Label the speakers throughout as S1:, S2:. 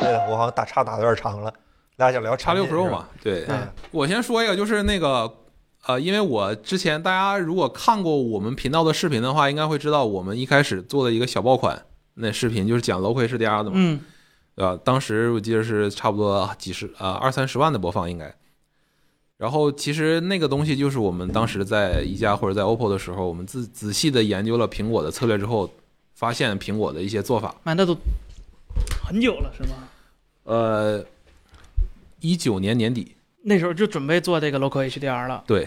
S1: 哎好像打岔打的有点长了，大家想聊
S2: 叉
S1: 产
S2: 六
S1: 品
S2: Pro
S1: 是吧
S2: 嘛，对
S1: 嗯
S2: 我先说一个，就是那个呃，因为我之前大家如果看过我们频道的视频的话，应该会知道我们一开始做的一个小爆款那视频，就是讲楼魁世家的嘛，
S3: 嗯，
S2: 对吧？当时我记得是差不多几十呃二三十万的播放应该。然后其实那个东西就是我们当时在宜家或者在 OPPO 的时候，我们仔仔细的研究了苹果的策略之后，发现苹果的一些做法。
S3: 买那都很久了是吗？
S2: 呃，一九年年底，
S3: 那时候就准备做这个 Local HDR 了，
S2: 对，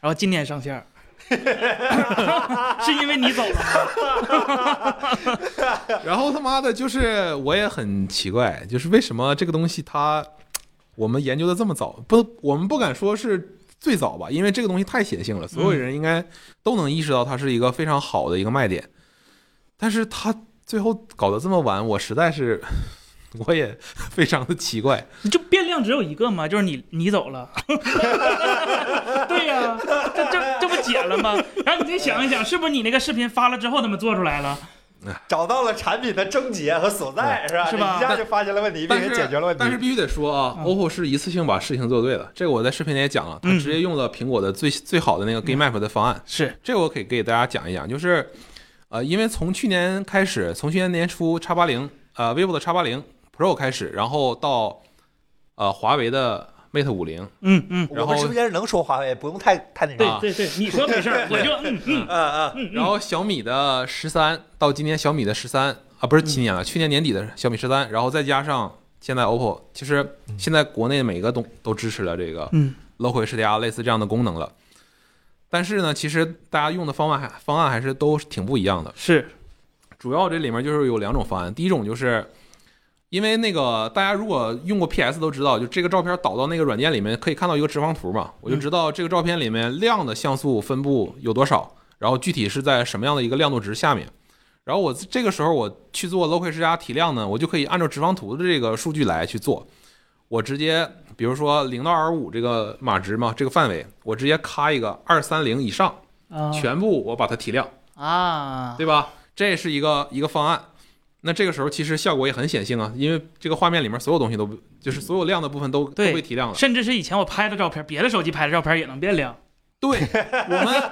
S3: 然后今年上 线儿，是因为你走了 吗？
S2: 然后他妈的，就是我也很奇怪，就是为什么这个东西它我们研究的这么早？不，我们不敢说是最早吧，因为这个东西太显性了，所
S3: 嗯
S2: 有人应该都能意识到它是一个非常好的一个卖点。但是它最后搞得这么晚，我实在是我也 非常的奇怪。
S3: 你就变量只有一个嘛，就是你你走 了，对呀、这这这不解了吗？然后你再想一想，是不是你那个视频发了之后他们做出来了？
S1: 找到了产品的症结和所在，是吧？
S3: 是吧
S1: 一下就发现了问题，并
S2: 但
S1: 且
S2: 是
S1: 解决了问题。
S2: 但是必须得说啊
S3: 嗯
S2: ，OPPO 是一次性把事情做对了，这个我在视频里也讲了，它
S3: 嗯
S2: 直接用了苹果的最最好的那个 Game Map 的方案。
S3: 是，
S2: 这个我可以给大家讲一讲，就是，呃，因为从去年开始，从去年年初叉八零，呃，vivo 的叉八零 Pro 开始，然后到呃华为的 Mate 五零，
S3: 嗯嗯，
S1: 我
S2: 然后
S1: 们之间能说华为，不用太太那
S3: 对
S1: 啥。
S3: 对 对，你说没事儿，我就嗯嗯
S1: 嗯嗯，
S3: 嗯，
S2: 然后小米的十三，到今年小米的十三啊，
S1: 嗯
S2: 不是今年了，去年年底的小米十三，然后再加上现在 OPPO，其实
S1: 嗯
S2: 现在国内每个都都支持了这个
S3: 嗯
S2: local HDR 类似这样的功能了。但是呢，其实大家用的方案还方案还是都挺不一样的。
S3: 是，
S2: 主要这里面就是有两种方案，第一种就是因为那个大家如果用过 PS 都知道，就这个照片导到那个软件里面可以看到一个直方图嘛，我就知道这个照片里面亮的像素分布有多少，然后具体是在什么样的一个亮度值下面。然后我这个时候我去做 local 施加体量呢，我就可以按照直方图的这个数据来去做。我直接比如说零到二五这个码值嘛，这个范围，我直接咔一个二三零以上，
S3: 啊
S2: 全部我把它提亮。
S3: 啊，
S2: 对吧？这是一个一个方案。那这个时候其实效果也很显性啊，因为这个画面里面所有东西都不就是所有亮的部分都
S3: 对
S2: 都被提亮了。
S3: 甚至是以前我拍的照片，别的手机拍的照片也能变亮。
S2: 对我们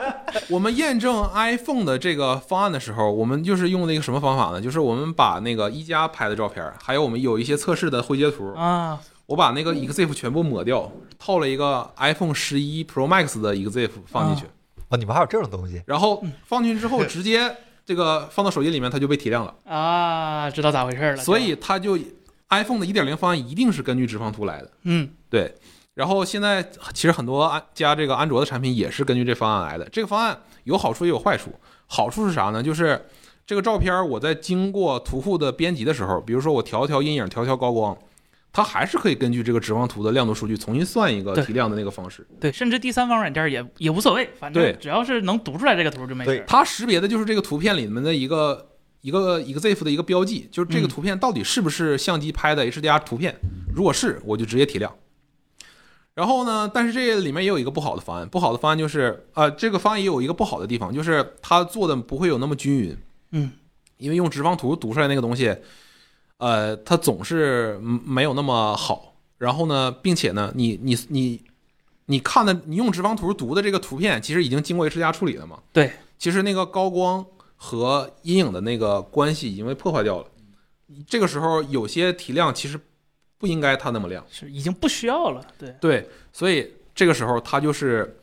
S2: 我们验证 iPhone 的这个方案的时候，我们就是用了一个什么方法呢？就是我们把那个一加拍的照片，还有我们有一些测试的灰阶图，
S3: 啊，
S2: 我把那个 EXIF 全部抹掉，套了一个 iPhone 十一 Pro Max 的 EXIF 放进去，
S1: 哦，你们还有这种东西？
S2: 然后放进去之后直接这个放到手机里面，它就被提亮了。
S3: 啊，知道咋回事了。
S2: 所以它就 iPhone 的一点零方案一定是根据直方图来的。
S3: 嗯，
S2: 对，然后现在其实很多安加这个安卓的产品也是根据这方案来的。这个方案有好处也有坏处。好处是啥呢？就是这个照片我在经过图库的编辑的时候，比如说我调一调阴影，调一调高光。它还是可以根据这个直方图的亮度数据重新算一个
S3: 对
S2: 提亮的那个方式，
S3: 对，嗯甚至第三方软件也也无所谓，反
S2: 对
S3: 正只要是能读出来这个图就没事儿。
S2: 它识别的就是这个图片里面的一个一个 EXIF 的一个标记，就是这个
S3: 嗯
S2: 图片到底是不是相机拍的 HDR 图片，如果是，我就直接提亮。然后呢，但是这里面也有一个不好的方案，不好的方案就是，呃，这个方案也有一个不好的地方，就是它做的不会有那么均匀，
S3: 嗯，
S2: 因为用直方图读出来那个东西，呃，它总是没有那么好。然后呢，并且呢，你你你你看的，你用直方图读的这个图片，其实已经经过 H 加处理了嘛？
S3: 对，
S2: 其实那个高光和阴影的那个关系已经被破坏掉了。这个时候有些提亮其实不应该它那么亮。
S3: 是已经不需要了。
S1: 哦
S3: 对，
S2: 对，所以这个时候它就是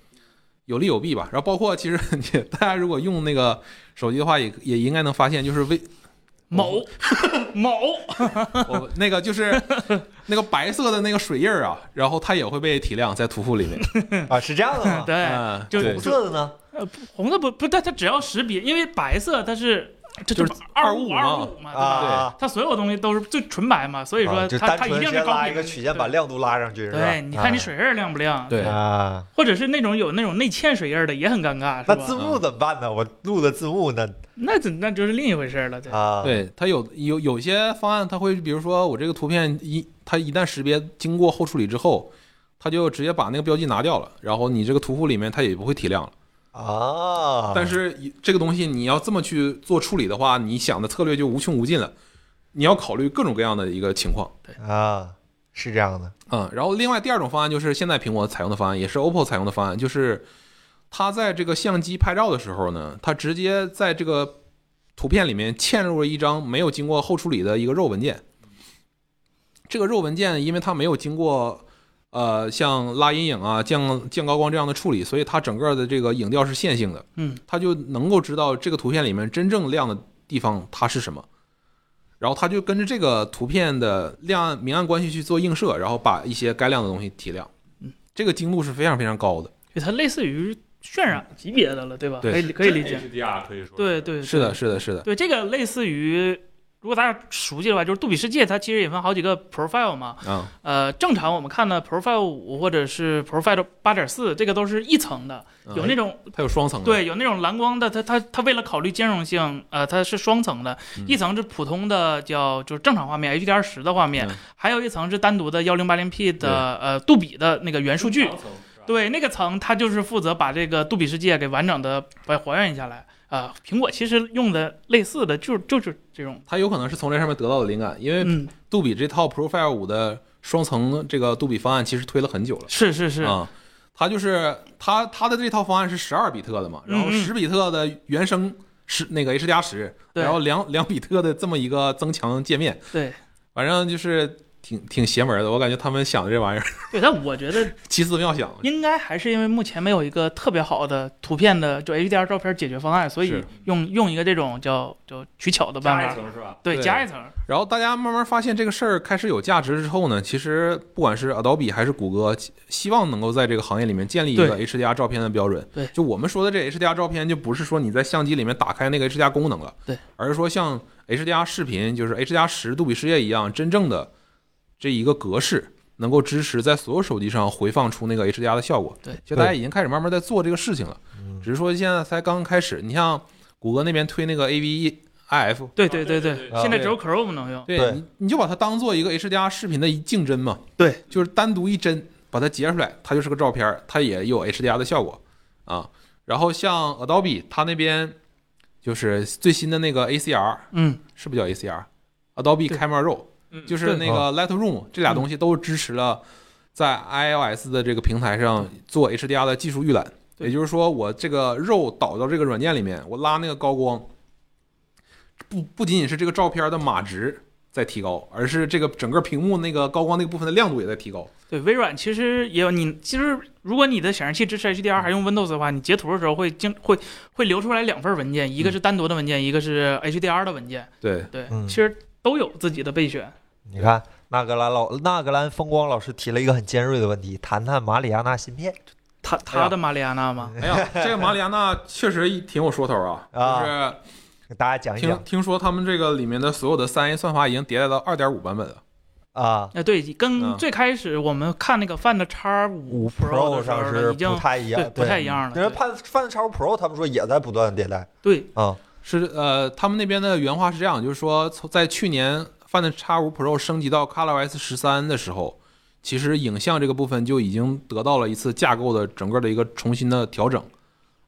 S2: 有利有弊吧。然后包括其实你大家如果用那个手机的话，也也应该能发现，就是微
S3: 某 某
S2: 我哦那个就是 那个白色的那个水印儿啊，然后它也会被提亮在图库里面。
S1: 啊，是这样的吗？
S3: 嗯 对，
S2: 嗯，
S3: 就
S2: 对
S1: 红色的呢？
S3: 呃，不红的不不，但它只要识别，因为白色它是这
S2: 就是
S3: 二
S2: 25
S3: 五
S2: 嘛
S3: 二五嘛，对吧？
S1: 啊，
S3: 它所有东西都是最纯白嘛，所以
S1: 啊
S3: 说
S1: 就
S3: 它
S1: 单
S3: 它一
S1: 纯
S3: 定
S1: 先
S3: 是高
S1: 拉
S3: 频
S1: 一个曲线
S3: 对
S1: 把亮啊度拉上去，是吧？
S3: 对，你看你水印儿亮不亮？
S2: 对
S1: 啊啊，
S3: 或者是那种有那种内嵌水印儿的也很尴尬，是
S1: 那
S3: 吧？
S1: 字幕怎么办呢？我录的字幕呢？
S3: 那怎那就是另一回事儿了，对。
S1: 啊，，
S2: 对，它有有有些方案，它会比如说我这个图片一，它一旦识别经过后处理之后，它就直接把那个标记拿掉了，然后你这个图库里面它也不会提亮了。
S1: 啊，
S2: 但是这个东西你要这么去做处理的话，你想的策略就无穷无尽了。你要考虑各种各样的一个情况。
S1: 啊，是这样的，
S2: 嗯，然后另外第二种方案就是现在苹果采用的方案，也是 OPPO 采用的方案，就是它在这个相机拍照的时候呢，它直接在这个图片里面嵌入了一张没有经过后处理的一个肉文件。这个肉文件，因为它没有经过呃像拉阴影啊、降降高光这样的处理，所以它整个的这个影调是线性的。
S3: 嗯，
S2: 它就能够知道这个图片里面真正亮的地方它是什么，然后它就跟着这个图片的亮暗明暗关系去做映射，然后把一些该亮的东西提亮
S3: 嗯。
S2: 这个精度是非常非常高的。
S3: 对它类似于渲染级别的了，对吧？
S2: 对
S3: 可以可以理解。
S4: HDR 可以说
S3: 对嗯对，
S2: 是的，，是的，是的。
S3: 对这个类似于，如果大家熟悉的话，就是杜比世界，它其实也分好几个 profile 嘛。
S2: 啊，
S3: 呃，正常我们看的 profile 五或者是 profile 八点四，这个都是一层的，
S2: 嗯
S3: 有那种
S2: 它有双层的。
S3: 对，有那种蓝光的，它它它为了考虑兼容性，呃，它是双层的，
S2: 嗯
S3: 一层是普通的叫就是正常画面 HDR 十的画面，
S2: 嗯
S3: 还有一层是单独的幺零八零 P 的呃杜比的那个原数
S2: 嗯
S3: 据
S4: 长，层是吧
S3: 对，那个层它就是负责把这个杜比世界给完整的把还原一下来。啊、苹果其实用的类似的，就就是这种，
S2: 它有可能是从这上面得到的灵感，因为
S3: 嗯，
S2: 杜比这套 Profile 五的双层这个杜比方案其实推了很久了。
S3: 是是是，
S2: 啊、它就是它它的这套方案是十二比特的嘛，然后
S3: 嗯嗯
S2: 十比特的原生十那个 H 加十，
S3: 对
S2: 然后两两比特的这么一个增强界面，
S3: 对
S2: 反正就是挺挺邪门的。我感觉他们想的这玩意儿
S3: 对，但我觉得
S2: 奇思妙想，
S3: 应该还是因为目前没有一个特别好的图片的就 HDR 照片解决方案，所以
S2: 是
S3: 用用一个这种叫叫取巧的办
S4: 加一
S3: 法，
S4: 层是吧？
S3: 对，
S2: 对
S3: 加一层，
S2: 然后大家慢慢发现这个事儿开始有价值之后呢，其实不管是 Adobe 还是谷歌，希希望能够在这个行业里面建立一个 HDR 照片的标准。
S3: 对
S2: 就我们说的这 HDR 照片，就不是说你在相机里面打开那个 HDR 功能了，
S3: 对，
S2: 而是说像 HDR 视频，就是 HDR 十杜比世界一样，真正的这一个格式能够支持在所有手机上回放出那个 HDR 的效果。
S3: 对
S2: 其实大家已经开始慢慢在做这个事情了，只是说现在才刚刚开始。你像谷歌那边推那个 E AVIF，
S3: 对
S4: 对
S3: 对对对，
S4: 对，
S1: 啊
S3: 现在只有 Chrome 能用，
S2: 对，
S1: 对
S2: 你你就把它当做一个 HDR 视频的一竞争嘛，
S1: 对，
S2: 就是单独一帧把它截出来，它就是个照片儿，它也有 HDR 的效果啊。然后像 Adobe 它那边就是最新的那个 ACR
S3: 嗯，
S2: 是不是叫 ACR？Adobe
S3: 对
S2: Camera Raw
S4: 嗯
S2: 就是那个 Lightroom 这俩东西都支持了在 iOS 的这个平台上做 HDR 的技术预览。
S3: 对
S2: 也就是说，我这个肉导到这个软件里面，我拉那个高光，不不仅仅是这个照片的码值在提高，而是这个整个屏幕那个高光那个部分的亮度也在提高。
S3: 对，微软其实也有你，其实如果你的显示器支持 HDR 还用 Windows 的话，你截图的时候会经会会留出来两份文件，一个是单独的文件，一个是 HDR 的文件。
S2: 对，
S3: 对，
S1: 嗯
S3: 其实都有自己的备选。
S1: 你看纳格兰老纳格兰风光老师提了一个很尖锐的问题，谈谈马里亚纳芯片
S3: 他
S2: 哎
S3: 他
S2: 呀
S3: 的马里亚纳吗？
S2: 哎呀，这个马里亚纳确实一挺有说头啊，
S1: 啊
S2: 就是
S1: 给大家讲一
S2: 听
S1: 讲
S2: 听说他们这个里面的所有的三 A 算法已经迭代到二点五版本了。
S1: 啊。
S3: 哎，对，
S2: 嗯
S3: 跟最开始我们看那个 Find X
S1: 五
S3: 五 Pro 的
S1: Pro
S3: 时
S1: 上
S3: 候
S1: 是
S3: 呢，
S1: 不
S3: 已经
S1: 太一样
S3: 对，不太一样了。
S1: 因为
S3: 对
S1: 范范超 Pro 他们说也在不断地迭代
S3: 对，
S1: 啊，
S2: 是呃，他们那边的原话是这样，就是说从在去年 Find X5 Pro 升级到 ColorOS 十三的时候，其实影像这个部分就已经得到了一次架构的整个的一个重新的调整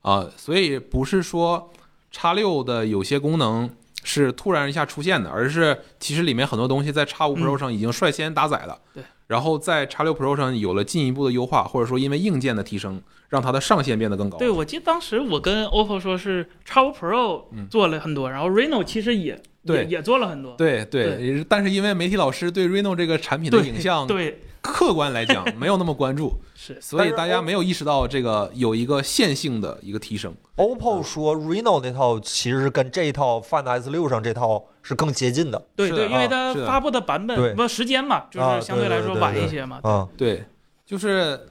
S2: 啊、所以不是说 X6 的有些功能是突然一下出现的，而是其实里面很多东西在 X5 Pro 上已经率先搭载了。
S3: 对。
S2: 然后在 X6 Pro 上有了进一步的优化，或者说因为硬件的提升，让它的上限变得更高。
S3: 对，我记得当时我跟 OPPO 说是 X5 Pro
S2: 嗯
S3: 做了很多，然后 Reno 其实也
S2: 对
S3: 也也做了很多。
S2: 对对，但是因为媒体老师对 Reno 这个产品的
S3: 对
S2: 影像，
S3: 对，
S2: 客观来讲没有那么关 注，
S3: 是
S2: 所以大家没有意识到这个有一个线性的一个提升。
S3: 嗯
S1: OPPO 说 Reno 那套其实是跟这一套 Find S 六上这套是更接近的
S3: 对
S2: 是
S3: 对，
S2: 的
S3: 因为
S1: 啊
S3: 它
S2: 是的
S3: 发布的版
S1: 对
S3: 本不时间嘛，就
S1: 啊
S3: 是相对来说
S1: 对对对
S3: 晚
S1: 对
S3: 一些嘛。
S1: 啊。
S2: 对，就是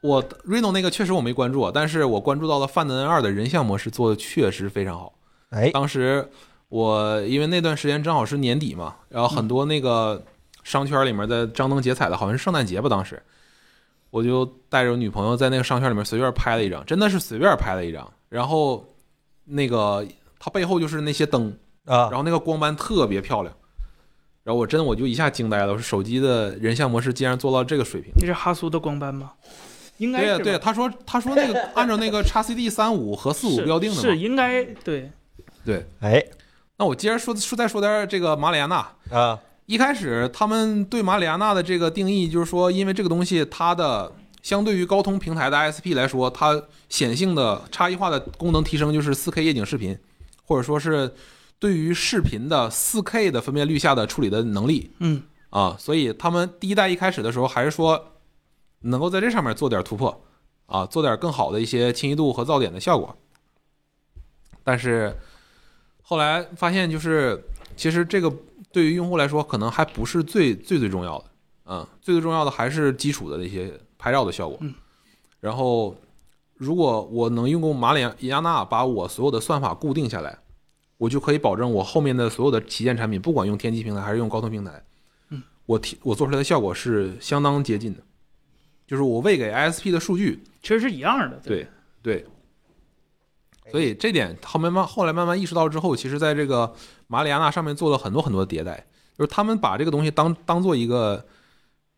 S2: 我 Reno 那个确实我没关注，啊但是我关注到了 Find N2 的人像模式做的确实非常好。
S1: 哎，
S2: 当时我因为那段时间正好是年底嘛，然后
S3: 嗯
S2: 很多那个商圈里面的张灯结彩的，好像是圣诞节吧，当时我就带着我女朋友在那个商圈里面随便拍了一张，真的是随便拍了一张。然后那个它背后就是那些灯，
S1: 啊
S2: 然，后那个光斑特别漂亮。然后我真的我就一下惊呆了，我说手机的人像模式竟然做到这个水平。
S3: 这是哈苏的光斑吗？应该
S2: 对呀
S3: 是吧
S2: 对啊呀，他说他说那个按照那个 x CD 三五和四五
S3: 是
S2: 标定的嘛，
S3: 是应该对。
S1: 哎，
S2: 那我接着说说再说点这个马里亚纳。
S1: 啊，
S2: 一开始他们对马里亚纳的这个定义就是说，因为这个东西它的相对于高通平台的 ISP 来说，它显性的差异化的功能提升就是 4K 夜景视频，或者说是对于视频的 4K 的分辨率下的处理的能力
S3: 嗯，
S2: 啊，所以他们第一代一开始的时候还是说能够在这上面做点突破啊，做点更好的一些清晰度和噪点的效果，但是后来发现就是其实这个对于用户来说，可能还不是最最最重要的，嗯，最最重要的还是基础的那些拍照的效果。
S3: 嗯
S2: 然后，如果我能用过马里亚纳把我所有的算法固定下来，我就可以保证我后面的所有的旗舰产品，不管用天玑平台还是用高通平台，
S3: 嗯，
S2: 我提我做出来的效果是相当接近的，就是我喂给 ISP 的数据，
S3: 其实是一样的。
S2: 对对，
S1: 哎
S2: 所以这点后面慢后来慢慢意识到之后，其实在这个马里亚纳上面做了很多很多的迭代，就是他们把这个东西当当做一个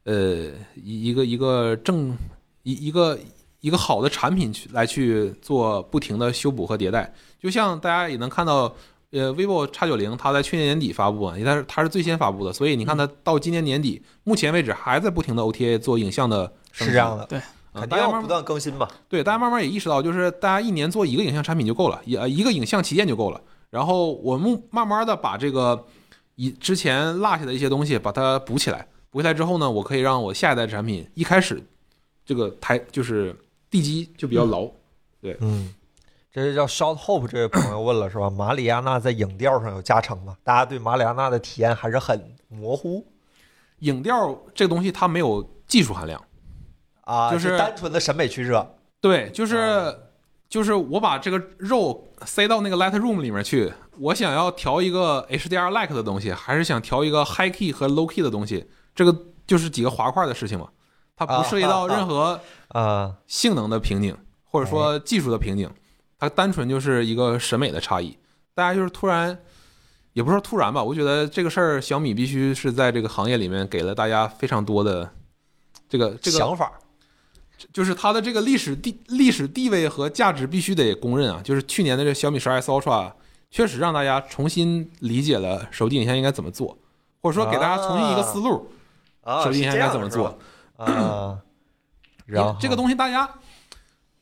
S2: 呃一一个一个正一一个一个好的产品去来去做不停的修补和迭代，就像大家也能看到。呃，vivo X 九零它在去年年底发布啊，因为它是它是最先发布的，所以你看它
S1: 嗯
S2: 到今年年底，目前为止还在不停的 OTA 做影像的升级，
S1: 是这样的，
S2: 嗯
S3: 啊
S1: 肯
S2: 大
S1: 定
S2: 家
S1: 要
S2: 慢慢
S1: 不断更新吧。
S2: 对，大家慢慢也意识到，就是大家一年做一个影像产品就够了，一呃一个影像旗舰就够了。然后我们慢慢的把这个以之前落下的一些东西把它补起来，补起来之后呢，我可以让我下一代产品一开始这个台就是地基就比较牢。
S1: 嗯，这是叫 Short Hope 这位朋友问了 是吧？马里亚纳在影调上有加成吗？大家对马里亚纳的体验还是很模糊
S2: 影调这个东西它没有技术含量，
S1: 啊，
S2: 就是
S1: 单纯的审美取舍。
S2: 对，就是、
S1: 啊
S2: 就是我把这个肉塞到那个 Lightroom 里面去，我想要调一个 HDR like 的东西，还是想调一个 high key 和 low key 的东西，这个就是几个滑块的事情嘛，它不涉及到任何
S1: 啊，
S2: 性能的瓶颈，或者说技术的瓶颈，它单纯就是一个审美的差异。大家就是突然，也不是说突然吧，我觉得这个事儿小米必须是在这个行业里面给了大家非常多的这个这个
S1: 想法
S2: 就是它的这个历史地历史地位和价值必须得公认啊！就是去年的这小米十二 S Ultra，确实让大家重新理解了手机影像应该怎么做，或者说给大家重新一个思路，
S1: 啊，
S2: 手机
S1: 是
S2: 影像
S1: 这
S2: 应该
S1: 样
S2: 怎么
S1: 是吧
S2: 做。
S1: 啊？ 然后
S2: 这个东西大家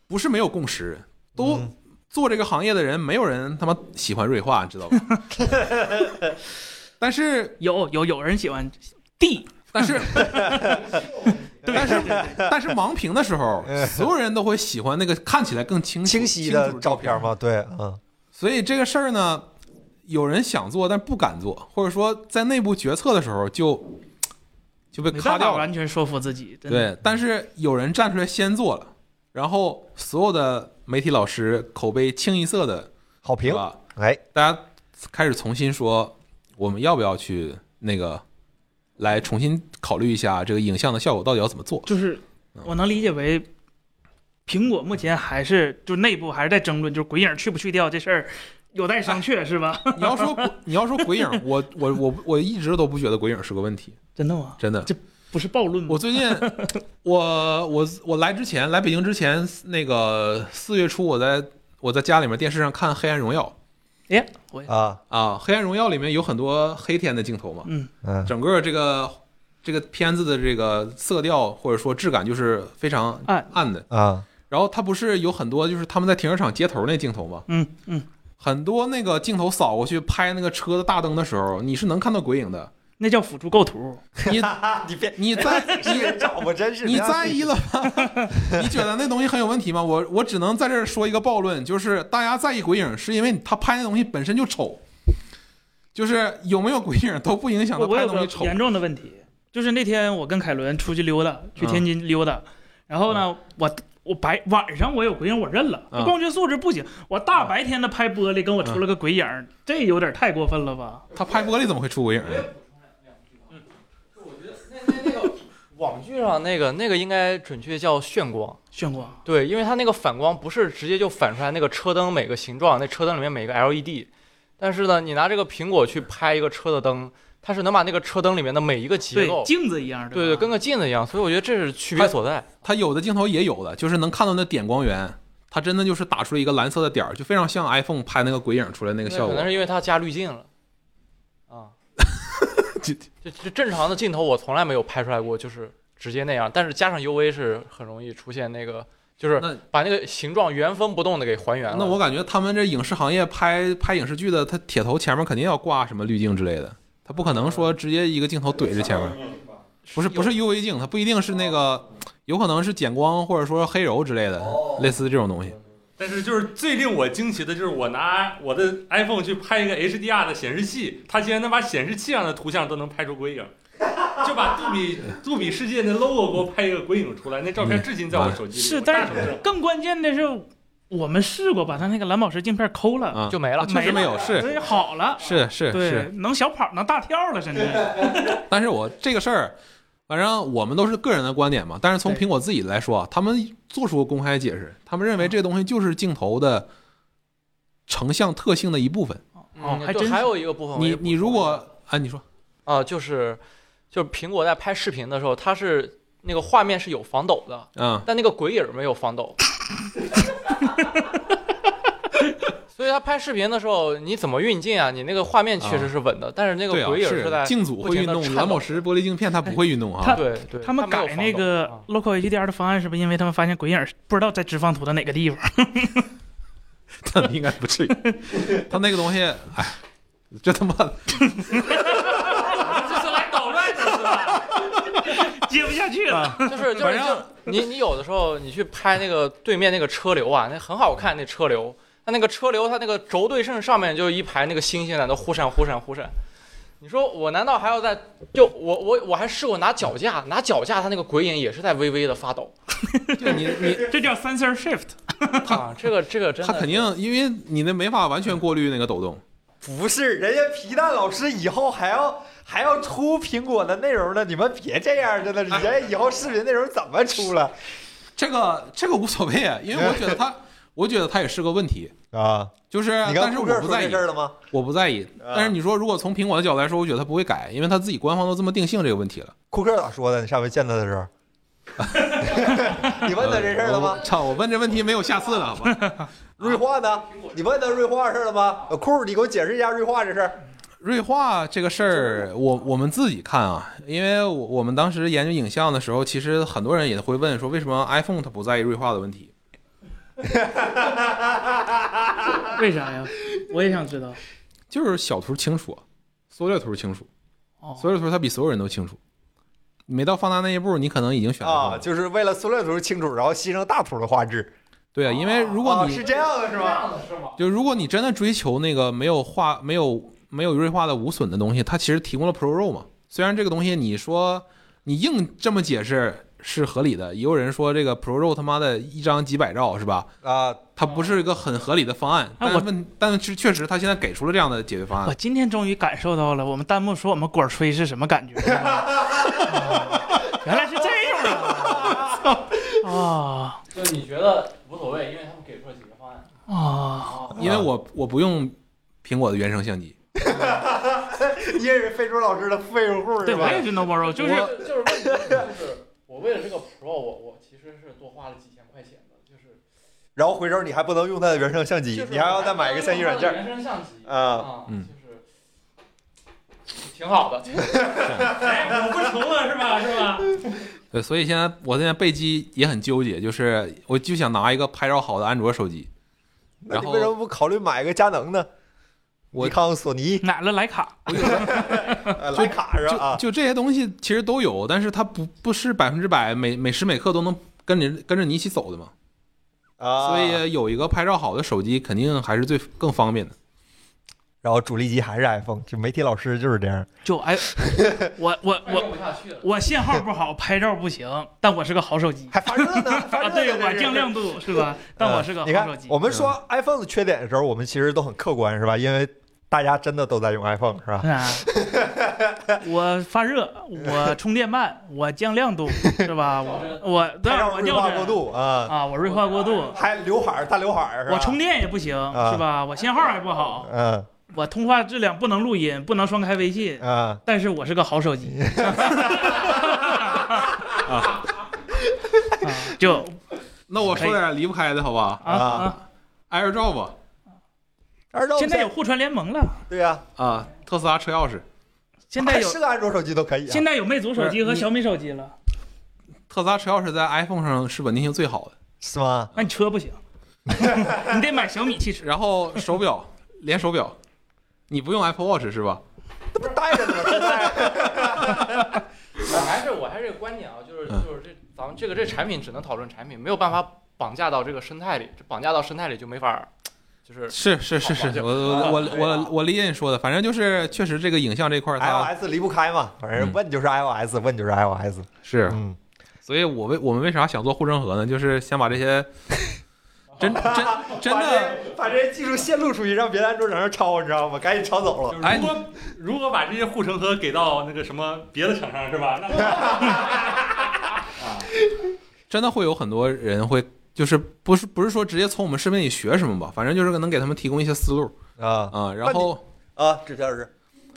S2: 不是没有共识，都
S1: 嗯
S2: 做这个行业的人，没有人他妈喜欢锐化，你知道吧？ 但是
S3: 有有有人喜欢 D，
S2: 但是但是但是盲屏的时候，所有人都会喜欢那个看起来更清楚
S1: 清晰
S2: 清
S1: 的
S2: 楚的
S1: 照
S2: 片
S1: 片吗？对，嗯
S2: 所以这个事儿呢，有人想做但不敢做，或者说在内部决策的时候就就被
S3: 没
S2: 卡
S3: 办法
S2: 掉了。
S3: 完全说服自己。真的，
S2: 对，但是有人站出来先做了，然后所有的媒体老师口碑清一色的，
S1: 好
S2: 是
S1: 评，
S2: 吧？
S1: 哎，
S2: 大家开始重新说，我们要不要去那个来重新考虑一下这个影像的效果到底要怎么 做？
S3: 就是
S2: 嗯
S3: 我能理解为，苹果目前还是就内部还是在争论，就是鬼影去不去掉这事儿有待商榷，是吧？
S2: 你要说你要说鬼影，我我我我一直都不觉得鬼影是个问题，
S3: 真的吗？
S2: 真的。
S3: 不是暴论吗？
S2: 我最近，我我我来之前，来北京之前，那个四月初，我在我在家里面电视上看《黑暗荣耀
S3: 哎，我也
S1: 啊，》
S2: 啊，《黑暗荣耀》里面有很多黑天的镜头嘛，
S3: 嗯
S1: 嗯，
S2: 整个这个这个片子的这个色调或者说质感就是非常
S3: 暗
S2: 暗的。
S1: 啊，
S2: 然后它不是有很多就是他们在停车场接头那镜头吗？
S3: 嗯嗯，
S2: 很多那个镜头扫过去拍那个车的大灯的时候，你是能看到鬼影的。
S3: 那叫辅助构图。
S2: 你
S1: 你别
S2: 你在
S1: 你别找我，真是
S2: 你在意了吗？ 你觉得那东西很有问题吗？我我只能在这儿说一个暴论，就是大家在意鬼影，是因为他拍那东西本身就丑，就是有没有鬼影都不影响他
S3: 我我
S2: 拍
S3: 有
S2: 东
S3: 个
S2: 西丑。
S3: 严重的问题，就是那天我跟凯伦出去溜达，
S2: 嗯
S3: 去天津溜达，然后呢，我我白晚上我有鬼影，我认了，
S2: 嗯
S3: 光学素质不行，我大白天的拍玻璃，跟我出了个鬼影，这有点太过分了吧？
S2: 他拍玻璃怎么会出鬼影呢？
S4: 网剧上那个那个应该准确叫眩光，
S3: 炫光，
S4: 对，因为它那个反光不是直接就反出来那个车灯每个形状，那车灯里面每个 LED，但是呢，你拿这个苹果去拍一个车的灯，它是能把那个车灯里面的每一个结
S3: 对，
S4: 构，
S3: 镜子一样的，
S4: 对对，跟个镜子一样，所以我觉得这是区别所在。
S2: 他有的镜头也有的，就是能看到那点光源，它真的就是打出了一个蓝色的点儿，就非常像 iPhone 拍那个鬼影出来那个效
S4: 可
S2: 果
S4: 能。是因为它加滤镜了， 啊，
S2: 这
S4: 就就正常的镜头我从来没有拍出来过，就是直接那样，但是加上 UV 是很容易出现那个，就是
S2: 那
S4: 把那个形状原封不动的给还原了。
S2: 那我感觉他们这影视行业拍拍影视剧的，他铁头前面肯定要挂什么滤镜之类的，他不可能说直接一个镜头怼着前面，不是不是 UV 镜，它不一定是那个，有可能是减光或者说黑柔之类的，类似这种东西。
S5: 但是就是最令我惊奇的就是，我拿我的 iPhone 去拍一个 HDR 的显示器，它竟然能把显示器上的图像都能拍出鬼影，就把杜比杜比世界的 logo 给我拍一个鬼影出来，那照
S2: 嗯
S5: 片至今在我手机里。
S3: 是
S5: 我
S3: 但
S5: 大
S3: 是
S5: 手上
S3: 更关键的是，我们试过把它那个蓝宝石镜片抠了，
S2: 啊，
S4: 就没了。
S2: 确实没有，是
S3: 所以好了，
S2: 是是
S3: 对
S2: 是，，
S3: 能小跑能大跳了，甚至
S2: 但是我这个事儿，反正我们都是个人的观点嘛，但是从
S3: 对
S2: 苹果自己来说啊，他们做出过公开解释，他们认为这东西就是镜头的成像特性的一部分。
S3: 哦
S4: 嗯，
S3: 还
S4: 对
S3: 真是
S4: 还有一个部分我也
S2: 你
S4: 不
S2: 你如果啊，你说。
S4: 啊，就是就是苹果在拍视频的时候，它是那个画面是有防抖的，
S2: 嗯，
S4: 但那个鬼影儿没有 防抖。所以他拍视频的时候，你怎么运镜啊？你那个画面确实是稳的，但是那
S2: 对
S4: 个
S2: 啊，
S4: 鬼影儿
S2: 是
S4: 在
S2: 镜组会运
S4: 不停
S2: 动，
S4: 地
S2: 蓝宝石玻璃镜片它不会运动啊
S3: 它。
S4: 对对，
S3: 他
S4: 们
S3: 们改那个
S2: 嗯
S3: Local HDR 的方案，是不是因为他们发现鬼影儿不知道在直放图的哪个地方？
S2: 它应该不至于。 它那个东西，哎，这他妈
S4: 啊
S5: 这是来捣乱的是吧？
S3: 接不下去了。
S4: 就是就
S2: 反
S4: 是
S2: 正
S4: 就你你有的时候你去拍那个对面那个车流啊，那很好看那车流，它那个车流它那个轴对称上面就一排那个星星在那忽闪忽闪忽闪。你说我难道还要在就我我我还试过拿脚架，拿脚架它那个鬼影也是在微微的发 抖
S2: 就你你
S3: 这叫 sensor shift，
S4: 啊，这个这个真
S2: 它
S4: 的
S2: 肯定，因为你那没法完全过滤那个抖动。
S1: 不是，人家皮蛋老师以后还要还要出苹果的内容呢，你们别这样，真的是，人家以后视频内容怎么出了
S2: 这个这个无所谓啊，因为我觉得 它，我觉得它也是个问题。
S1: 啊？
S2: 就是，
S1: 你
S2: 但
S1: 刚
S2: 是
S1: 库
S2: 我
S1: 克
S2: 不
S1: 说
S2: 在
S1: 这
S2: 意
S1: 事，儿了吗？
S2: 我不在意。
S1: 啊
S2: 但是你说，如果从苹果的角度来说，我觉得它不会改，因为它自己官方都这么定性这个问题了。
S1: 库克咋说的？你上回见他的时候，你问他这事儿了吗
S2: 我？操，我问这问题没有下次了，好吧？
S1: 锐化呢？你问他锐化事儿了吗？呃库儿，你给我解释一下锐化这事儿。
S2: 锐化这个事儿，我我们自己看啊，因为我我们当时研究影像的时候，其实很多人也会问说，为什么 iPhone 它不在意锐化的问题？
S3: 为啥呀？我也想知道。
S2: 就是小图清楚啊，缩略图清楚，
S3: 哦，
S2: 缩略图它比所有人都清楚。没到放大那一步，你可能已经选了
S1: 啊，。就是为了缩略图清楚，然后牺牲大图的画质。
S2: 对啊，因为如果
S1: 啊，
S2: 你
S1: 是这样的，是吧？
S2: 就如果你真的追求那个没有画、没有没有锐化的无损的东西，它其实提供了 Pro Raw 嘛。虽然这个东西你说你硬这么解释是合理的，也有人说这个 Pro Raw 他妈的一张几百兆是吧？
S1: 啊，
S2: 它不是一个很合理的方案，
S3: 哎
S2: 但
S3: 我
S2: 问但是确实他现在给出了这样的解决方
S3: 我
S2: 案。
S3: 今天终于感受到了我们弹幕说我们管吹是什么 感觉了、啊原来是这样啊！ 啊
S4: 就你觉得无所谓，因为他们给出了解决方案。
S3: 啊！
S4: 啊
S2: 因 为我我不用苹果的原生相机，
S1: 你也是非洲老师的废物户
S3: 对，
S1: 是吧
S3: 我？也是 No Borrow，就是
S4: 就是就是问题就是我为了这个 Pro，我我其实是多花了几千块钱的，就是
S1: 然后回头你还不能用他的原生相机
S4: 就，是
S1: 你还要再买一个相机软件儿
S4: 原生相机
S1: 啊。
S4: 啊，
S2: 嗯
S4: 就是挺好的。
S5: 哎，我不成了是吧？是吧？
S2: 对，所以现在我现在备机也很纠结，就是我就想拿一个拍照好的安卓手机，
S1: 那你
S2: 然后
S1: 为什么不考虑买一个佳能呢？
S2: 我
S1: 尼康、索尼、
S3: 买了徕卡，
S1: 呃徕卡是吧？啊
S2: 就，就这些东西其实都有，但是它不不是百分之百每每时每刻都能跟着跟着你一起走的嘛，
S1: 啊
S2: 所，以有一个拍照好的手机肯定还是最更方便的。
S1: 然后主力机还是 iPhone，就媒体老师就是这样。
S3: 就哎，我我我
S4: 用不下去 了。
S3: 我信号不好，拍照不行，但我是个好手机
S1: 还发热呢，发热
S3: 啊！
S1: 呢
S3: 对
S1: 这是
S3: 我降亮度是吧？但
S2: 嗯
S3: 我是个
S1: 呃你
S3: 好
S1: 看
S3: 手，机。
S1: 我们说 iPhone 的缺点的时候，我们其实都很客观，是吧？因为大家真的都在用 iPhone，是吧？
S3: 啊， 我发热，我充电慢，我降亮度是吧？我我对
S1: 拍，照
S3: 我
S1: 锐
S3: 掉
S1: 化
S3: 帧
S1: 过度啊，
S3: 啊，我锐化过度，
S1: 还刘海儿，大刘海儿，是吧
S3: 我充电也不行
S1: 啊
S3: 是吧？我信号还不好，
S1: 嗯
S3: 我通话质量不能录音，不能双开微信，
S1: 嗯，
S3: 但是我是个好 手机。啊，就
S2: 那我说点离不开的好吧
S3: 啊啊！
S2: ？AirDrop
S1: 二道
S3: 现在有互传联盟了，
S1: 对呀，
S2: 啊，特斯拉车钥匙，
S3: 现在有
S1: 是个安卓手机都可以啊。
S3: 现在有魅族手机
S2: 不
S3: 和
S2: 是你
S3: 小米手机了，
S2: 特斯拉车钥匙在 iPhone 上是稳定性最好的。
S1: 是吗？
S3: 那你 车不行，你得买小米汽车。
S2: 然后手 表，连手表，你不用 Apple Watch 是吧？
S1: 那不带着呢吗？现 在
S4: 我还是我还是这个观点啊，就是
S2: 嗯
S4: 就是这咱们这个这产品只能讨论产品，没有办法绑架到这个生态里，这绑架到生态里就没法儿，就是
S2: 是是是是，我我我我我理解你说的，反正就是确实这个影像这块儿它
S1: iOS 离不开嘛，反正
S2: 哎嗯
S1: 问就是 iOS，问就是 iOS。
S2: 是，
S1: 嗯，
S2: 所以我为我们为啥想做护城河呢？就是想把 这些真真真
S1: 把
S2: 的，
S1: 这把这技术泄露出去，让别的安卓厂商抄，你知道吗？赶紧抄走了。
S5: 就是
S3: 哎
S5: 如果、如果把这些护城河给到那个什么别的厂商是吧？那
S2: 真的会有很多人会。就是不是不是说直接从我们视频里学什么吧，反正就是能给他们提供一些思路
S1: 啊
S2: 啊、然后
S1: 啊，纸条是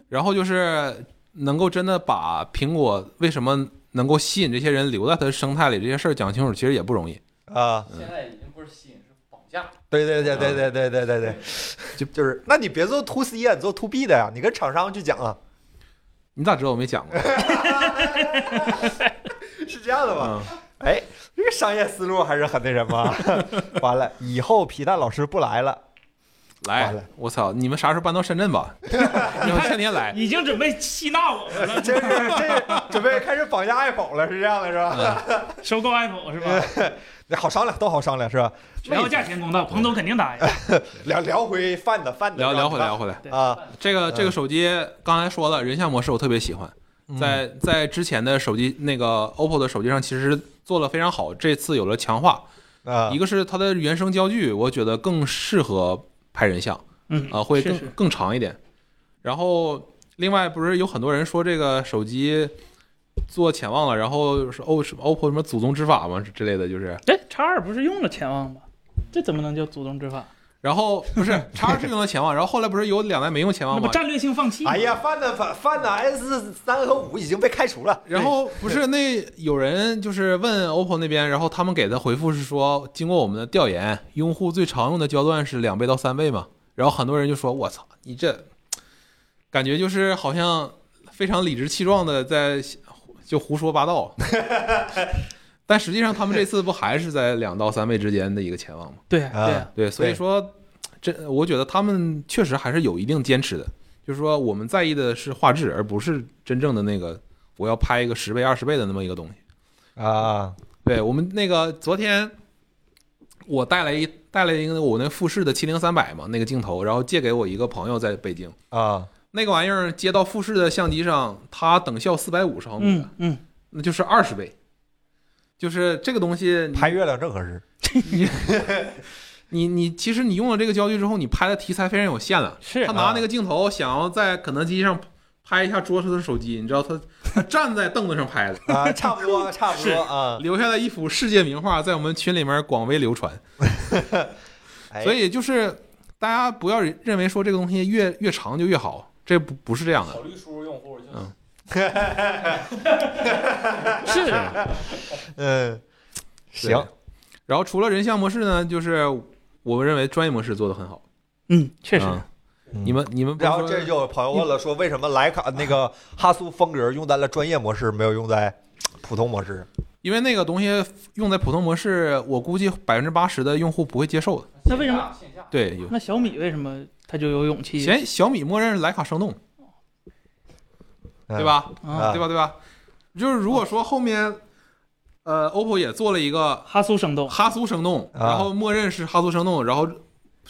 S2: 然后就是能够真的把苹果为什么能够吸引这些人留在它的生态里这些事儿讲清楚，其实也不容易。
S1: 啊，
S4: 现在已经不是吸引，是绑架。
S1: 对对对对对对对对对， 就就是，那你别做 to C 啊，你做 to B 的呀，你跟厂商去讲啊，
S2: 你咋知道我没讲过？
S1: 是这样的吧？
S2: 嗯，
S1: 哎，这个商业思路还是很那什 么。完了，以后皮蛋老师不来了，完了
S2: 来，我操，你们啥时候搬到深圳 吧？你们天天来。
S3: 已经准备吸纳我 们了，
S1: 这是 这是准备开始绑架爱否了，是这样的，是吧？
S3: 收购 Apple 是
S5: 呃
S3: 吧？
S1: 那好商量，都好商量，是吧？
S3: 只要价钱公道，彭总肯定答 应。
S1: 聊聊回贩子，贩子
S2: 聊
S1: 是吧
S2: 聊回来，聊回来。
S1: 啊，
S2: 这个
S1: 嗯
S2: 这个手机刚才说了，人像模式我特别喜欢，
S1: 嗯
S2: 在
S3: 嗯
S2: 在之前的手机那个 OPPO 的手机上其实做了非常好，这次有了强化。
S1: 啊
S2: 一个是它的原生焦距，我觉得更适合拍人像
S3: 嗯
S2: 啊、会
S3: 是
S2: 更
S3: 是
S2: 更长一点。然后另外不是有很多人说这个手机做潜望了，然后是 O 什么 OPPO 什么祖宗之法嘛之类的，就是
S3: 哎，叉二不是用了前望吗？这怎么能叫祖宗之法？
S2: 然后不是 叉二是用了潜望，然后后来不是有两代没用潜
S3: 那
S2: 望
S3: 不
S2: 吗？
S3: 战略性放弃吗？
S1: 哎呀，贩子贩贩子 S 三和五已经被开除了，
S2: 然后不是那有人就是问 OPPO 那边，然后他们给的回复是说，经过我们的调研，用户最常用的焦段是两倍到三倍嘛。然后很多人就说，我操，你这感觉就是好像非常理直气壮的在就胡说八道。 但实际上，他们这次不还是在两到三倍之间的一个前往吗？
S3: 对啊对啊，
S2: 对，所以
S1: 对
S2: 说，这我觉得他们确实还是有一定坚持的，就是说我们在意的是画质，而不是真正的那个我要拍一个十倍、二十倍的那么一个东西。
S1: 啊
S2: 对我们那个昨天我带来一带来一个我那富士的七零三百嘛那个镜头，然后借给我一个朋友在北京，
S1: 啊
S2: 那个玩意儿接到富士的相机上，它等效四百五十毫米的，
S3: 嗯嗯，
S2: 那就是二十倍。就是这个东西，
S1: 拍月亮正合适
S2: 你你其实你用了这个焦距之后，你拍的题材非常有限了。
S3: 是
S2: 他拿那个镜头想要在肯德基上拍一下桌上的手机，你知道他他站在凳子上拍的，
S1: 啊，差不 多差不
S3: 是
S1: 多啊，
S2: 留下了一幅世界名画，在我们群里面广为流传。
S1: 哎
S2: 所以就是大家不要认为说这个东西越越长就越好，这不不是这样的。
S4: 考虑输入用户就
S2: 嗯
S3: 是
S1: 嗯行
S2: 对。然后除了人像模式呢，就是我们认为专业模式做的很好，
S3: 嗯，确实
S2: 嗯
S1: 嗯
S2: 你们你们不是
S1: 然
S2: 说
S1: 后这就有朋友问了，说为什么徕卡那个哈苏风格用在了专业模式，没有用在普通模式？
S2: 因为那个东西用在普通模式，我估计百分之八十的用户不会接受的。
S3: 那为什么
S4: 线下？
S2: 对，有
S3: 那小米为什么它就有勇气？
S2: 嫌小米默认是徕卡生动，
S1: 哎
S2: 对吧？
S3: 啊，
S2: 对吧？对吧？就是如果说后面，呃，OPPO 也做了一个
S3: 哈苏生动，
S2: 哈苏生动，
S1: 啊
S2: 然后默认是哈苏生动，然后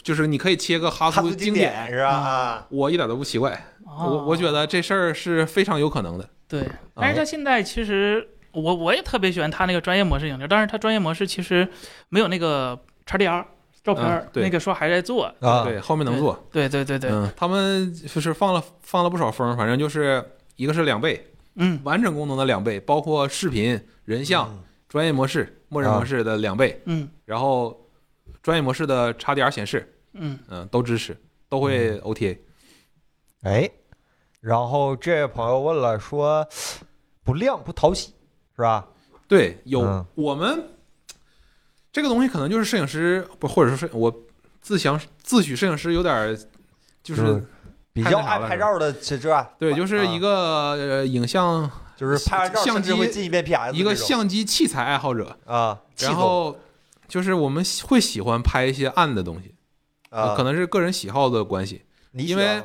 S2: 就是你可以切个哈
S1: 哈
S2: 苏
S1: 苏经
S2: 经
S1: 典
S2: 典，
S1: 是吧？啊，
S2: 我一点都不奇怪，
S3: 哦
S2: 我我觉
S3: 得
S2: 得这事儿是非常有可能的。
S3: 对，但是它现在其实我我也特别喜欢它那个专业模式影流，但是它专业模式其实没有那个 XDR 照片
S2: 嗯
S3: 儿
S2: 对
S3: 那个说还在做，
S1: 啊，
S2: 对，后面能做，
S3: 啊对对对对，
S2: 嗯，他们就是放了放了不少风，反正就是一个是两倍，
S3: 嗯
S2: 完整功能的两倍，包括视频、人像、
S1: 嗯啊
S2: 专业模式、默认模式的两倍，
S3: 嗯
S2: 然后专业模式的 XDR 显示，
S3: 嗯，
S2: 嗯，都支持，都会 OTA。
S1: 哎，然后这位朋友问了，说不亮不讨喜是吧？
S2: 对，有、
S1: 嗯
S2: 我们这个东西可能就是摄影师不，或者说是我自想自诩摄影师有点儿就是啊
S1: 比
S2: 看
S1: 较
S2: 那啥
S1: 爱
S2: 了
S1: 拍
S2: 是
S1: 照的，这这
S2: 对，
S1: 啊
S2: 就是一个呃影像
S1: 就是拍完照
S2: 相
S1: 甚至
S2: 机
S1: 会进一遍 PS
S2: 一个
S1: 这种
S2: 相机器材爱好者，
S1: 啊，系
S2: 然
S1: 统
S2: 后就是我们喜会喜欢拍一些暗的东西，呃
S1: 啊，
S2: 可能是个人喜好的关 系，
S1: 你
S2: 因为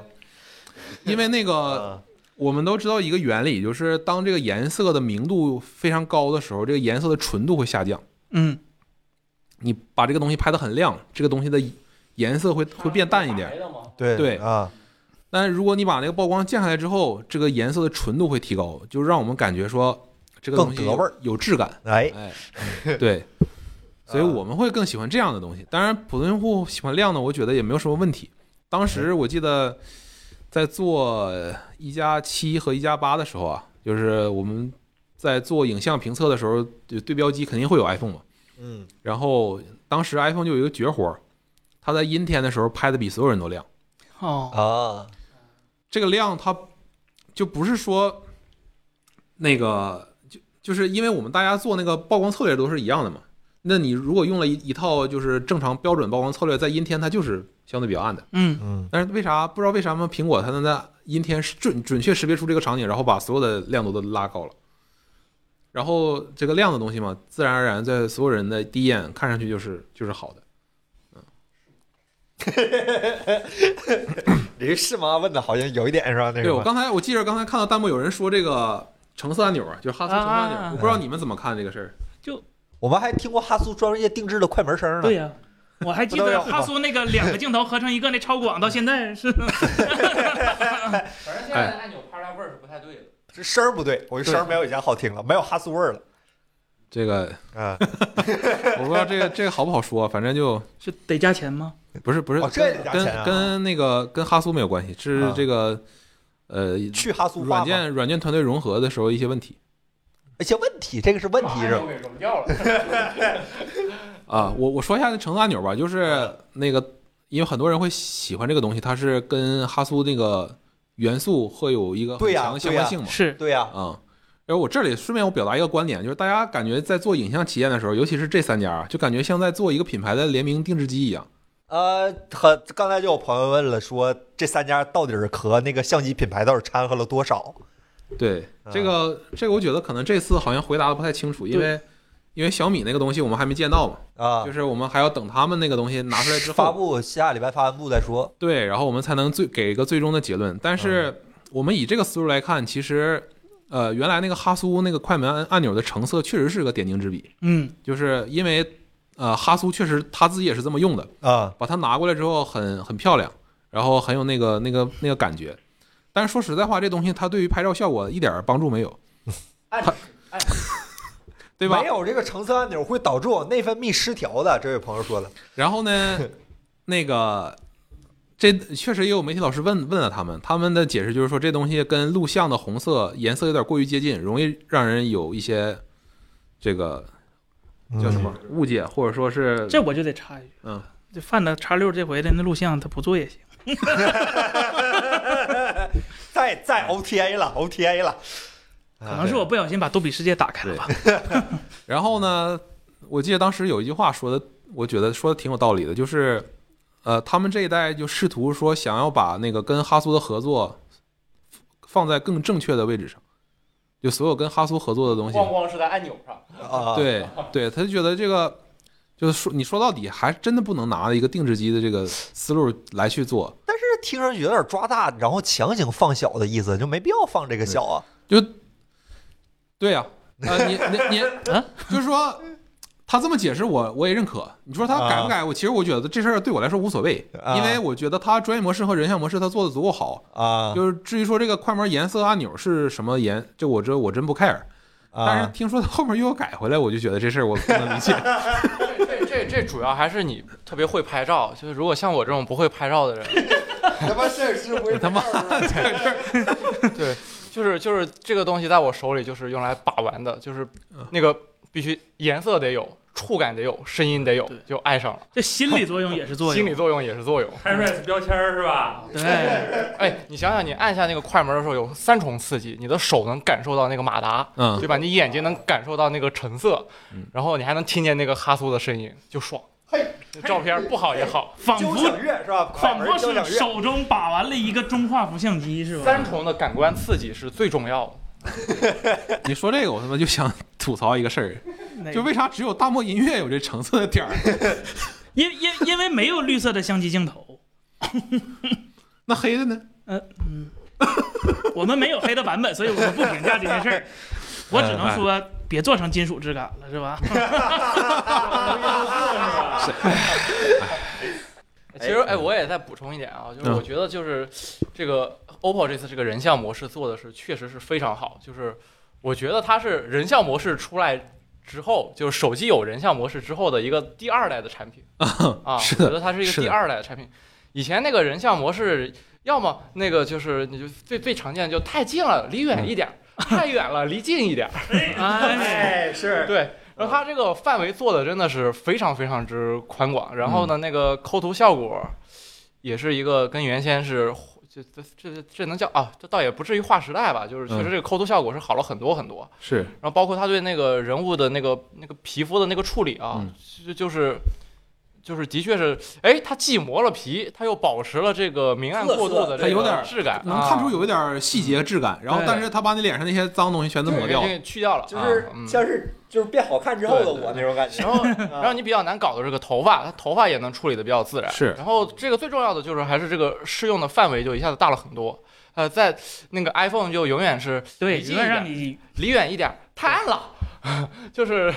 S2: 因为那个
S1: 呃
S2: 我们都知道一个原理，就是当这个颜色的明度非常高的时候，这个颜色的纯度会下降。
S3: 嗯，
S2: 你把这个东西拍得很亮，这个东西的颜色会会变淡一点。
S4: 白的嘛。
S1: 对
S2: 对
S1: 啊，
S2: 但是如果你把那个曝光降下来之后，这个颜色的纯度会提高，就让我们感觉说这个东西
S1: 更得味儿
S2: 有质感。
S1: 哎，
S2: 哎，对，所以我们会更喜欢这样的东西。当然，普通用户喜欢亮的，我觉得也没有什么问题。当时我记得在做一加七和一加八的时候啊，就是我们在做影像评测的时候，就对标机肯定会有 iPhone 嘛。
S1: 嗯，
S2: 然后当时 iPhone 就有一个绝活儿，它在阴天的时候拍的比所有人都亮。
S3: 哦，
S1: 啊，
S2: 这个亮它就不是说那个就就是因为我们大家做那个曝光策略都是一样的嘛。那你如果用了一一套就是正常标准曝光策略，在阴天它就是相对比较暗的。
S3: 嗯，
S1: 嗯，
S2: 但是为啥不知道为什么苹果它能在阴天是准准确识别出这个场景，然后把所有的亮度都拉高了。然后这个亮的东西嘛，自然而然在所有人的第一眼看上去就是就是好的。
S1: 你这是吗？问的好像有一点是吧？那
S2: 对
S1: 个
S2: 我刚才我记着刚才看到弹幕有人说这个橙色按钮啊，就是哈苏橙色按钮，
S3: 啊
S2: 我不知道你们怎么看这个事儿。
S1: 我们还听过哈苏专业定制的快门声呢。
S3: 对呀、我还记
S1: 不都有
S3: 得
S1: 吗
S3: 哈苏那个两个镜头合成一个那超广，到现在是
S4: 反正现在的按钮拍出来味儿是不太对的。
S1: 这声儿不对，我这声儿没有以前好听了，没有哈苏味儿了。
S2: 这个
S1: 啊，
S2: 我不知道这个这个好不好说，啊反正就是
S3: 得加钱吗？
S2: 不是不是
S1: 哦，这得加
S2: 跟
S1: 钱啊
S2: 跟那个跟哈苏没有关系，是
S1: 啊
S2: 这个呃
S1: 去哈苏化
S2: 软
S1: 吗
S2: 件软件团队融合的时候一些问题
S1: 一些问题，这个是问题是吧？
S4: 给融掉了。
S2: 啊。我我说一下那橙色按钮吧，就是那个因为很多人会喜欢这个东西，它是跟哈苏那个元素会有一个很
S1: 对呀
S2: 强的相
S1: 对呀
S2: 关性嘛。
S3: 是，
S1: 对呀，
S2: 啊、然后我这里顺便我表达一个观点，就是大家感觉在做影像体验的时候，尤其是这三家啊，就感觉像在做一个品牌的联名定制机一样。
S1: 呃，很刚才就有朋友问了说，这三家到底是和那个相机品牌到底掺和了多少？
S2: 对，
S1: 嗯
S2: 这个这个我觉得可能这次好像回答的不太清楚，因为因为小米那个东西我们还没见到嘛，
S1: 啊
S2: 就，是我们还要等他们那个东西拿出来之
S1: 发
S2: 后，
S1: 布下礼拜发完布再说。
S2: 对，然后我们才能最给一个最终的结论。但
S1: 嗯
S2: 是我们以这个思路来看，其实呃原来那个哈苏那个快门按按钮的橙色确实是个点睛之笔，
S3: 嗯，
S2: 就是因为呃哈苏确实他自己也是这么用的。
S1: 啊，
S2: 把它拿过来之后很很漂亮，然后很有那个那个那个感觉。但是说实在话，这东西它对于拍照效果一点儿帮助没有， 对吧
S1: 没？有这个橙色按钮会导致我内分泌失调的，这位朋友说的。
S2: 然后 呢，那个这确实也有媒体老师问问了他们，他们的解释就是说这东西跟录像的红色颜色有点过于接近，容易让人有一些这个
S1: 嗯
S2: 叫什么误解，或者说是
S3: 这我就得插一句，
S2: 嗯，
S3: 这犯的叉六这回的那录像他不做也行，
S1: 再再 OTA 了，OTA 了，
S3: 可能是我不小心把杜比世界打开了吧。
S2: 然后呢，我记得当时有一句话说的，我觉得说的挺有道理的，就是，呃，他们这一代就试图说想要把那个跟哈苏的合作放在更正确的位置上，就所有跟哈苏合作的东西，
S4: 光光是在按钮上，
S1: 啊，，
S2: 对对，他就觉得这个就是说你说到底还真的不能拿一个定制机的这个思路来去做，
S1: 但是听上去有点抓大，然后强行放小的意思，就没必要放这个小啊。
S2: 就对呀、啊，你你你，
S3: 啊
S2: 就是说。他这么解释我，我也认可。你说他改不改？我其实我觉得这事儿对我来说无所谓，
S1: 啊
S2: 因为我觉得他专业模式和人像模式他做的足够好。
S1: 啊，
S2: 就是至于说这个快门颜色按钮是什么颜，这我这我真不 care。但是
S1: 啊
S2: 听说他后面又要改回来，我就觉得这事儿我不能理解。
S4: 这这这这主要还是你特别会拍照。就是如果像我这种不会拍照的人，
S1: 他妈摄影师不会
S2: 他妈
S4: 对，就是
S3: 嗯
S4: 就是这个东西在我手里就是用来把玩的，就是那个必须颜色得有，触感得有，声音得有
S3: 对，
S4: 就爱上了。
S3: 这心理作用也是作用，啊
S4: 心理作用也是 作用。
S5: 拍 r i s 标签儿是吧？
S3: 对，
S4: 哎，你想想，你按下那个快门的时候有三重刺激，你的手能感受到那个马达，
S2: 嗯
S4: 对吧？你眼睛能感受到那个橙色
S2: 嗯，
S4: 然后你还能听见那个哈苏的声音，就爽。
S1: 嘿，
S4: 这照片不好也好，
S3: 仿
S1: 交
S3: 佛
S1: 响乐是吧？快
S3: 仿
S1: 门
S3: 佛
S1: 交响
S3: 是
S1: 乐，
S3: 手中把玩了一个中画幅相机，是吧？
S4: 三重的感官刺激是最重要的。
S2: 你说这个，我他妈就想吐槽一个事儿，
S3: 那个
S2: 就为啥只有大漠音乐有这橙色的点儿？
S3: 因因因为没有绿色的相机镜头，
S2: 那黑的呢？
S3: 我们没有黑的版本，所以我们不评价这件事儿。我只能说，别做成金属质感了，是吧？
S4: 其实，哎，我也再补充一点啊，就是
S2: 嗯
S4: 我觉得就是这个 OPPO 这次这个人像模式做的是确实是非常好，就是我觉得它是人像模式出来之后，就是手机有人像模式之后的一个第二代的产品 啊，
S2: 是的
S4: 我觉得它是一个
S2: 是
S4: 第
S2: 的
S4: 二代的产品。以前那个人像模式，要么那个就是你就最最常见的就太近了，离远一点儿；
S2: 嗯
S4: 太远了，离近一点儿。
S3: 哎，
S1: 哎，是
S4: 对，然后它这个范围做的真的是非常非常之宽广，然
S2: 嗯
S4: 后呢，那个抠图效果也是一个跟原先是。这这这这能叫啊？这倒也不至于划时代吧，就是确实
S2: 嗯
S4: 这个抠图效果是好了很多很多。
S2: 是
S4: 然后包括他对那个人物的那个那个皮肤的那个处理啊
S2: 嗯，
S4: 就就是就是的确是，哎，他既磨了皮，他又保持了这个明暗
S1: 特色
S4: 过渡的
S2: 它
S4: 这
S2: 有
S4: 个
S2: 点
S4: 质感，
S2: 能看出
S4: 啊
S2: 有一点细节质感，然后
S4: 对
S2: 但是他把你脸上那些脏东西全都抹掉
S4: 给。给去掉了，
S1: 就是
S4: 啊嗯
S1: 像是就是变好看之后的
S4: 对对
S1: 我那种感觉
S4: 然。后然后
S1: 啊
S4: 你比较难搞的这个头发，它头发也能处理的比较自然。
S2: 是
S4: 然后这个最重要的就是还是这个适用的范围就一下子大了很多。呃，在那个 iPhone 就永远是
S3: 对，永
S4: 离近一
S3: 远让
S4: 点，
S3: 你
S4: 离远一点，太暗了， 就是。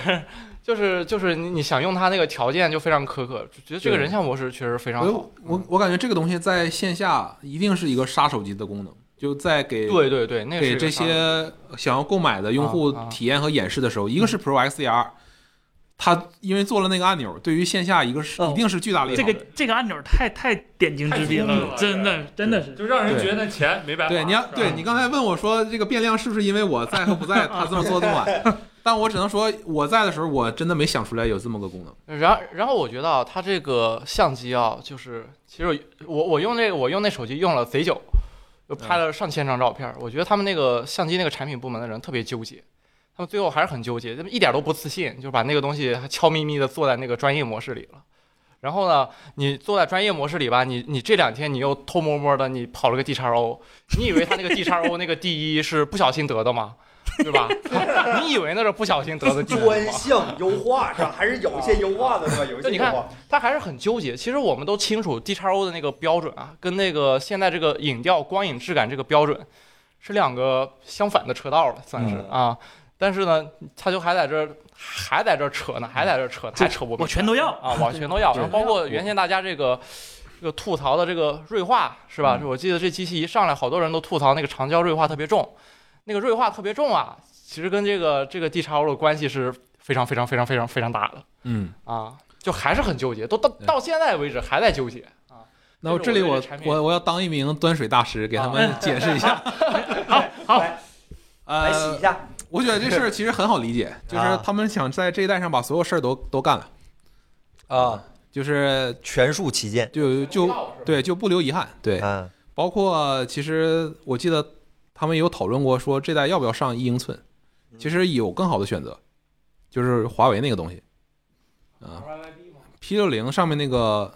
S4: 就是就是你你想用它那个条件就非常苛刻，就觉得这个
S2: 对
S4: 人像模式确实非常
S2: 我
S4: 好。
S2: 我我感觉这个东西在线下一定是一个杀手级的功能，就在给
S4: 对对对，那个是一
S2: 给
S4: 个
S2: 这
S4: 商业
S2: 些想要购买的用户
S4: 啊嗯啊
S2: 体验和演示的时候，一个是 Pro XDR，它因为做了那个按钮，对于线下一个是
S3: 哦
S2: 一定是巨大利好
S3: 这
S2: 的。
S3: 个这个按钮太太点睛之
S5: 太
S3: 笔
S5: 聪明
S3: 了，
S5: 了
S3: 真的真的是。
S5: 就让人觉得钱没白花。
S2: 对，你要
S5: 是吧
S2: 对你刚才问我说这个变量是不是因为我在和不在，他这么做这么 晚？但我只能说我在的时候，我真的没想出来有这么个功能。
S4: 然然后我觉得啊，它这个相机啊，就是其实我我用这个我用那手机用了贼久，就拍了上千张照片儿。我觉得他们那个相机那个产品部门的人特别纠结，他们最后还是很纠结，他们一点都不自信，就把那个东西还悄咪咪的坐在那个专业模式里了。然后呢，你坐在专业模式里吧，你你这两天你又偷摸摸的你跑了个 D 叉 O，你以为他那个 D 叉 O 那个第一是不小心得的吗？对吧？ 你以为那是不小心得的第一吗？
S1: 专项优化是吧？还是有一些优化的对吧？有一
S4: 就
S1: 些
S4: 你
S1: 优
S4: 看
S1: 化。
S4: 他还是很纠结。其实我们都清楚 D X O 的那个标准啊，跟那个现在这个影调、光影质感这个标准是两个相反的车道了，算是、
S1: 嗯
S4: 啊。但是呢，他就还在这儿还在这儿扯呢，还在这儿扯呢，还扯不明白
S3: 我全都要
S4: 啊，我全都要。然后包括原先大家这个这个吐槽的这个锐化是吧？我记得这机器一上来，好多人都吐槽那个长焦锐化特别重，那个锐化特别重啊，其实跟这个这个 D X O 的关系是非常非常非常非常非常大的。
S2: 嗯，
S4: 啊，就还是很纠结，都到
S2: 对
S4: 到现在为止还在纠结。
S2: 那我
S4: 这
S2: 这
S4: 是
S2: 里
S4: 我对
S2: 我
S4: 这产品
S2: 我我要当一名端水大师，给他
S3: 嗯
S2: 们解释一 下。
S3: 好
S1: 来来洗
S2: 呃
S1: 一，下，
S2: 我觉得这事儿其实很好理解，就是他们想在这一代上把所有事儿都都干了，
S1: 啊，
S2: 就是
S1: 全数旗舰，
S2: 就就对就不留遗憾。对，
S1: 嗯，
S2: 包括其实我记得他们也有讨论过，说这代要不要上一英寸，其实有更好的选择，就是华为那个东西啊，P 六零上面那个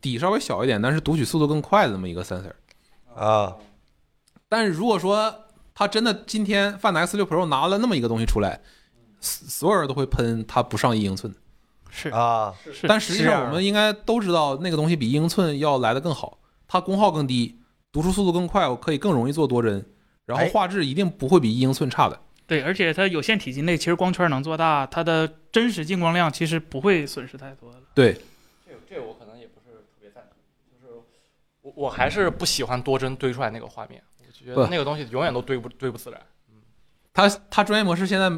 S2: 底稍微小一点，但是读取速度更快的这么一个 sensor。
S1: 啊，
S2: 但是如果说他真的今天 Find X 六 Pro 拿了那么一个东西出来，所所有人都会喷它不上一英寸。
S3: 是
S1: 啊，
S3: 是
S2: 但实际
S1: 是
S2: 上
S1: 啊
S2: 我们应该都知道，那个东西比英寸要来的更好，它功耗更低，读出速度更快，我可以更容易做多帧，然后
S1: 哎
S2: 画质一定不会比一英寸差的。
S3: 对，而且它有限体积内，其实光圈能做大，它的真实进光量其实不会损失太多了。
S2: 对，
S4: 这个这个我可能也不是特别赞同，就是我我还是不喜欢多帧堆出来那个画面，我觉得
S2: 不
S4: 那个东西永远都堆不堆不自然。
S2: 它它专业模式现在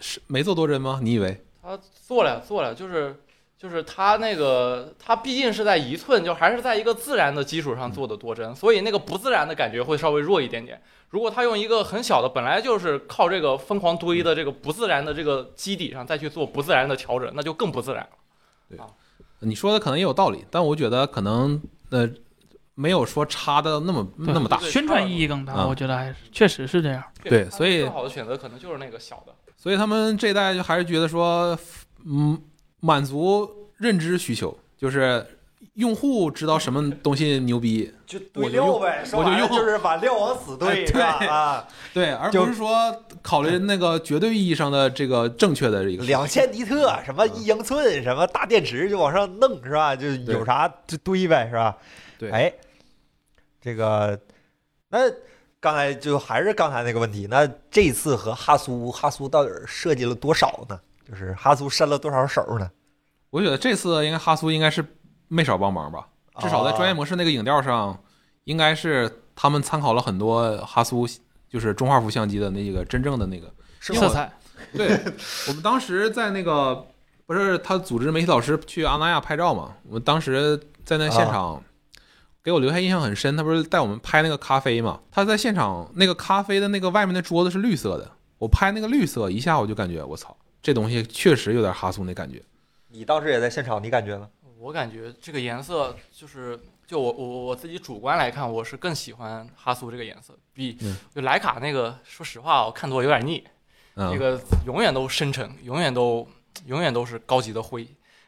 S2: 是没做多帧吗？你以为？
S4: 他做了做了，就是就是它那个它毕竟是在一寸，就还是在一个自然的基础上做的多帧，所以那个不自然的感觉会稍微弱一点点。如果它用一个很小的，本来就是靠这个疯狂堆的这个不自然的这个基底上再去做不自然的调整，那就更不自然了。
S2: 你说的可能也有道理，但我觉得可能呃没有说差的那么嗯那么大。
S4: 对
S3: 宣传意义更大，
S2: 嗯
S3: 我觉得还是确实是这样。
S2: 对所以
S4: 它更好的选择可能就是那个小的。
S2: 所以他们这一代就还是觉得说，嗯，满足认知需求，就是用户知道什么东西牛逼，
S1: 就
S2: 我
S1: 堆
S2: 就
S1: 料
S2: 用
S1: 呗，说
S2: 我就
S1: 白了
S2: 用
S1: 就是把料往死堆，
S2: 哎
S1: 是吧？啊，
S2: 对，而
S1: 就
S2: 不是说考虑那个绝对意义上的这个正确的一个。
S1: 两千尼特，什么一英寸，什么大电池就往上弄，是吧？就
S2: 嗯对
S1: 有啥就堆呗，是吧？
S2: 对
S1: 哎，这个那刚才就还是刚才那个问题，那这次和哈苏，哈苏到底设计了多少呢？就是哈苏伸了多少手呢？
S2: 我觉得这次应该哈苏应该是没少帮忙吧，至少在
S1: 啊哦
S2: 专业模式那个影调上，应该是他们参考了很多哈苏，就是中画幅相机的那个真正的那个
S1: 是
S2: 因为
S3: 色
S2: 我
S3: 彩
S2: 对我们当时在那个不是他组织媒体老师去阿那亚拍照嘛？我们当时在那
S4: 啊
S2: 现场，给我留下印象很深。他不是带我们拍那个咖啡嘛？他在现场那个咖啡的那个外面的桌子是绿色的，我拍那个绿色一下我就感觉我操，这东西确实有点哈苏那感觉。
S1: 你当时也在现场，你感觉呢？
S4: 我感觉这个颜色就是，就我我我自己主观来看，我是更喜欢哈苏这个颜色，比
S2: 嗯
S4: 就徕卡那个，说实话，我看多了有点腻，
S2: 嗯，
S4: 那个永远都深沉，永远都永远都是高级的灰。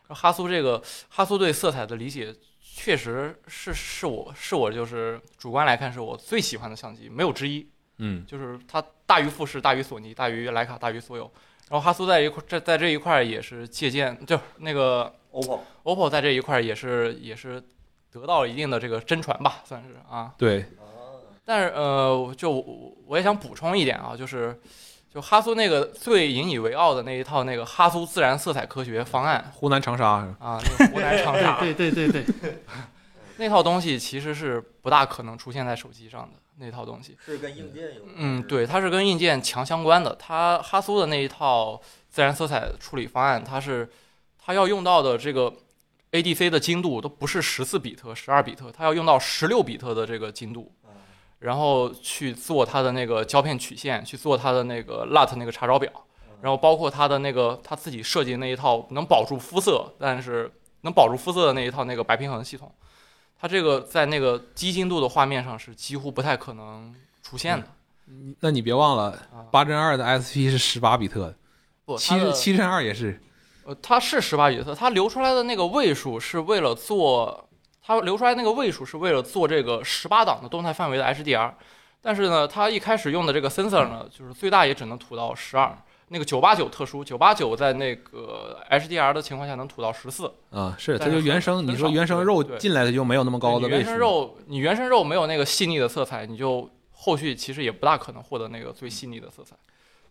S4: 哈苏这个哈苏对色彩的理解，确实是是我是我就是主观来看是我最喜欢的相机，没有之一。
S2: 嗯，
S4: 就是它大于富士，大于索尼，大于徕卡，大于所有。然后哈苏在一块这在这一块也是借鉴，就是那个
S1: OPPO
S4: OPPO 在这一块儿也是也是得到了一定的这个真传吧，算是啊。
S2: 对，
S4: 但是呃，我就我我也想补充一点啊，就是就哈苏那个最引以为傲的那一套那个哈苏自然色彩科学方案
S2: 湖南长沙
S4: 啊，那个湖南长 沙
S3: 对对对对 对，
S4: 那套东西其实是不大可能出现在手机上的那套东西。
S1: 是跟硬件有
S4: 嗯，，对，它是跟硬件强相关的。它哈苏的那一套自然色彩处理方案，它是它要用到的这个 ADC 的精度都不是十四比特、十二比特，它要用到十六比特的这个精度，
S1: 啊
S4: 然后去做它的那个胶片曲线，去做它的那个 LUT 那个查找表，
S1: 嗯
S4: 然后包括它的那个它自己设计那一套能保住肤色，但是能保住肤色的那一套那个白平衡系统。它这个在那个低精度的画面上是几乎不太可能出现的。
S2: 那你别忘了
S4: 啊
S2: 八帧二的 SP 是十八比特的，
S4: 不，它
S2: 七
S4: 的
S2: 七帧二也是。
S4: 呃，它是十八比特，它留出来的那个位数是为了做，它留出来那个位数是为了做这个十八档的动态范围的 HDR，但是呢，它一开始用的这个 sensor 呢，就是最大也只能吐到十二，那个九八九特殊，九八九在那个 HDR 的情况下能吐到十四，
S2: 啊，是，它
S4: 但
S2: 就是原
S4: 很
S2: 生，
S4: 很
S2: 你说
S4: 少
S2: 原生肉
S4: 对对
S2: 进来它就没有那么高的
S4: 你
S2: 位
S4: 原
S2: 数
S4: 生，肉，你原生肉没有那个细腻的色彩，你就后续其实也不大可能获得那个最细腻的色彩。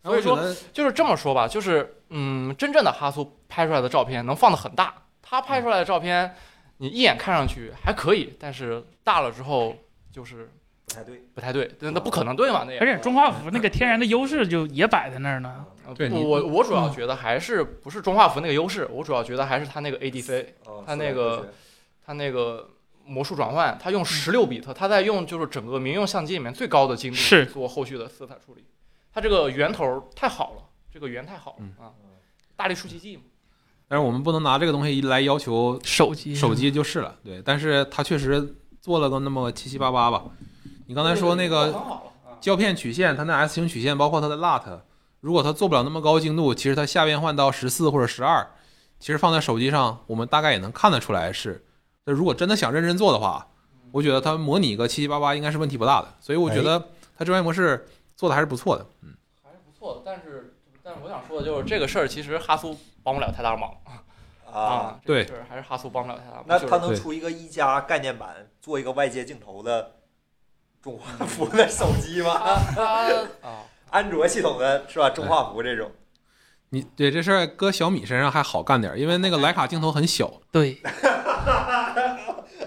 S2: 然后
S4: 所以说
S2: 我觉得
S4: 就是这么说吧，就是嗯，真正的哈苏拍出来的照片能放得很大，他
S2: 嗯
S4: 拍出来的照片，你一眼看上去还可以，但是大了之后就是
S1: 不太对。
S4: 不太对，那那不可能对嘛？那
S3: 而
S4: 也
S3: 且中画幅那个天然的优势就也摆在那儿
S1: 啊
S3: 呢。
S1: 嗯
S4: 呃
S2: 对
S4: 不
S2: 你嗯
S4: 我我主要觉得还是不是中画幅那个优势，我主要觉得还是他那个
S2: 嗯
S4: ADC，它
S1: 哦
S4: 那个他那个。魔术转换，他用
S2: 嗯
S4: 十六比特，他在用就是整个民用相机里面最高的精度
S3: 是
S4: 做后续的色彩处理，他这个源头太好了，这个源太好了、
S2: 嗯
S4: 啊！大力出奇迹嘛，
S2: 但是我们不能拿这个东西来要求
S3: 手机
S2: 手机就是了，对，但是它确实做了个那么七七八八吧。你刚才说那
S4: 很
S2: 个
S4: 好了啊
S2: 胶片曲线，它那 S 型曲线，包括它的 LUT，如果它做不了那么高精度，其实它下变换到十四或者十二，其实放在手机上，我们大概也能看得出来是。那如果真的想认真做的话，我觉得它模拟个七七八八应该是问题不大的，所以我觉得它专业模式做的还是不错的。
S4: 还是不错的，但是但是我想说的就是这个事儿，其实哈苏帮不了太大忙
S1: 啊，，
S4: 这个
S2: 对
S4: 事儿还是哈苏帮不了太大忙。
S1: 那
S4: 就是
S1: 他能
S2: 对
S1: 出一个一加概念版，做一个外接镜头的中画幅的手机吗？ 啊
S4: 他啊，
S1: 安卓系统的是吧？中画幅这种，
S2: 你对这事儿搁小米身上还好干点儿，因为那个徕卡镜头很小，
S3: 对，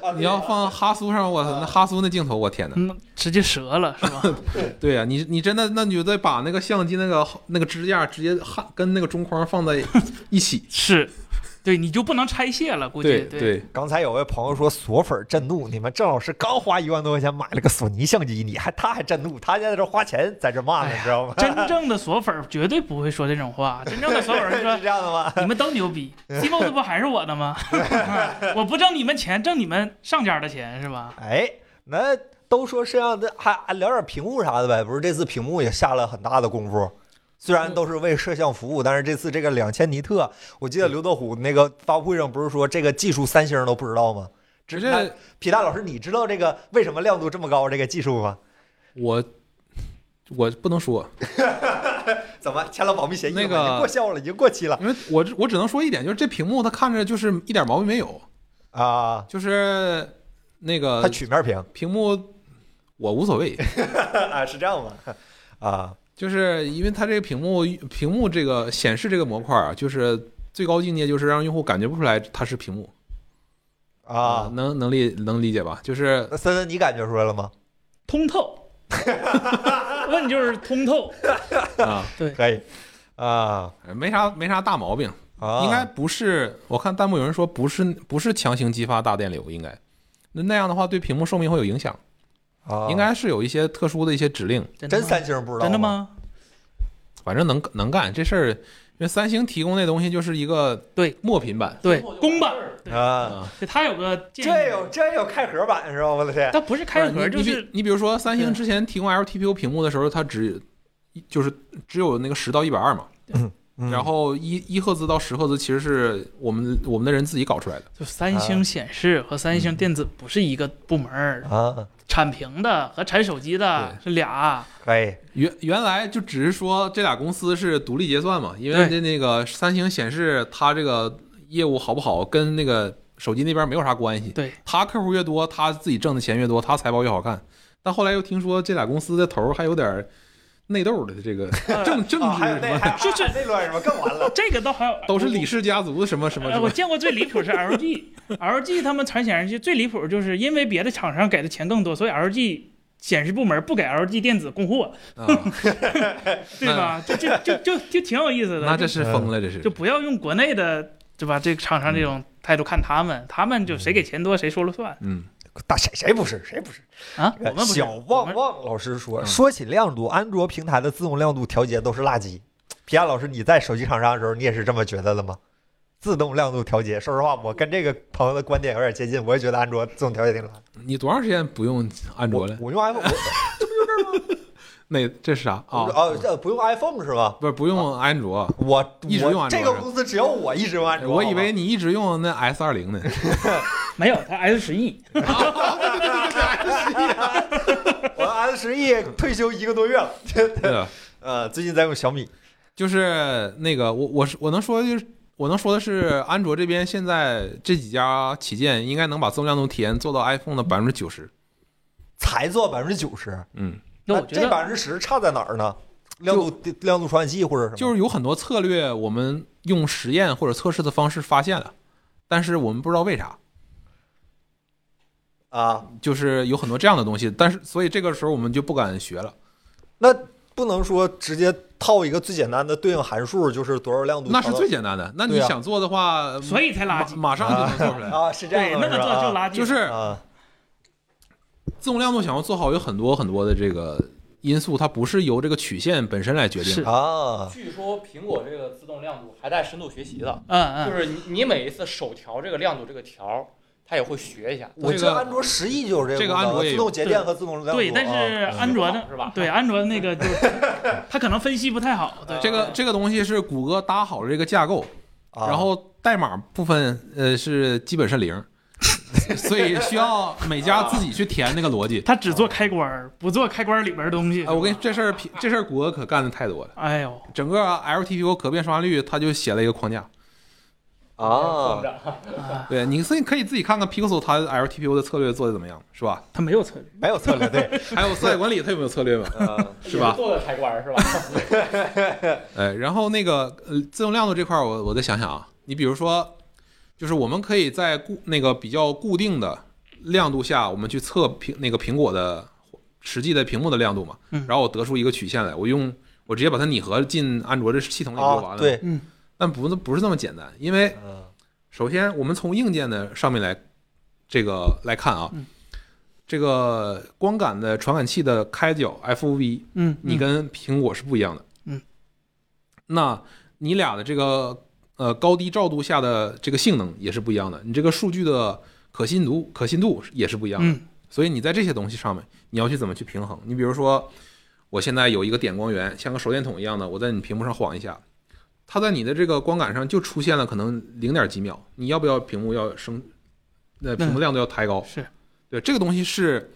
S1: 啊
S2: 你要放哈苏上，我操，那哈苏那镜头，我天哪！
S3: 嗯，直接折了是吧？
S2: 对呀、你你真的那你就得把那个相机那个那个支架直接焊跟那个中框放在一起，
S3: 是，对，你就不能拆卸了，估计
S2: 对
S3: 对
S2: 对，
S1: 刚才有位朋友说索粉震怒，你们郑老师刚花一万多块钱买了个索尼相机，你还他还震怒，他现在在这花钱在这
S4: 哎
S1: 骂呢，你知道吗？
S3: 真正的索粉儿绝对不会说这种话，真正的索粉儿 说
S1: 是这样的吗？
S3: 你们都牛逼，CMOS 不还是我的 吗？我不挣你们钱，挣你们上家的钱是吧？
S1: 哎，那都说摄像的，还还聊点屏幕啥的呗。不是这次屏幕也下了很大的功夫，虽然都是为摄像服务，但是这次这个两千尼特，我记得刘德虎那个发布会上不是说这个技术三星都不知道吗？
S2: 只
S1: 只
S2: 是
S1: 那皮蛋老师，你知道这个为什么亮度这么高这个技术吗？
S2: 我我不能说，
S1: 怎么签了保密协议了吗？
S2: 那个
S1: 已经过效了，已经过期了
S2: 因为我只我只能说一点，就是这屏幕它看着就是一点毛病没有，
S1: 啊！
S2: 就是那
S1: 它
S2: 个
S1: 曲面屏
S2: 屏幕我无所谓，
S1: 啊，是这样吗？ 啊，
S2: 就是因为它这个屏幕屏幕这个显示这个模块啊，就是最高境界就是让用户感觉不出来它是屏幕
S1: 啊，
S2: 能能理能理解吧？就是
S1: 那森森，你感觉出来了吗？
S3: 通透，问就是通透，
S2: 啊，
S1: 可以啊
S2: 呃没啥没啥大毛病，
S1: 啊，
S2: 应该不是。我看弹幕有人说不是不是强行激发大电流，应该那那样的话对屏幕寿命会有影响，
S1: 啊
S2: 应该是有一些特殊的一些指令，
S1: 真
S3: 吗
S1: 三星不知道
S3: 真的？吗？
S2: 反正能能干这事儿。因为三星提供那东西就是一个
S3: 对
S2: 墨品版
S3: 对，公版，对
S1: 啊。
S2: 啊，
S3: 对它有个建议
S1: 这有这有开合版是吧？我的天，
S3: 它不是开
S2: 不
S3: 合，就
S2: 你
S3: 是
S2: 你比你比如说三星
S3: 对
S2: 之前提供 LTPO 屏幕的时候，它只就是只有那个十到一百二嘛，
S1: 嗯
S2: 然后一一赫兹到十赫兹其实是我们我们的人自己搞出来的。
S3: 就三星显示和三星电子不是一个部门儿，
S1: 啊，
S3: 产屏的和产手机的
S2: 对
S3: 是俩。
S1: 可以
S2: 原原来就只是说这俩公司是独立结算嘛，因为
S3: 对
S2: 那那个三星显示它这个业务好不好跟那个手机那边没有啥关系。
S3: 对，
S2: 它客户越多，它自己挣的钱越多，它财报越好看。但后来又听说这俩公司的头儿还有点儿内斗的这 个政政
S1: 啊，
S2: 治
S1: 还有
S2: 什
S1: 那
S2: 么
S1: 还
S2: 的，
S3: 就是
S1: 还有内乱什么更完了
S3: 这个倒还有，
S2: 都是李氏家族什么什么
S3: 呃
S2: 什
S3: 我
S2: 么。
S3: 见过最离谱是 LG，LG 他们产显示器最离谱就是因为别的厂商给的钱更多，所以 LG 显示部门不给 LG 电子供货，
S1: 哎
S2: 啊，
S3: 对吧？就就就就就挺有意思的。
S2: 那这是
S1: 嗯
S2: 疯了，这是
S3: 就不要用国内的对吧？这个厂商这种态度看他们，他们就谁给钱多谁说了算
S2: 嗯，
S1: 大谁谁不是谁不是？哎
S3: 啊。我们不是
S1: 小
S3: 我
S1: 旺
S3: 们
S1: 旺老师说，
S2: 嗯
S1: 说起亮度，安卓平台的自动亮度调节都是垃圾。皮亚老师，你在手机厂商的时候，你也是这么觉得的吗？自动亮度调节，说实话，我跟这个朋友的观点有点接近，我也觉得安卓自动调节挺垃圾。
S2: 你多长时间不用安卓
S1: 我
S2: 了？
S1: 我用 iPhone，我
S2: 那这是啥啊？
S1: 我哦，这不用 iPhone 是吧？
S2: 不是不用安卓，
S1: 我
S2: 一直
S1: 我
S2: 用安卓
S1: 这个
S2: 是吧
S1: 公司只有我一直用安卓。
S2: 我
S1: 好
S2: 以
S1: 吧
S2: 为你一直用那 S 二零呢。
S3: 没有他 S 十 E，
S1: 我 S 十 E 退休一个多月了，
S2: 对的，
S1: 呃，最近在用小米。
S2: 就是那个我我是我能说的就是我能说的是，安卓这边现在这几家旗舰应该能把自动亮度体验做到 iPhone 的百分之九十。
S1: 才做百分之九十，
S2: 嗯，
S3: 那
S1: 那
S3: 我觉
S1: 这
S3: 得
S1: 百分之十差在哪儿呢？亮度亮度传感器或者什么？
S2: 就是有很多策略我们用实验或者测试的方式发现了，但是我们不知道为啥，
S1: 啊，
S2: 就是有很多这样的东西，但是所以这个时候我们就不敢学了。
S1: 那不能说直接套一个最简单的对应函数，就是多少亮度？
S2: 那是最简单的。那你
S1: 嗯对啊
S2: 想做的话，
S3: 所以才垃圾。
S2: 马马上就能做出来。
S1: 啊，是这
S3: 对，
S1: 样
S3: 那
S1: 的，
S3: 个做
S1: 是吧
S3: 就垃圾，
S2: 就是
S1: 啊
S2: 自动亮度想要做好，有很多很多的这个因素，它不是由这个曲线本身来决定
S3: 是
S2: 的。
S1: 啊，
S4: 据说苹果这个自动亮度还带深度学习的，
S3: 嗯
S4: 就
S3: 嗯，
S4: 是你你每一次手调这个亮度这个条儿，它也会学一下。
S1: 我
S2: 这
S1: 记
S2: 个
S1: 得安卓十一就是
S2: 这
S1: 这
S2: 个
S1: 功能
S2: 安卓也有
S1: 自动节电和自动亮度。
S3: 对，但是
S1: 啊
S3: 安卓
S4: 嗯
S3: 的
S4: 是吧
S3: 对安卓的那个就是，他可能分析不太好，对，
S2: 哦这
S4: 哦
S2: 个这个东西是谷歌搭好了这个架构，
S1: 啊
S2: 然后代码部分呃是基本是零，所以需要每家自己去填那个逻辑。
S3: 他只做开关儿，不做开关儿里边儿的东西
S2: 啊，。我跟你这事儿苹这事儿谷歌可干的太多了，
S3: 哎呦，
S2: 整个 LTPO 可变刷率它就写了一个框架，
S1: 啊，
S3: 啊，
S2: 对你所以可以自己看看 Pixel 它 LTPO 的策略做的怎么样，是吧？
S3: 他没有策略，
S1: 没有策略 对，
S2: 还有色彩管理它有没有策略嘛？
S1: 嗯
S2: 是吧
S4: 也做的开关儿 是吧？
S2: 呃，然后那个呃，自动亮度这块儿，我我再想想啊。你比如说，就是我们可以在固那个比较固定的亮度下，我们去测苹那个苹果的实际的屏幕的亮度嘛，
S3: 嗯
S2: 然后我得出一个曲线来，我用我直接把它拟合进安卓这系统里不就完了？
S1: 哦啊，对，
S3: 嗯，
S2: 但不不是这么简单，因为
S1: 嗯
S2: 首先，我们从硬件的上面来这个来看啊，
S3: 嗯
S2: 这个光感的传感器的开角 FV，
S3: 嗯，
S2: 你跟苹果是不一样的。
S3: 嗯，
S2: 那你俩的这个呃高低照度下的这个性能也是不一样的，你这个数据的可信度可信度也是不一样的。
S3: 嗯
S2: 所以你在这些东西上面，你要去怎么去平衡？你比如说，我现在有一个点光源，像个手电筒一样的，我在你屏幕上晃一下，它在你的这个光感上就出现了可能零点几秒，你要不要屏幕要升？那屏幕亮度要抬高？
S3: 嗯是
S2: 对，这个东西是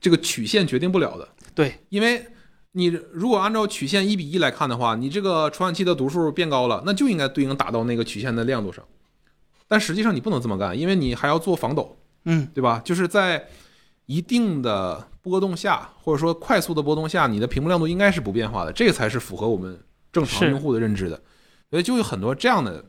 S2: 这个曲线决定不了的。
S3: 对，
S2: 因为你如果按照曲线一比一来看的话，你这个传感器的读数变高了，那就应该对应打到那个曲线的亮度上。但实际上你不能这么干，因为你还要做防抖。
S3: 嗯
S2: 对吧？就是在一定的波动下，或者说快速的波动下，你的屏幕亮度应该是不变化的，这个才是符合我们正常
S3: 是
S2: 用户的认知的。所以就有很多这样的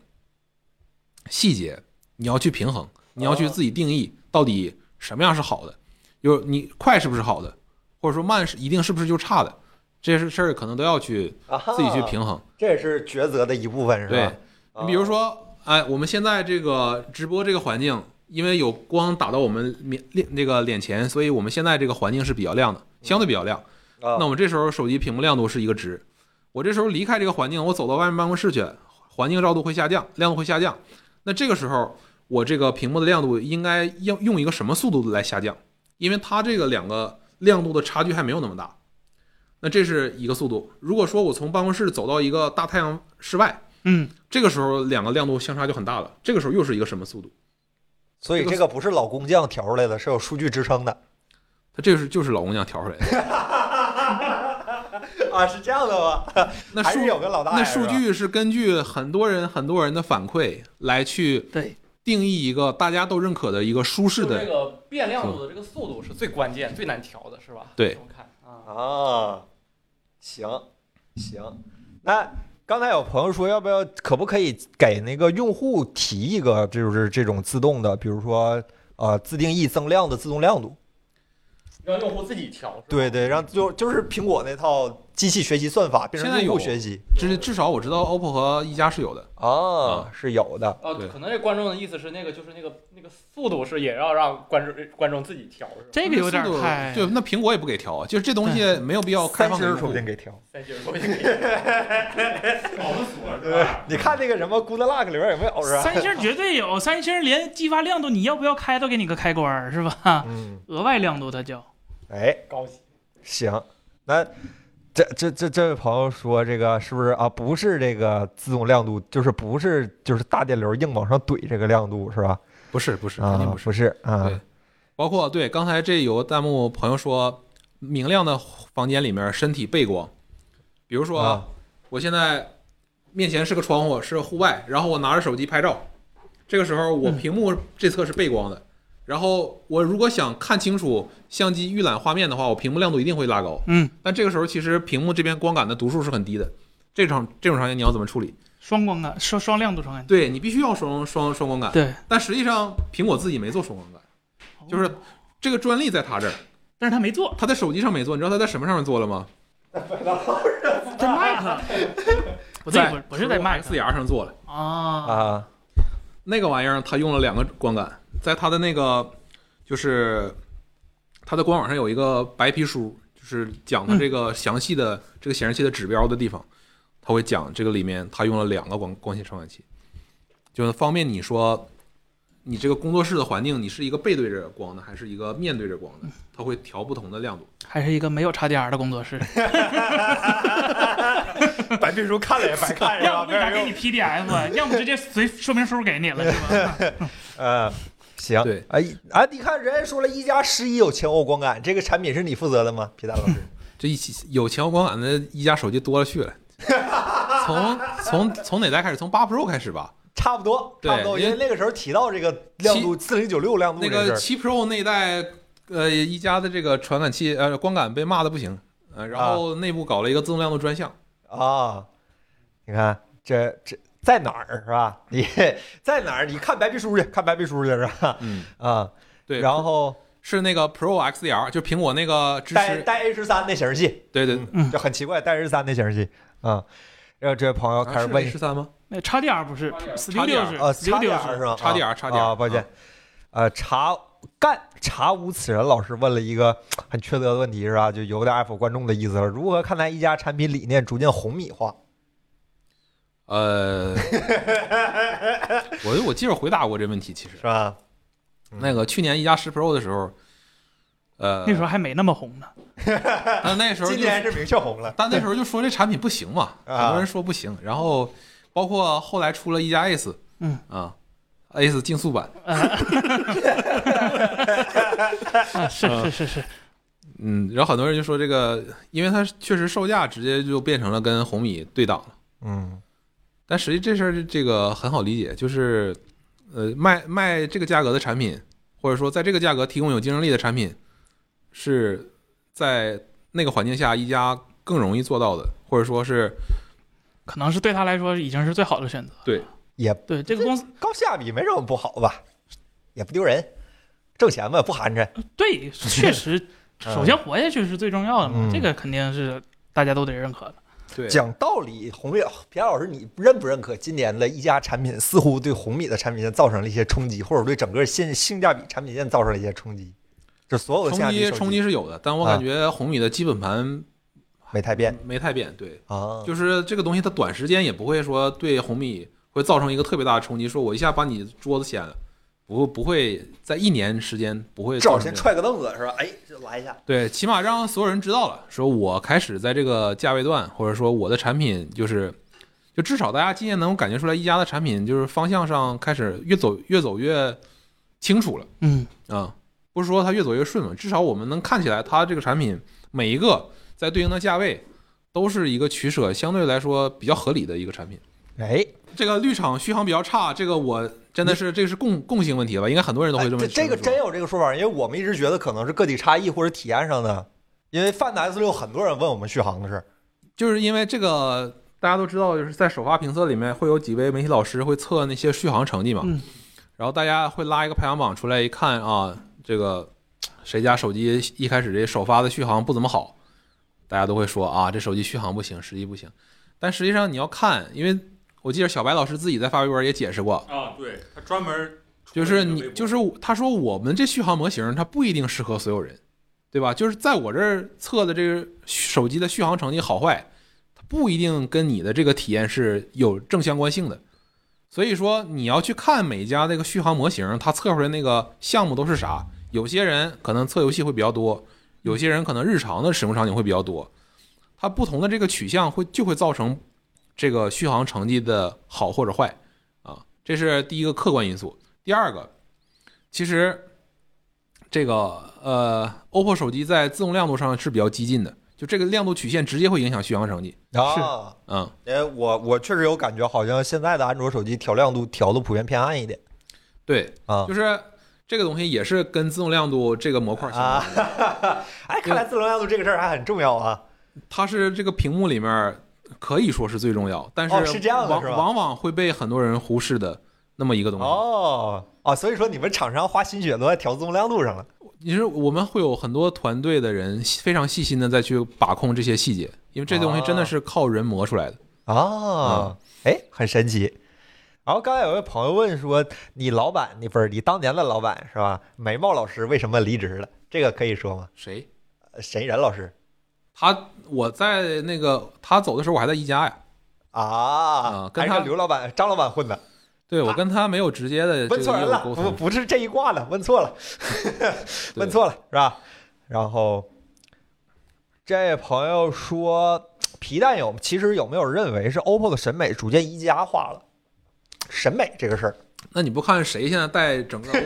S2: 细节，你要去平衡，你要去自己定义到底什么样是好的，有你快是不是好的，或者说慢是一定是不是就差的，这些事儿可能都要去自己去
S1: 啊，
S2: 平衡。
S1: 这也是抉择的一部分，是
S2: 对
S1: 吧？啊
S2: 你比如说，哎，我们现在这个直播这个环境，因为有光打到我们面脸那个脸前，所以我们现在这个环境是比较亮的，相对比较亮。
S1: 啊，
S2: 那我这时候手机屏幕亮度是一个值，我这时候离开这个环境，我走到外面办公室去，环境照度会下降，亮度会下降。那这个时候，我这个屏幕的亮度应该要用一个什么速度来下降？因为它这个两个亮度的差距还没有那么大。那这是一个速度。如果说我从办公室走到一个大太阳室外，
S3: 嗯，
S2: 这个时候两个亮度相差就很大了。这个时候又是一个什么速度？
S1: 所以这个不是老工匠调出来的，是有数据支撑的
S2: 它这个是就是老姑娘调出来 的。
S1: 啊，是这样的吗？
S2: 那
S1: 还
S2: 数
S1: 是有个老大爷
S2: 那数
S1: 是吧
S2: 据是根据很多人很多人的反馈来去
S3: 对，
S2: 定义一个大家都认可的一个舒适
S4: 这
S2: 的。
S4: 个变量度的这个速度是最关键、最难调的，是吧？
S2: 对
S4: 这么看啊，
S1: 啊，行行，那刚才有朋友说，要不要可不可以给那个用户提一个，就是这种自动的，比如说呃自定义增量的自动亮度？
S4: 让用户自己调。是吧
S1: 对，对，让就就是苹果那套机器学习算法变
S2: 现
S1: 成
S2: 在
S1: 用户
S2: 有
S1: 学习
S2: 至至少我知道 OPPO 和一加是有的。
S1: 啊，是有的。
S4: 哦
S2: 对，
S4: 可能这观众的意思是那个就是那个那个速度是也要让观众呃观众自己调，是吧？
S3: 这个有点
S2: 那速度
S3: 太
S2: 对，那苹果也不给调啊，就是这东西没有必要
S1: 三
S2: 开放给
S1: 十
S2: 用
S1: 说
S2: 户
S1: 不。定给调。
S4: 再接着 说一遍，
S5: 搞不死对吧？
S1: 你看那个什么 Good Luck 里边有没有是吧？
S3: 三星绝对有，三星连激发亮度你要不要开都给你个开关儿是吧？
S1: 嗯，
S3: 额外亮度它叫，
S1: 哎，
S4: 高级。
S1: 行，那这这这这位朋友说这个是不是啊？不是这个自动亮度，就是不是就是大电流硬往上怼这个亮度是吧？
S2: 不是不是，肯定
S1: 啊
S2: 不，是。
S1: 不是
S2: 对
S1: 啊，
S2: 包括对刚才这有个弹幕朋友说，明亮的房间里面身体背光，比如说
S1: 啊
S2: 我现在面前是个窗户，是户外，然后我拿着手机拍照，这个时候我屏幕这侧是背光的，然后我如果想看清楚相机预览画面的话，我屏幕亮度一定会拉高，
S3: 嗯，
S2: 但这个时候其实屏幕这边光感的读数是很低的，这种这种场景你要怎么处理？
S3: 双光感，双双亮度传感器。
S2: 对你必须要双双双光感，
S3: 对，
S2: 但实际上苹果自己没做双光感，就是
S3: 哦，
S2: 这个专利在他这儿，
S3: 但是他没做，
S2: 他在手机上没做，你知道他在什么上面做了吗？
S3: 在 Mac，不 对，不是不是在 Mac
S2: X R 上做了，
S3: 啊，
S1: 啊
S2: 那个玩意儿他用了两个光感，在他的那个就是他的官网上有一个白皮书，就是讲他这个详细的、这个显示器的指标的地方，他会讲这个里面他用了两个光光学传感器，就是方便你说你这个工作室的环境，你是一个背对着光的，还是一个面对着光的，他会调不同的亮度。
S3: 还是一个没有 XDR 的工作室，
S1: 白皮书看了也白看
S3: 要不为啥给你 PDF，要不啊直接随说明书给你了是吧？
S1: 嗯，行，
S2: 对
S1: 哎啊，你看人家说了一加十一有前后光感，这个产品是你负责的吗？皮蛋老师，
S2: 这一起有前后光感的一加手机多了去了。 从从从哪代开始？从八 Pro 开始吧。
S1: 差不多，
S2: 对
S1: 差不多，因为
S2: 因
S1: 那个时候提到这个亮度四零九六亮度
S2: 那
S1: 这事
S2: 个
S1: 儿
S2: 七 Pro 那一代，呃，一加的这个传感器呃光感被骂的不行，呃，然后内部搞了一个自动亮度专项。
S1: 啊，你看这这在哪儿是吧？你在哪儿？你看白皮书去，看白皮书去是吧？
S2: 嗯，
S1: 啊，
S2: 对，
S1: 然后
S2: 是那个 Pro XDR，就苹果那个支
S1: 带
S2: 持，
S1: 带 A 十三那显示器，
S2: 对对，
S3: 嗯
S1: 就很奇怪，带 A 十三那显示器啊。让这位朋友开始问
S2: 十三 吗？
S3: 那叉 D R 不是 Studio 是
S1: 啊，
S3: Studio
S1: 差点儿
S3: 是
S1: 是吧？
S2: 差点儿
S1: 啊
S2: 差点儿
S1: 啊，抱歉。呃，查干查无此人老师问了一个很缺德的问题，是吧？就有点 F 观众的意思了。如何看待一家产品理念逐渐红米化？
S2: 呃，我我记着回答过这问题，其实
S1: 是吧？嗯
S2: 那个去年一加十 Pro 的时候，呃，
S3: 那时候还没那么 红呢。
S2: 但那时候就
S1: 今年是明确红了。
S2: 但那时候就说这产品不行嘛，很
S1: 啊
S2: 多人说不行，然后包括后来出了一加 Ace，
S3: 嗯
S2: 啊，Ace 竞速版，
S3: 啊，是是是是，
S2: 嗯，然后很多人就说这个，因为它确实售价直接就变成了跟红米对档了，
S1: 嗯
S2: 但实际这事儿这个很好理解，就是呃卖卖这个价格的产品，或者说在这个价格提供有竞争力的产品，是在那个环境下一加更容易做到的，或者说是
S3: 可能是对他来说已经是最好的选择。
S2: 对，
S1: 也
S3: 对这个公司，
S1: 高性价比没什么不好吧？也不丢人，挣钱吧，不寒碜。
S3: 对，确 实，首先活下去是最重要的嘛，
S1: 嗯
S3: 这个肯定是大家都得认可的。
S2: 对
S1: 讲道理，红米平老师，你认不认可今年的一加产品似乎对红米的产品线造成了一些冲击，或者对整个现性价比产品线造成了一些冲击？就所有的性
S2: 冲
S1: 价比
S2: 击
S1: 手机
S2: 冲击是有的，但我
S1: 啊
S2: 感觉红米的基本盘
S1: 没太变
S2: 没太变，对，
S1: 啊，
S2: 就是这个东西它短时间也不会说对红米会造成一个特别大的冲击，说我一下把你桌子掀了，不不会在一年时间不会
S1: 至少
S2: 造成
S1: 先
S2: 这样
S1: 踹个凳子是吧？哎，就来一下。
S2: 对，起码让所有人知道了，说我开始在这个价位段，或者说我的产品就是，就至少大家今年能够感觉出来，一加的产品就是方向上开始越走越走越清楚了。
S3: 嗯，
S2: 啊、不是说它越走越顺嘛，至少我们能看起来它这个产品每一个在对应的价位都是一个取舍相对来说比较合理的一个产品。
S1: 哎，
S2: 这个绿厂续航比较差，这个我真的是这个是共共性问题吧？应该很多人都会这
S1: 这
S2: 么
S1: 哎这个
S2: 说
S1: 真有这个说法，因为我们一直觉得可能是个体差异或者体验上的。因为 Find S 六很多人问我们续航的事儿，
S2: 就是因为这个大家都知道，就是在首发评测里面会有几位媒体老师会测那些续航成绩嘛，
S3: 嗯
S2: 然后大家会拉一个排行榜出来一看啊，这个谁家手机一开始这首发的续航不怎么好，大家都会说啊，这手机续航不行，实际不行。但实际上你要看，因为我记得小白老师自己在发微博也解释过，
S5: 啊，对他专门
S2: 就是你就是他说我们这续航模型它不一定适合所有人，对吧？就是在我这儿测的这个手机的续航成绩好坏，它不一定跟你的这个体验是有正相关性的。所以说你要去看每家那个续航模型，它测出来那个项目都是啥。有些人可能测游戏会比较多，有些人可能日常的使用场景会比较多。它不同的这个取向会就会造成这个续航成绩的好或者坏啊，这是第一个客观因素。第二个，其实这个呃，OPPO 手机在自动亮度上是比较激进的，就这个亮度曲线直接会影响续航成绩。
S1: 啊，
S2: 嗯，
S1: 哎，我我确实有感觉，好像现在的安卓手机调亮度调的普遍偏暗一点
S2: 对，
S1: 啊
S2: 就是这个东西也是跟自动亮度这个模块相关
S1: 啊。 哎，看来自动亮度这个事儿还很重要啊。
S2: 它是这个屏幕里面可以说是最重要，但
S1: 哦是这样的
S2: 往
S1: 是吧
S2: 往往会被很多人忽视的那么一个东西。
S1: 哦啊，所以说你们厂商花心血都在调自动亮度上了。
S2: 其实我们会有很多团队的人非常细心的再去把控这些细节，因为这东西
S1: 哦
S2: 真的是靠人磨出来的。
S1: 啊，哎、很神奇。然后刚才有位朋友问说，你老板，你不是你当年的老板是吧？眉毛老师为什么离职了？这个可以说吗？
S2: 谁？
S1: 呃沈一然老师
S2: 他我在那个他走的时候，我还在一家呀。
S1: 啊，
S2: 跟
S1: 还
S2: 他
S1: 是刘老板、张老板混的，
S2: 对我跟他没有直接
S1: 啊
S2: 的这
S1: 问
S2: 个
S1: 错
S2: 业
S1: 人
S2: 务
S1: 了，
S2: 沟
S1: 不
S2: 通。
S1: 不是这一挂的，问错了，问错了是吧？然后这位朋友说，皮蛋有其实有没有认为是 OPPO 的审美逐渐一家化了？审美这个事儿，
S2: 那你不看谁现在带整个 OPPO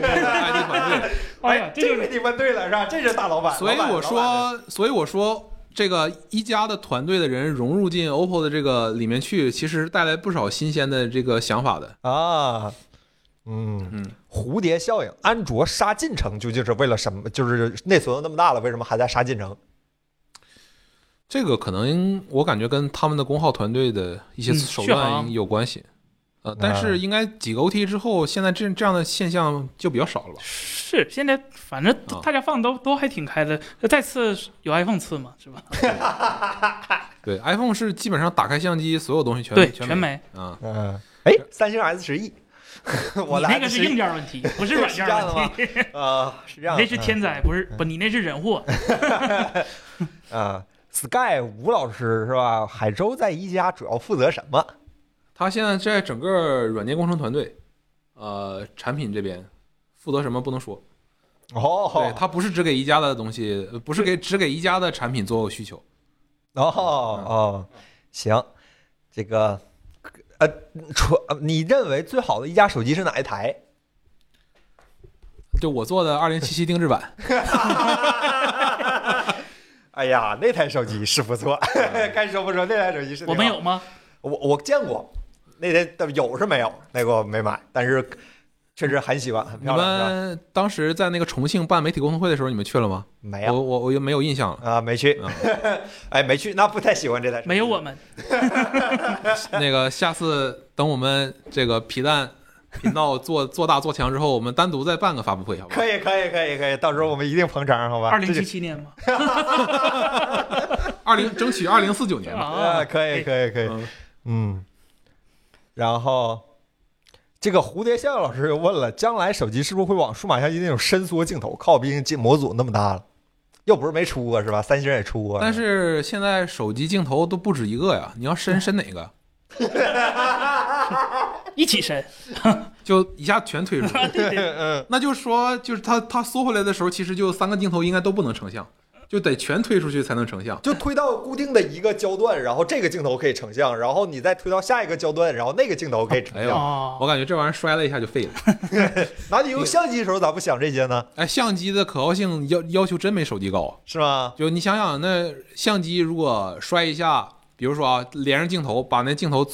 S2: 的 IT 团队？
S3: 哎呀，这
S1: 这
S3: 就
S1: 个
S3: 是
S1: 你问对了是吧？这是大老板，
S2: 所以
S1: 老板
S2: 我
S1: 老板
S2: 说，所以我说，这个一加的团队的人融入进 OPPO 的这个里面去，其实带来不少新鲜的这个想法的。
S1: 啊，嗯
S2: 嗯，
S1: 蝴蝶效应，安卓杀进程究竟是为了什么？就是内存都那么大了，为什么还在杀进程？
S2: 这个可能我感觉跟他们的功耗团队的一些
S3: 嗯
S2: 手
S3: 续
S2: 段
S3: 航嗯
S2: 有关系。呃，但是应该几个 OT 之后，现在这这样的现象就比较少了吧？
S3: 是现在反正
S1: 哦
S2: 啊
S3: 大家放都都还挺开的，再次有 iPhone 次嘛，是吧？
S2: 对，iPhone 是基本上打开相机所有东西全
S3: 对，
S2: 全
S3: 全没。
S2: 啊。
S1: 嗯，哎，三星 S 十 E，我
S3: 你
S1: 来
S3: 那个是硬件问题，不是软件问题。
S1: 啊，是这样的，
S3: 你 那是天灾，不是不，你那是人祸。
S1: 嗯啊。Sky 吴老师是吧？海州在一加主要负责什么？
S2: 他现在在整个软件工程团队，呃，产品这边负责什么不能说。
S1: 哦，
S2: 对，他不是只给一加的东西，呃不是给只给一加的产品做需求。
S1: 哦哦，行，这个呃，除呃你认为最好的一加手机是哪一台？
S2: 就我做的二零七七定制版，
S1: 哎呀，那台手机是不错， 该说不说，那台手机是挺好
S3: 我们有吗？
S1: 我我见过，那天但有是没有，那个我没买，但是确实很喜欢，很
S2: 你
S1: 漂亮，是吧？
S2: 们当时在那个重庆办媒体沟通会的时候，你们去了吗？
S1: 没
S2: 我
S1: 有
S2: 我我又没有 印象了。
S1: 啊，没去
S2: 啊，
S1: 哎，没去，那不太喜欢这台手机。
S3: 嗯没有我们，
S2: 那个下次等我们这个皮蛋频道做做大做强之后，我们单独再办个发布会，好吧
S1: 可？以，可以，可以，可以，到时候我们一定捧场，好吧？
S3: 二零
S1: 这
S3: 七
S1: 就
S3: 七年吗？
S2: 二零争取二零四九年吧。
S1: 啊，
S3: 啊，
S1: 可以，可以，可以，
S2: 嗯，
S1: 嗯。然后，这个蝴蝶效应老师又问了，将来手机是不是会往数码相机那种伸缩镜头靠？毕竟这模组那么大了，又不是没出过，是吧？三星也出过，
S2: 但是现在手机镜头都不止一个呀，你要伸伸哪个？
S3: 一起伸。
S2: 就一下全推 出去。
S1: 嗯，
S2: 那就是说，就是它它缩回来的时候，其实就三个镜头应该都不能成像，就得全推出去才能成像。
S1: 就推到固定的一个焦段，然后这个镜头可以成像，然后你再推到下一个焦段，然后那个镜头可以成
S2: 哎
S1: 像。
S2: 呦，
S3: 哦
S2: 我感觉这玩意儿摔了一下就废了。
S1: 那你用相机的时候咋不想这些呢？
S2: 哎，相机的可靠性要要求真没手机高啊。
S1: 是吗？
S2: 就你想想，那相机如果摔一下，比如说啊，连上镜头，把那镜头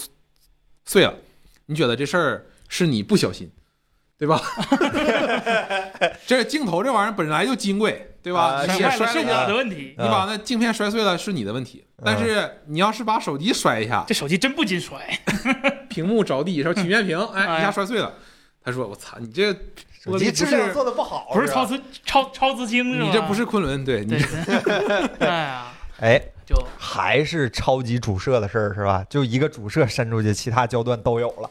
S2: 碎了，你觉得这事儿是你不小心，对吧？这镜头这玩意儿本来就金贵，对吧？
S1: 啊
S2: 你
S3: 是
S2: 也
S3: 坏了
S2: 摔
S3: 是
S2: 了一
S1: 啊
S2: 下，
S3: 我的问题，
S2: 你把那镜片摔碎了是你的问题，但是你要是把手机摔一下，
S3: 这手机真不禁摔。
S2: 屏幕着地，然后曲面屏，哎，
S3: 哎
S2: 一下摔碎了。他说：“我操，你这
S1: 手
S2: 玻璃
S1: 机
S2: 不是
S1: 质量做的不好，
S3: 不是
S1: 吧
S3: 超。自超超自清是吧？
S2: 你这不是昆仑，对你
S3: 对
S2: 这
S3: 对， 哎呀，
S1: 哎，
S3: 就
S1: 还是超级主摄的事儿是吧？就一个主摄伸出去，其他焦段都有了。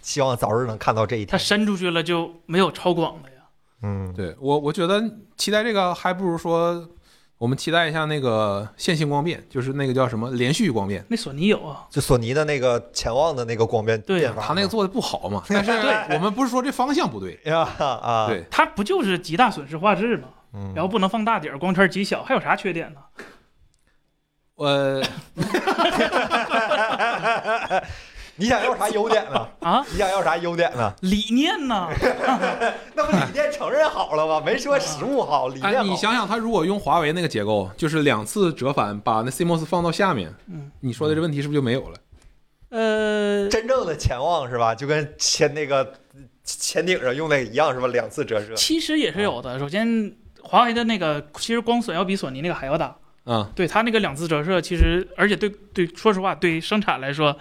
S1: 希望早日能看到这一
S3: 它
S1: 天。
S3: 伸出去了就没有超广了呀。
S1: 嗯，
S2: 对我，我觉得期待这个还不如说，我们期待一下那个线性光变，就是那个叫什么连续光变，
S3: 那索尼有啊，
S1: 就索尼的那个潜望的那个光变
S3: 对
S1: 变法嘛，
S2: 他那个做的不好嘛。 但是我们不是说这方向不 对，
S1: 呀啊，
S2: 对，
S3: 它不就是极大损失画质吗？
S1: 嗯
S3: 然后不能放大底儿，光圈极小，还有啥缺点呢？
S2: 呃，
S1: 你想要啥优点 呢？
S3: 啊，
S1: 你想要啥优点呢？
S3: 理念呢？
S1: 那不理念承认好了吗？没说实物好，理
S2: 哎，
S1: 念
S2: 你
S1: 好。
S2: 想想，他如果用华为那个结构，就是两次折返，把那 CMOS 放到下面，
S3: 嗯，
S2: 你说的这问题是不是就没有了？
S3: 呃，
S1: 真正的潜望是吧？就跟潜那个潜艇上用那个一样是吧？两次折射。
S3: 其实也是啊有的。首先，华为的那个其实光损要比索尼那个还要大，
S2: 啊、
S3: 对它那个两次折射，其实而且对对，说实话，对生产来说，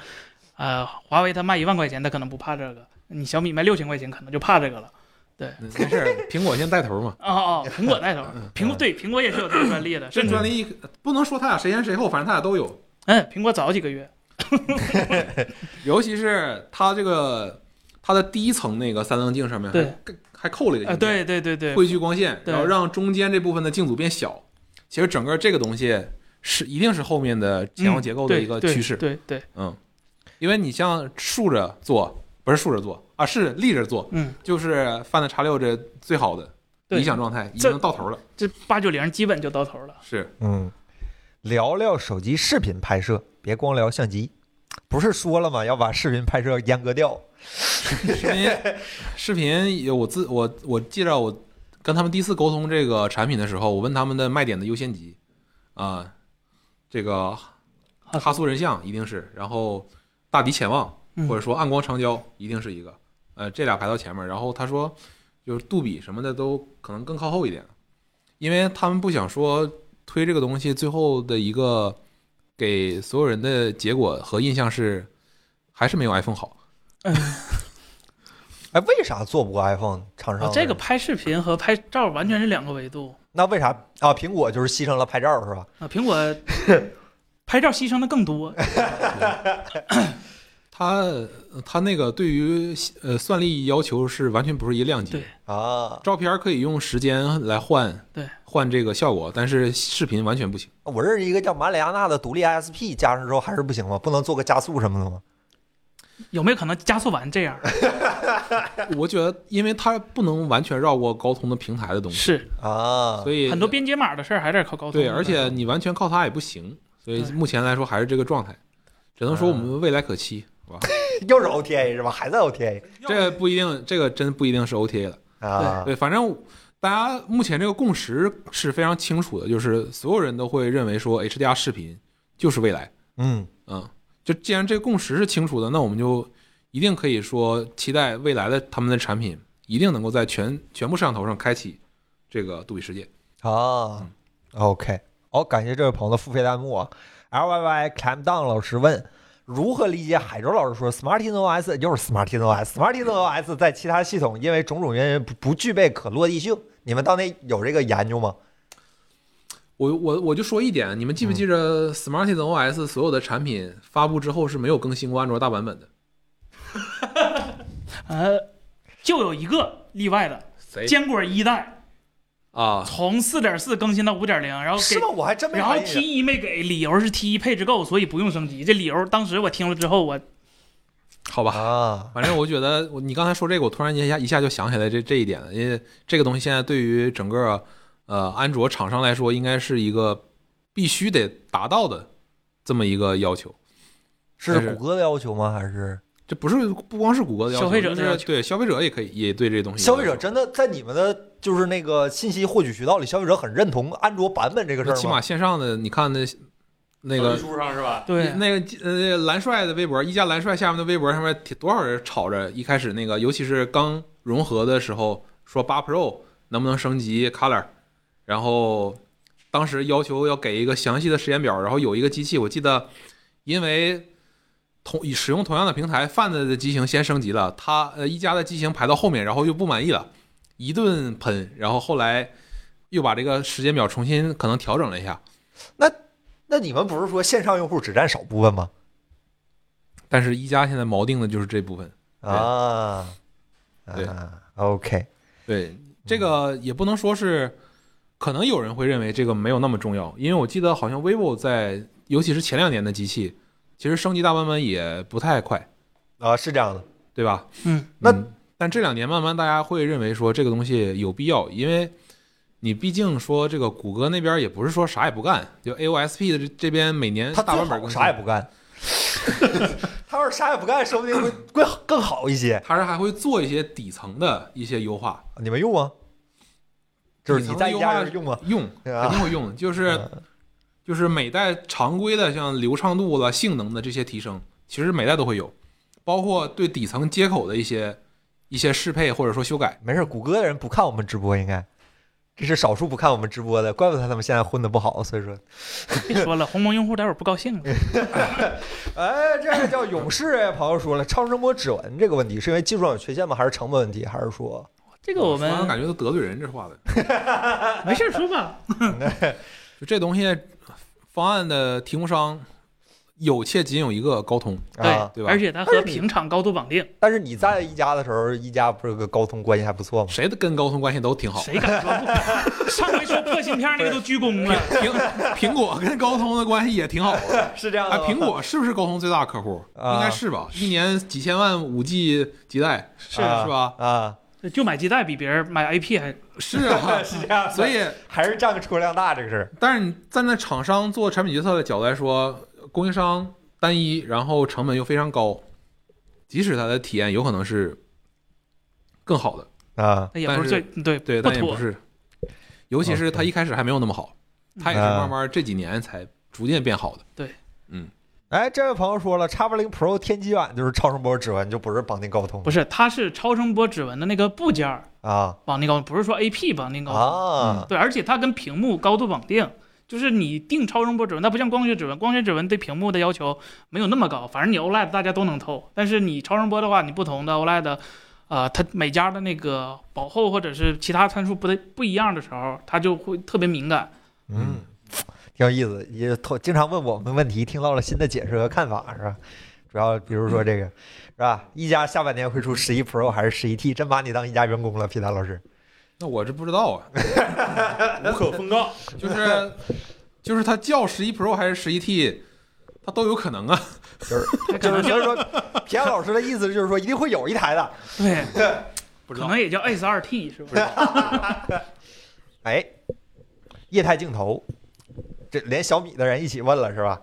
S3: 呃，华为它卖一万块钱，它可能不怕这个，你小米卖六千块钱，可能就怕这个了。
S2: 嗯，没事儿，苹果先 带头嘛。
S3: 哦哦，苹果带 头，苹果对苹果也是有这个专利的，
S2: 这
S3: 甚至
S2: 专利不能说他俩谁先谁后，反正他俩都有。
S3: 嗯，苹果早几个月，
S2: 尤其是它这个它的第一层那个三棱镜上面还
S3: 对
S2: 还扣了一个
S3: 呃，
S2: 芯片
S3: 嗯对对对对，
S2: 汇聚光线，
S3: 对
S2: 然后让中间这部分的镜组变小。其实整个这个东西是一定是后面的前后结构的一个
S3: 嗯对
S2: 趋势，
S3: 对对，对
S2: 嗯，因为你像竖着做不是竖着做啊，是立着做，
S3: 嗯，
S2: 就是泛的叉六这最好的
S3: 对
S2: 理想状态已
S3: 这
S2: 经到头了，
S3: 这八九零基本就到头了。
S2: 是
S1: 嗯，聊聊手机视频拍摄，别光聊相机。不是说了吗？要把视频拍摄阉割掉。
S2: 视 频视频有我自我我记着我跟他们第一次沟通这个产品的时候，我问他们的卖点的优先级啊、这个
S3: 哈苏
S2: 哈苏人像一定是，然后大底潜望
S3: 嗯
S2: 或者说暗光长焦一定是一个，呃，这俩排到前面。然后他说，就是杜比什么的都可能更靠后一点，因为他们不想说推这个东西最后的一个给所有人的结果和印象是还是没有 iPhone 好。
S1: 哎，为啥做不过 iPhone 厂商、
S3: 啊，这个拍视频和拍照完全是两个维度
S1: 那为啥啊？苹果就是牺牲了拍照是吧？
S3: 啊。苹果拍照牺牲的更多。
S2: 它它呃那个对于呃算力要求是完全不是一量级
S3: 对。
S1: 啊，
S2: 照片可以用时间来换，
S3: 对，
S2: 换这个效果，但是视频完全不行。
S1: 我认识一个叫马里亚纳的独立 ISP，加上之后还是不行吗？不能做个加速什么的吗？
S3: 有没有可能加速完这样？
S2: 我觉得，因为它不能完全绕过高通的平台的东西，
S3: 是
S1: 啊，
S2: 所以
S3: 很多编解码的事儿还得靠高通。
S2: 对，而且你完全靠它也不行，所以
S3: 对
S2: 目前来说还是这个状态，只能说我们未来可期，好吧？
S1: 又是 OTA 是吧？还在 OTA
S5: 要不
S2: 这个不一定，这个真不一定是 OTA 了。
S1: 啊，
S2: 对，反正大家目前这个共识是非常清楚的，就是所有人都会认为说 HDR 视频就是未来，
S1: 嗯
S2: 嗯，就既然这个共识是清楚的，那我们就一定可以说期待未来的他们的产品一定能够在全全部摄像头上开启这个杜比世界。
S1: 啊，OK，好、感谢这位朋友的付费弹幕啊，LYY climb down 老师问。如何理解海州老师说 SmartOS 就是 SmartOS，SmartOS 在其他系统因为种种原因不不具备可落地性？你们当年有这个研究吗？
S2: 我我我就说一点，你们
S1: 嗯
S2: 记不记着 Smartisan OS 所有的产品发布之后是没有更新过安卓大版本的？
S3: 呃，就有一个例外的，
S2: 谁
S3: 坚果一代
S2: 啊？
S3: 从四点四更新到五点零，然后
S1: 是
S3: 给
S1: 吗？我还真没
S2: 哎
S3: 然后
S1: 发现
S3: T 一没给，理由是 T 一配置够，所以不用升级。这理由当时我听了之后，我
S2: 好吧，
S1: 啊，
S2: 反正我觉得我你刚才说这个，我突然一下一下就想起来这这一点了，因为这个东西现在对于整个呃安卓厂商来说，应该是一个必须得达到的这么一个要求。
S1: 是谷歌的要求吗？还是
S2: 这不是不光是谷歌的要求，
S3: 消费者的
S2: 就是
S3: 要求
S2: 对消费者也可以也对这东西有
S1: 消
S2: 要求。
S1: 费者真的在你们的就是那个信息获取渠道里，消费者很认同安卓版本这个事
S2: 那
S1: 儿
S2: 起
S1: 吗
S2: 码？线上的，你看那那
S5: 小
S3: 呃
S2: 个
S5: 绿书上是 吧？
S3: 对
S2: 那个呃蓝帅的微博，一加蓝帅下面的微博上面多少人吵着一开始那个，尤其是刚融合的时候，说八 Pro 能不能升级 Color，然后当时要求要给一个详细的时间表，然后有一个机器，我记得因为同使用同样的平台，Find 的机型先升级了，它呃一加的机型排到后面，然后又不满意了，一顿喷，然后后来又把这个时间表重新可能调整了一下，
S1: 那你们不是说线上用户只占少部分吗？
S2: 但是一加现在锚定的就是这部分。
S1: 啊，
S2: 对
S1: 啊，OK，
S2: 对，这个也不能说是，可能有人会认为这个没有那么重要，因为我记得好像 vivo 在，尤其是前两年的机器，其实升级大版本也不太快，
S1: 啊，是这样的，
S2: 对吧？
S3: 嗯，
S1: 那
S2: 但这两年慢慢大家会认为说这个东西有必要，因为你毕竟说这个谷歌那边也不是说啥也不干，就 AOSP 的这这边每年
S1: 他
S2: 大
S1: 最
S2: 版本
S1: 好
S2: 更
S1: 啥也
S2: 新，
S1: 不 干。 他要是啥也不干，说不定会会更好一些。
S2: 它是还会做一些底层的一些优化，
S1: 你们用吗？就是
S2: 底
S1: 你
S2: 层
S1: 在
S2: 优
S1: 一
S2: 化
S1: 家人用吗？啊
S2: 用肯定会用，就是就是每代常规的像流畅度了、性能的这些提升，其实每代都会有，包括对底层接口的一些一些适配或者说修改。
S1: 没事，谷歌的人不看我们直播，应该这是少数不看我们直播的，怪不得他们现在混的不好。所以说，
S3: 别说了，鸿蒙用户待会儿不高兴了。
S1: 哎，这个叫勇士哎，朋友说了，超声波指纹这个问题是因为技术上有缺陷吗？还是成本问题？还是说
S3: 这个我
S2: 突然
S3: 们
S2: 感觉都得罪人这话的，
S3: 没事儿说吧。
S2: 就这东西，方案的提供商有且仅有一个高通，
S1: 啊？
S2: 对吧哎
S3: 而？且它和平厂高度绑定，
S1: 但是你在一加的时候，一加不是跟高通关系还不错吗？
S2: 谁的跟高通关系都挺好。
S3: 谁敢说不？ 上回说破芯片那个都 鞠躬了。
S2: 苹苹果跟高通的关系也 挺好的。
S1: 是这样
S2: 哎，苹果是不是高通最大的客户？
S1: 啊
S2: 应该是吧，一年几千万五 G 基带是是吧？
S1: 啊，，
S3: 就买基带比别人买 IP 还
S2: 是 啊
S1: 是这样的
S2: 所以，
S1: 还是占个出货量大这个事儿。
S2: 但是你站在厂商做产品决策的角度来说，供应商单一，然后成本又非常高，即使它的体验有可能是更好的，
S1: 啊
S3: 那也不是最对
S2: 对，
S3: 不
S2: 但也不
S3: 妥。
S2: 是，尤其是它一开始还没有那么好，它也是慢慢这几年才逐渐变好的。
S1: 哎，这位朋友说了，x 八零 Pro 天玑版就是超声波指纹，就不是绑定高通
S3: 不是，它是超声波指纹的那个部件儿
S1: 啊
S3: 绑定高度，不是说 AP 绑定高度。
S1: 啊
S3: 对，而且它跟屏幕高度绑定，就是你定超声波指纹，它不像光学指纹，光学指纹对屏幕的要求没有那么高，反正你 OLED 大家都能透，但是你超声波的话，你不同的 OLED，呃，它每家的那个保厚或者是其他参数不太不一样的时候，它就会特别敏感。
S1: 嗯。挺有意思，也头经常问我们问题，听到了新的解释和看法，是吧？主要比如说这个，是吧？一加下半年会出十一 Pro 还是十一 T？真把你当一加员工了，皮蛋老师。
S2: 那我这不知道啊，
S5: 无可奉告。
S2: 就是 就是它叫十一 Pro 还是十一 T，它都有可能啊。
S3: 他可
S1: 就是
S3: 能
S1: 所以
S3: 就
S1: 说，皮蛋老师的意思就是说，一定会有一台的。
S3: 对，
S2: 不知
S3: 可
S2: 道
S3: 能也叫 S 二 T 是吧？
S1: 哎，液态镜头，这连小米的人一起问了是吧？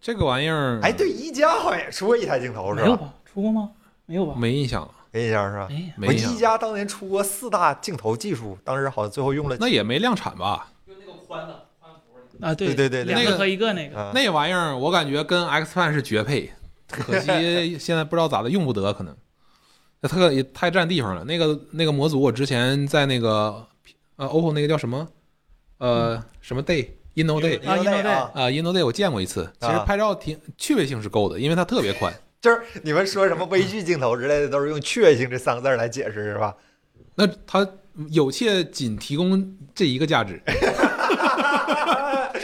S2: 这个玩意儿，
S1: 哎，，对，一加好像也出过液态镜头是
S3: 嗯没有
S1: 吧？
S3: 吧？出过吗？没有吧？
S2: 没印象了，
S1: 没印象是吧？
S3: 哎呀，
S2: 没
S1: 我
S2: 印象
S1: 一，加当年出过四大镜头技术，当时好像最后用了
S2: 那也没量产吧？
S4: 就那个宽的宽幅那
S3: 啊，对
S1: 对对对
S3: 两
S2: 那
S3: 个
S2: 个
S3: 和一个那个，
S1: 啊，
S2: 那玩意儿我感觉跟 X Plan 是绝配，可惜现在不知道咋的用不得，可能那它可也太占地方了。那个那个模组，我之前在那个呃 OPPO 那个叫什么呃什么 Day Inno Day
S1: 啊，一
S3: 啊
S1: 诺
S3: 一诺
S1: 代
S3: 代
S1: 啊，
S2: 啊 Inno Day 我见过一次，其实
S1: 啊
S2: 拍照挺趣味性是够的，因为它特别宽。
S1: 就是你们说什么微距镜头之类的，都是用趣味性这三个字儿来解释是吧？
S2: 那它有且仅提供这一个价值，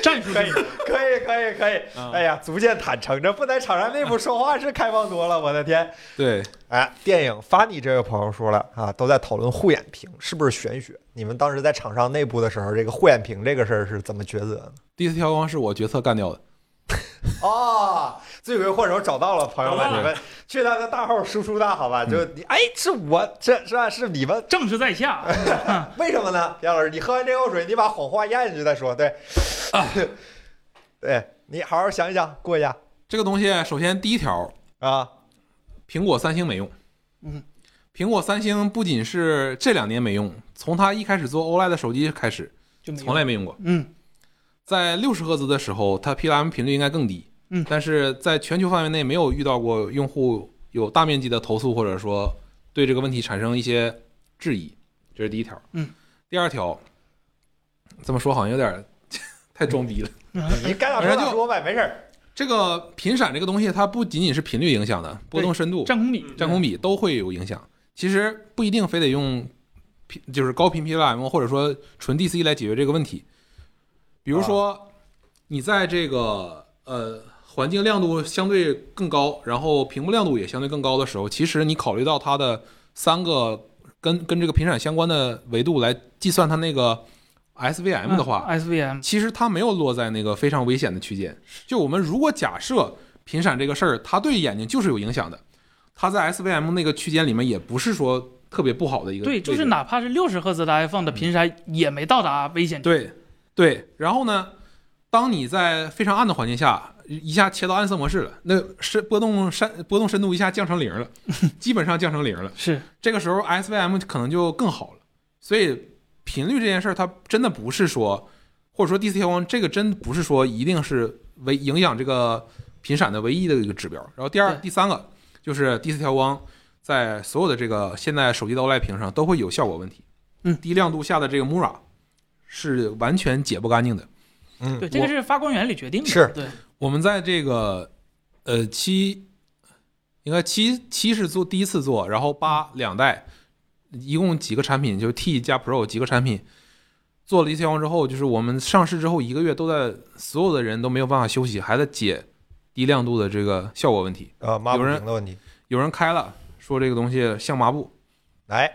S3: 战术
S1: 可以，可以，可以，可以。
S3: 嗯
S1: 哎呀，逐渐坦诚着，不在厂商内部说话是开放多了，我的天！
S2: 对，
S1: 哎，电影发你这位朋友说了啊，都在讨论护眼屏是不是玄学。你们当时在厂商内部的时候，这个护眼屏这个事儿是怎么抉择的？
S2: 第四条光是我决策干掉的。
S1: 哦，罪魁祸首找到了，朋友
S5: 找到
S1: 们，
S5: 了
S1: 你们去他的大号输出大好吧？
S2: 嗯
S1: 就你，哎，是我，这是吧？是你们
S3: 正是在下，啊
S1: 哎为什么呢？杨老师，你喝完这口水，你把谎话咽下去再说。对，
S2: 啊
S1: 对你好好想一想，过一下
S2: 这个东西，首先第一条，
S1: 啊。
S2: 苹果、三星没用。
S3: 嗯，
S2: 苹果、三星不仅是这两年没用，从它一开始做 OLED 的手机开始，
S3: 就没有
S2: 从来没用过。
S3: 嗯
S2: 在六十赫兹的时候，它 PWM 频率应该更低。
S3: 嗯
S2: 但是在全球范围内没有遇到过用户有大面积的投诉，或者说对这个问题产生一些质疑，这是第一条。
S3: 嗯，
S2: 第二条，这么说好像有点儿 太装逼了。
S3: 嗯
S1: 你该咋说咋说呗，没事儿。
S2: 这个频闪这个东西，它不仅仅是频率影响的，波动深度、
S3: 占 空
S4: 嗯
S3: 比，
S2: 占空比都会有影响。其实不一定非得用频，就是高频 PWM 或者说纯 DC 来解决这个问题。比如说，你在这个呃环境亮度相对更高，然后屏幕亮度也相对更高的时候，其实你考虑到它的三个跟跟这个频闪相关的维度来计算它那个 SVM 的话，
S3: ，SVM
S2: 其实它没有落在那个非常危险的区间。就我们如果假设频闪这个事儿，它对眼睛就是有影响的，它在 SVM 那个区间里面也不是说特别不好的一个
S3: 对，就
S2: 位
S3: 是
S2: 置嗯
S3: 哪怕是六十赫兹的 iPhone 的频闪也没到达危险区，
S2: 对对。然后呢，当你在非常暗的环境下，一下切到暗色模式了，那是波动深波动深度一下降成零了，基本上降成零了。
S3: 是
S2: 这个时候 SVM 可能就更好了。所以频率这件事儿，它真的不是说，或者说 DC 光这个真不是说一定是唯影响这个频闪的唯一的一个指标。然后第二、
S3: 对
S2: 第三个就是 DC 调光在所有的这个现在手机的 OLED 屏上都会有效果问题。
S3: 嗯
S2: 低亮度下的这个 Mura 是完全解不干净的。
S3: 对，这个是发光源里决定的，
S1: 是
S3: 对，
S2: 我们在这个呃七，应该七七是做第一次做，然后八两代，一共几个产品，就是 T 加 Pro 几个产品，做了一千万之后，就是我们上市之后一个月都在所有的人都没有办法休息，还在解低亮度的这个效果问题。
S1: 呃，抹布
S2: 有人
S1: 屏的问题，
S2: 有人开了说这个东西像麻布，
S1: 来，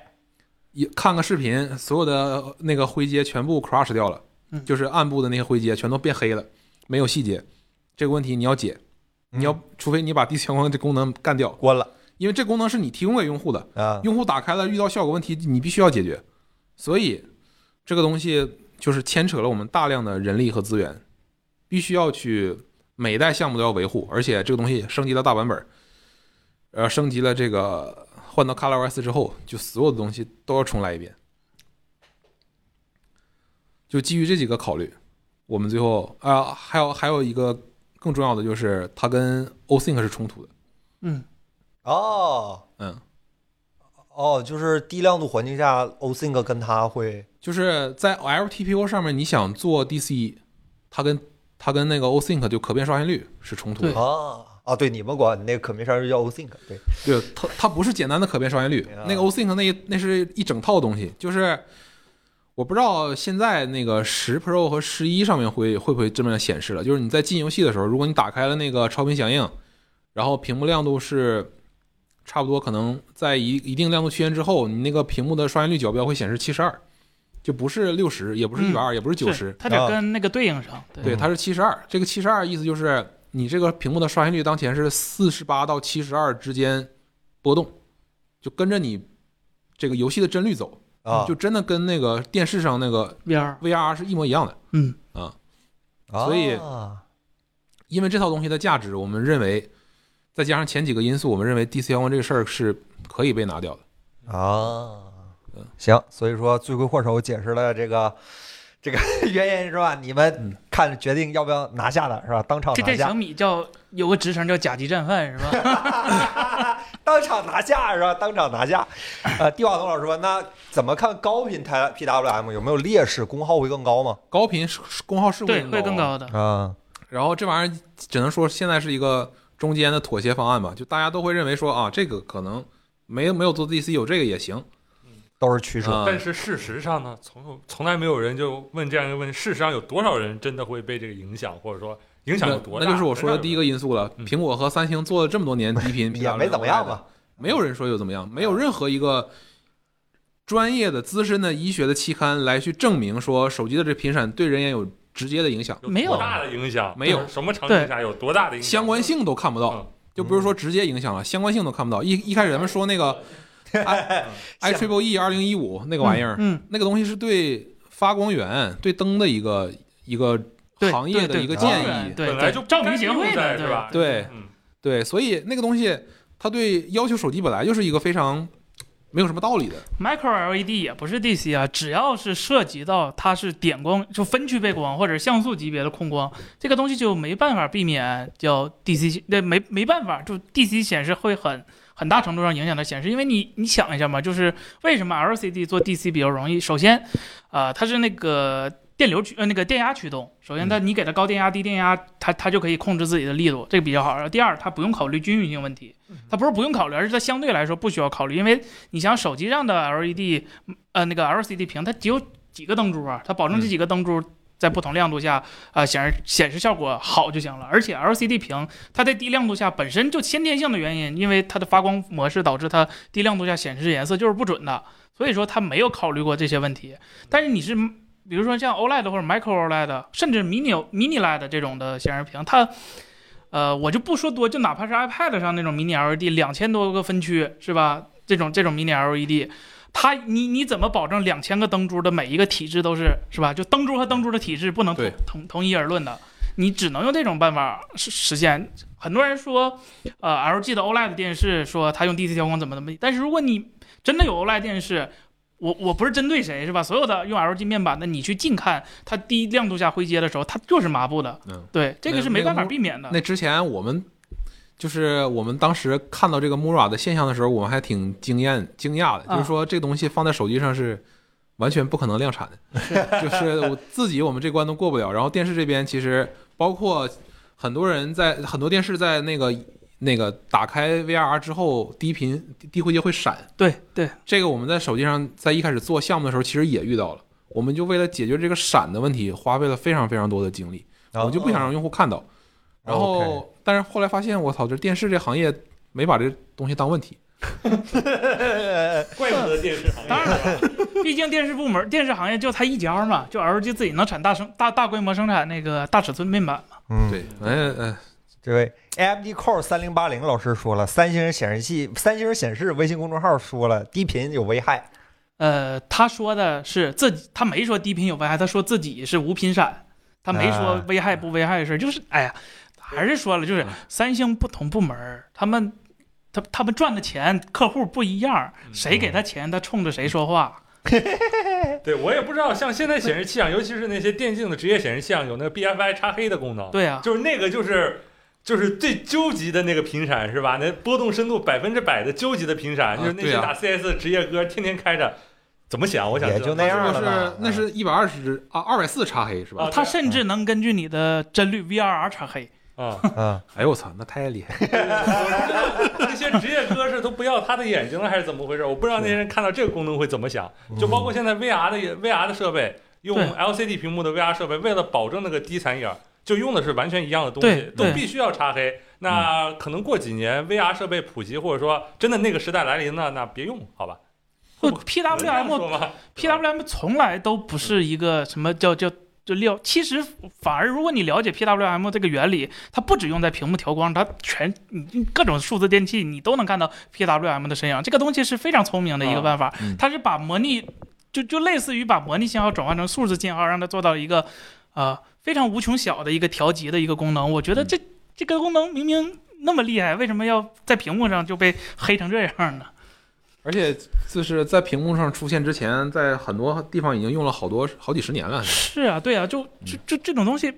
S2: 一看个视频，所有的那个灰阶全部 crush 掉了，
S3: 嗯
S2: 就是暗部的那些灰阶全都变黑了，没有细节。这个问题你要解，你要、除非你把低强光这功能干掉，
S1: 关了
S2: 因为这功能是你提供给用户的，
S1: 啊，
S2: 用户打开了遇到效果问题，你必须要解决。所以这个东西就是牵扯了我们大量的人力和资源，必须要去每一代项目都要维护，而且这个东西升级了大版本，呃，升级了这个换到 ColorOS 之后，就所有的东西都要重来一遍。就基于这几个考虑，我们最后啊、还有还有一个更重要的就是它跟 OSync 是冲突的，
S3: 嗯，
S1: 哦
S2: 嗯。
S1: 哦，就是低亮度环境下，OSync 跟它会
S2: 就是在 LTPO 上面，你想做 DC，它跟它跟那个 OSync 就可变刷新率是冲突的。
S1: 啊啊，对，你们管那个可变上叫 OSync，对，
S2: 对，它它不是简单的可变刷新率
S1: 啊，
S2: 那个 OSync 那一那是一整套东西，就是我不知道现在那个十 Pro 和十一上面会会不会这么显示了，就是你在进游戏的时候，如果你打开了那个超频响应，然后屏幕亮度是差不多，可能在一一定亮度区间之后，你那个屏幕的刷新率角标会显示七十二，就不是六十，也不是一百二，也不是九十
S3: 是，它
S1: 啊
S3: 得跟那个对应上。对
S2: 对，它是七十二。这个七十二意思就是你这个屏幕的刷新率当前是四十八到七十二之间波动，就跟着你这个游戏的帧率走，
S1: 啊
S2: 就真的跟那个电视上那个
S3: VR，
S2: VR 是一模一样的。
S3: 嗯，
S2: 所以
S1: 啊
S2: 因为这套东西的价值，我们认为再加上前几个因素，我们认为 DC 遥控这个事儿是可以被拿掉的。
S1: 啊
S2: 嗯，
S1: 行，所以说罪魁祸首解释了这个这个 原因是吧？你们
S2: 嗯
S1: 看决定要不要拿下的是吧？当场
S3: 这
S1: 拿
S3: 这小
S1: 下，
S3: 米叫有个职称叫甲级战犯是吧？
S1: 当场拿下是吧？当场拿下。呃，地瓦东老师问，那怎么看高频台 PWM 有没有劣势？功耗会更高吗？
S2: 高频是功耗是
S3: 对，会
S2: 啊
S3: 更高的。
S1: 啊，
S2: 然后这玩意儿只能说现在是一个中间的妥协方案吧，就大家都会认为说啊，这个可能没有没有做 DC 有这个也行，
S1: 都是取舍。
S2: 啊、
S5: 但是事实上呢，从有从来没有人就问这样一个问题：事实上有多少人真的会被这个影响，或者说影响有
S2: 那
S5: 多大？
S2: 那就是我说的第一
S5: 个，
S2: 个因素了。
S5: 嗯
S2: 苹果和三星做了这么多年 低频，
S1: 也没怎么样吧，
S2: 没有人说有怎么样，没有任何一个专业的、资深的医学的期刊来去证明说手机的这频闪对人眼有直接的影响，
S5: 有
S3: 没有
S5: 多大的影响，
S2: 没有
S5: 什么场景下有多大的影响
S2: 相关。性都看不
S5: 嗯
S2: 到，就不是说直接影响了，相关性都看不到。一一开始咱们说 那个 i i triple e 二零一五那个玩意儿，
S3: 嗯，
S2: 那个东西是对发光源、对灯的一个一个
S3: 对
S2: 行业的
S3: 对
S2: 一个
S3: 对
S2: 建
S3: 当然
S2: 议，
S3: 对，
S5: 本来
S3: 对
S5: 就不
S3: 照
S5: 该
S3: 明协会
S5: 用
S3: 的
S5: 在
S3: 对
S5: 是吧？
S2: 对
S5: 嗯，
S2: 对，所以那个东西它对要求手机本来就是一个非常没有什么道理的，
S3: Micro LED 也不是 DC 啊，只要是涉及到它是点光，就分区背光或者像素级别的控光，这个东西就没办法避免叫 DC，那没没办法，就 DC 显示会很很大程度上影响到显示，因为你你想一下嘛，就是为什么 LCD 做 DC 比较容易？首先，啊，它是那个电流驱呃那个电压驱动，首先它你给它高电压、低电压，它它就可以控制自己的力度，这个比较好。然后第二，它不用考虑均匀性问题，它不是不用考虑，而是它相对来说不需要考虑，因为你想手机上的 LED，呃，那个 LCD 屏，它只有几个灯珠啊，它保证这几个灯珠在不同亮度下，呃，显示显示效果好就行了。而且 LCD 屏它在低亮度下本身就先天性的原因，因为它的发光模式导致它低亮度下显示颜色就是不准的，所以说它没有考虑过这些问题。但是你是。比如说像 OLED 或者 Micro OLED，甚至 Mini Mini LED 这种的显示屏，它呃，我就不说多，就哪怕是 iPad 上那种 mini LED，两 E 千多个分区是吧？这种这种 mini LED，它 E 你你怎么保证两千个灯珠的每一个体质都是是吧？就灯珠和灯珠的体质不能同
S2: 对
S3: 同同一而论的，你只能用这种办法实实现。很多人说，呃，LG 的 OLED 电视说它用 DC 调光怎么怎么地，但是如果你真的有 OLED 电视，我我不是针对谁是吧？所有的用 LG 面板的，你去近看它低亮度下灰阶的时候，它就是麻布的，
S2: 嗯
S3: 对，这个
S2: 那
S3: 是没
S2: 那个
S3: 办法
S2: 木
S3: 避免的。
S2: 那之前我们就是我们当时看到这个 Mura 的现象的时候，我们还挺惊艳惊讶的，
S3: 啊
S2: 就是说这个东西放在手机上是完全不可能量产的，就是我自己我们这关都过不了。然后电视这边其实包括很多人在很多电视在那个那个打开 VRR 之后，低频低灰阶会闪，
S3: 对对，
S2: 这个我们在手机上在一开始做项目的时候，其实也遇到了。我们就为了解决这个闪的问题，花费了非常非常多的精力。哦
S1: 然后
S2: 我就不想让用户看
S1: 哦
S2: 到。然 后，但是后来发现，我操，这电视这行业没把这东西当问题。
S5: 怪不得电视行业
S3: 当然了， 毕竟电视部门、电视行业就他一家嘛，就 LG 自己能产大生大大规模生产那个大尺寸面板嘛。
S1: 嗯，
S2: 对，哎哎，
S1: 这位 AMD Core 三零八零老师说了，三星显示器、三星显示微信公众号说了，低频有危害。
S3: 呃，他说的是自己，他没说低频有危害，他说自己是无频闪，他没说
S1: 啊
S3: 危害不危害的事儿，就是哎呀，还是说了，就是三星不同部门儿，他们他他们赚的钱客户不一样，谁给他钱，他冲着谁说话。
S5: 对我也不知道，像现在显示器上，尤其是那些电竞的职业显示器啊上，有那个 BFI 插黑的功
S4: 嗯
S5: 能，
S3: 对啊，
S5: 就是那个就是就是最究极的那个频闪是吧？那波动深度百分之百的究极的频闪，
S2: 啊
S5: 就是那
S2: 对
S5: 些
S2: 啊
S5: 打 CS 的职业哥天天开着，怎么想？我想
S1: 也
S5: 知道
S1: 就那样
S2: 那
S1: 了吧嗯哦
S2: 是那是一百二十啊，二百四十插黑是吧？
S5: 啊
S3: 他甚至能根据你的帧率 VRR 查黑，
S5: 啊，
S1: 嗯，
S2: 哎呦我操，那太厉害了！
S5: 嗯 那些职业哥是都不要他的眼睛了，还是怎么回事？我不知道那些人看到这个功能会怎么想。就包
S1: 嗯
S5: 括现在 VR 的也 VR 的设备，用
S3: 嗯对
S5: LCD 屏幕的 VR 设备，为了保证那个低残影儿，就用的是完全一样的东西
S3: 对，
S5: 都
S3: 对嗯
S5: 必须要擦黑。那可能过几年 VR 设备普及，或者说真的那个时代来临了，那别用好吧？
S3: 不
S5: 能这样说
S3: ，PWM
S5: 吗？
S3: PWM 从来都不是一个什么叫叫就料，其实反而如果你了解 PWM 这个原理，它不只用在屏幕调光，它全你各种数字电器你都能看到 PWM 的身影。这个东西是非常聪明的一个办法，
S2: 嗯
S3: 它是把模拟就就类似于把模拟信号转换成数字信号，让它做到一个呃非常无穷小的一个调节的一个功能。我
S2: 嗯
S3: 觉得这、这个功能明明那么厉害，为什么要在屏幕上就被黑成这样呢？
S2: 而且就是在屏幕上出现之前，在很多地方已经用了好多好几十年了。
S3: 是啊，对啊，就
S2: 嗯
S3: 就就这种东西，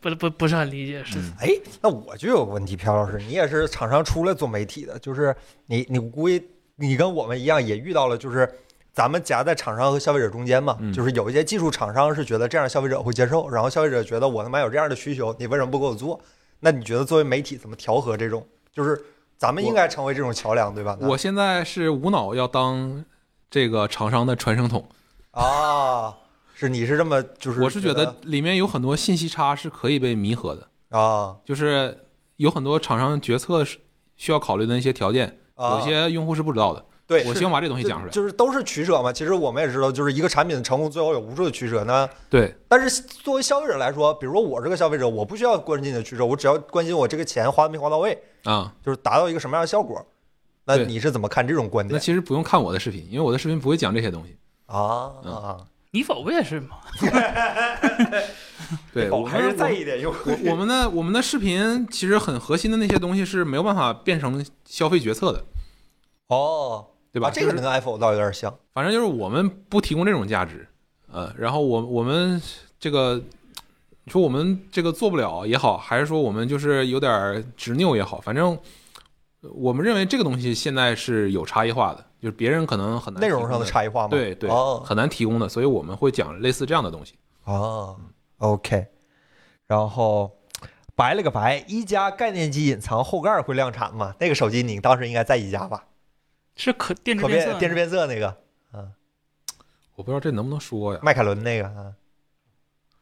S3: 不不不是很理解，是
S2: 嗯
S1: 哎，那我就有个问题，朴老师，你也是厂商出来做媒体的，就是你你估计你跟我们一样也遇到了，就是咱们夹在厂商和消费者中间嘛，
S2: 嗯
S1: 就是有一些技术厂商是觉得这样消费者会接受，然后消费者觉得我他妈有这样的需求，你为什么不给我做？那你觉得作为媒体怎么调和这种？就是咱们应该成为这种桥梁，对吧？那
S2: 我现在是无脑要当这个厂商的传声筒，
S1: 啊，是你是这么就是
S2: 我是觉得里面有很多信息差是可以被弥合的，
S1: 啊
S2: 就是有很多厂商决策是需要考虑的那些条件，
S1: 啊，
S2: 有些用户是不知道的。
S1: 对
S2: 我
S1: 是
S2: 希望把这东西讲出来。
S1: 就是都是取舍嘛。其实我们也知道，就是一个产品的成功最后有无数的取舍那
S2: 对，
S1: 但是作为消费者来说，比如说我是个消费者，我不需要关心你的趋势，我只要关心我这个钱花没花到位，
S2: 啊、
S1: 就是达到一个什么样的效果。那
S2: 对
S1: 你是怎么看这种观
S2: 那
S1: 点
S2: 其实不用看我的视频，因为我的视频不会讲这些东西。
S1: 啊？
S2: 嗯
S1: 啊
S3: 你否不也是吗？
S2: 对，
S1: 我
S2: 我
S1: 哎还
S2: 们
S1: 是在意点用户
S2: 我我们的我们的视频其实很核心的那些东西是没有办法变成消费决策的，
S1: 哦，
S2: 对吧？
S1: 啊这个
S2: 就
S1: 跟
S2: 是
S1: iPhone 倒有点像
S2: 反正就是我们不提供这种价值，呃，然后我我们这个。你说我们这个做不了也好，还是说我们就是有点执拗也好，反正我们认为这个东西现在是有差异化的，就是别人可能很难
S1: 内
S2: 提
S1: 容
S2: 供
S1: 上的差异化嘛。
S2: 对对、
S1: 哦
S2: 很难提供的，所以我们会讲类似这样的东西。
S1: 哦，OK。然后白了个白，一加概念机隐藏后盖儿会量产吗？那个手机你当时应该在一加吧？
S3: 是可电池
S1: 可
S3: 变
S1: 变
S3: 色，
S1: 电池变色那个，
S2: 我不知道这能不能说呀？
S1: 迈凯伦那个啊。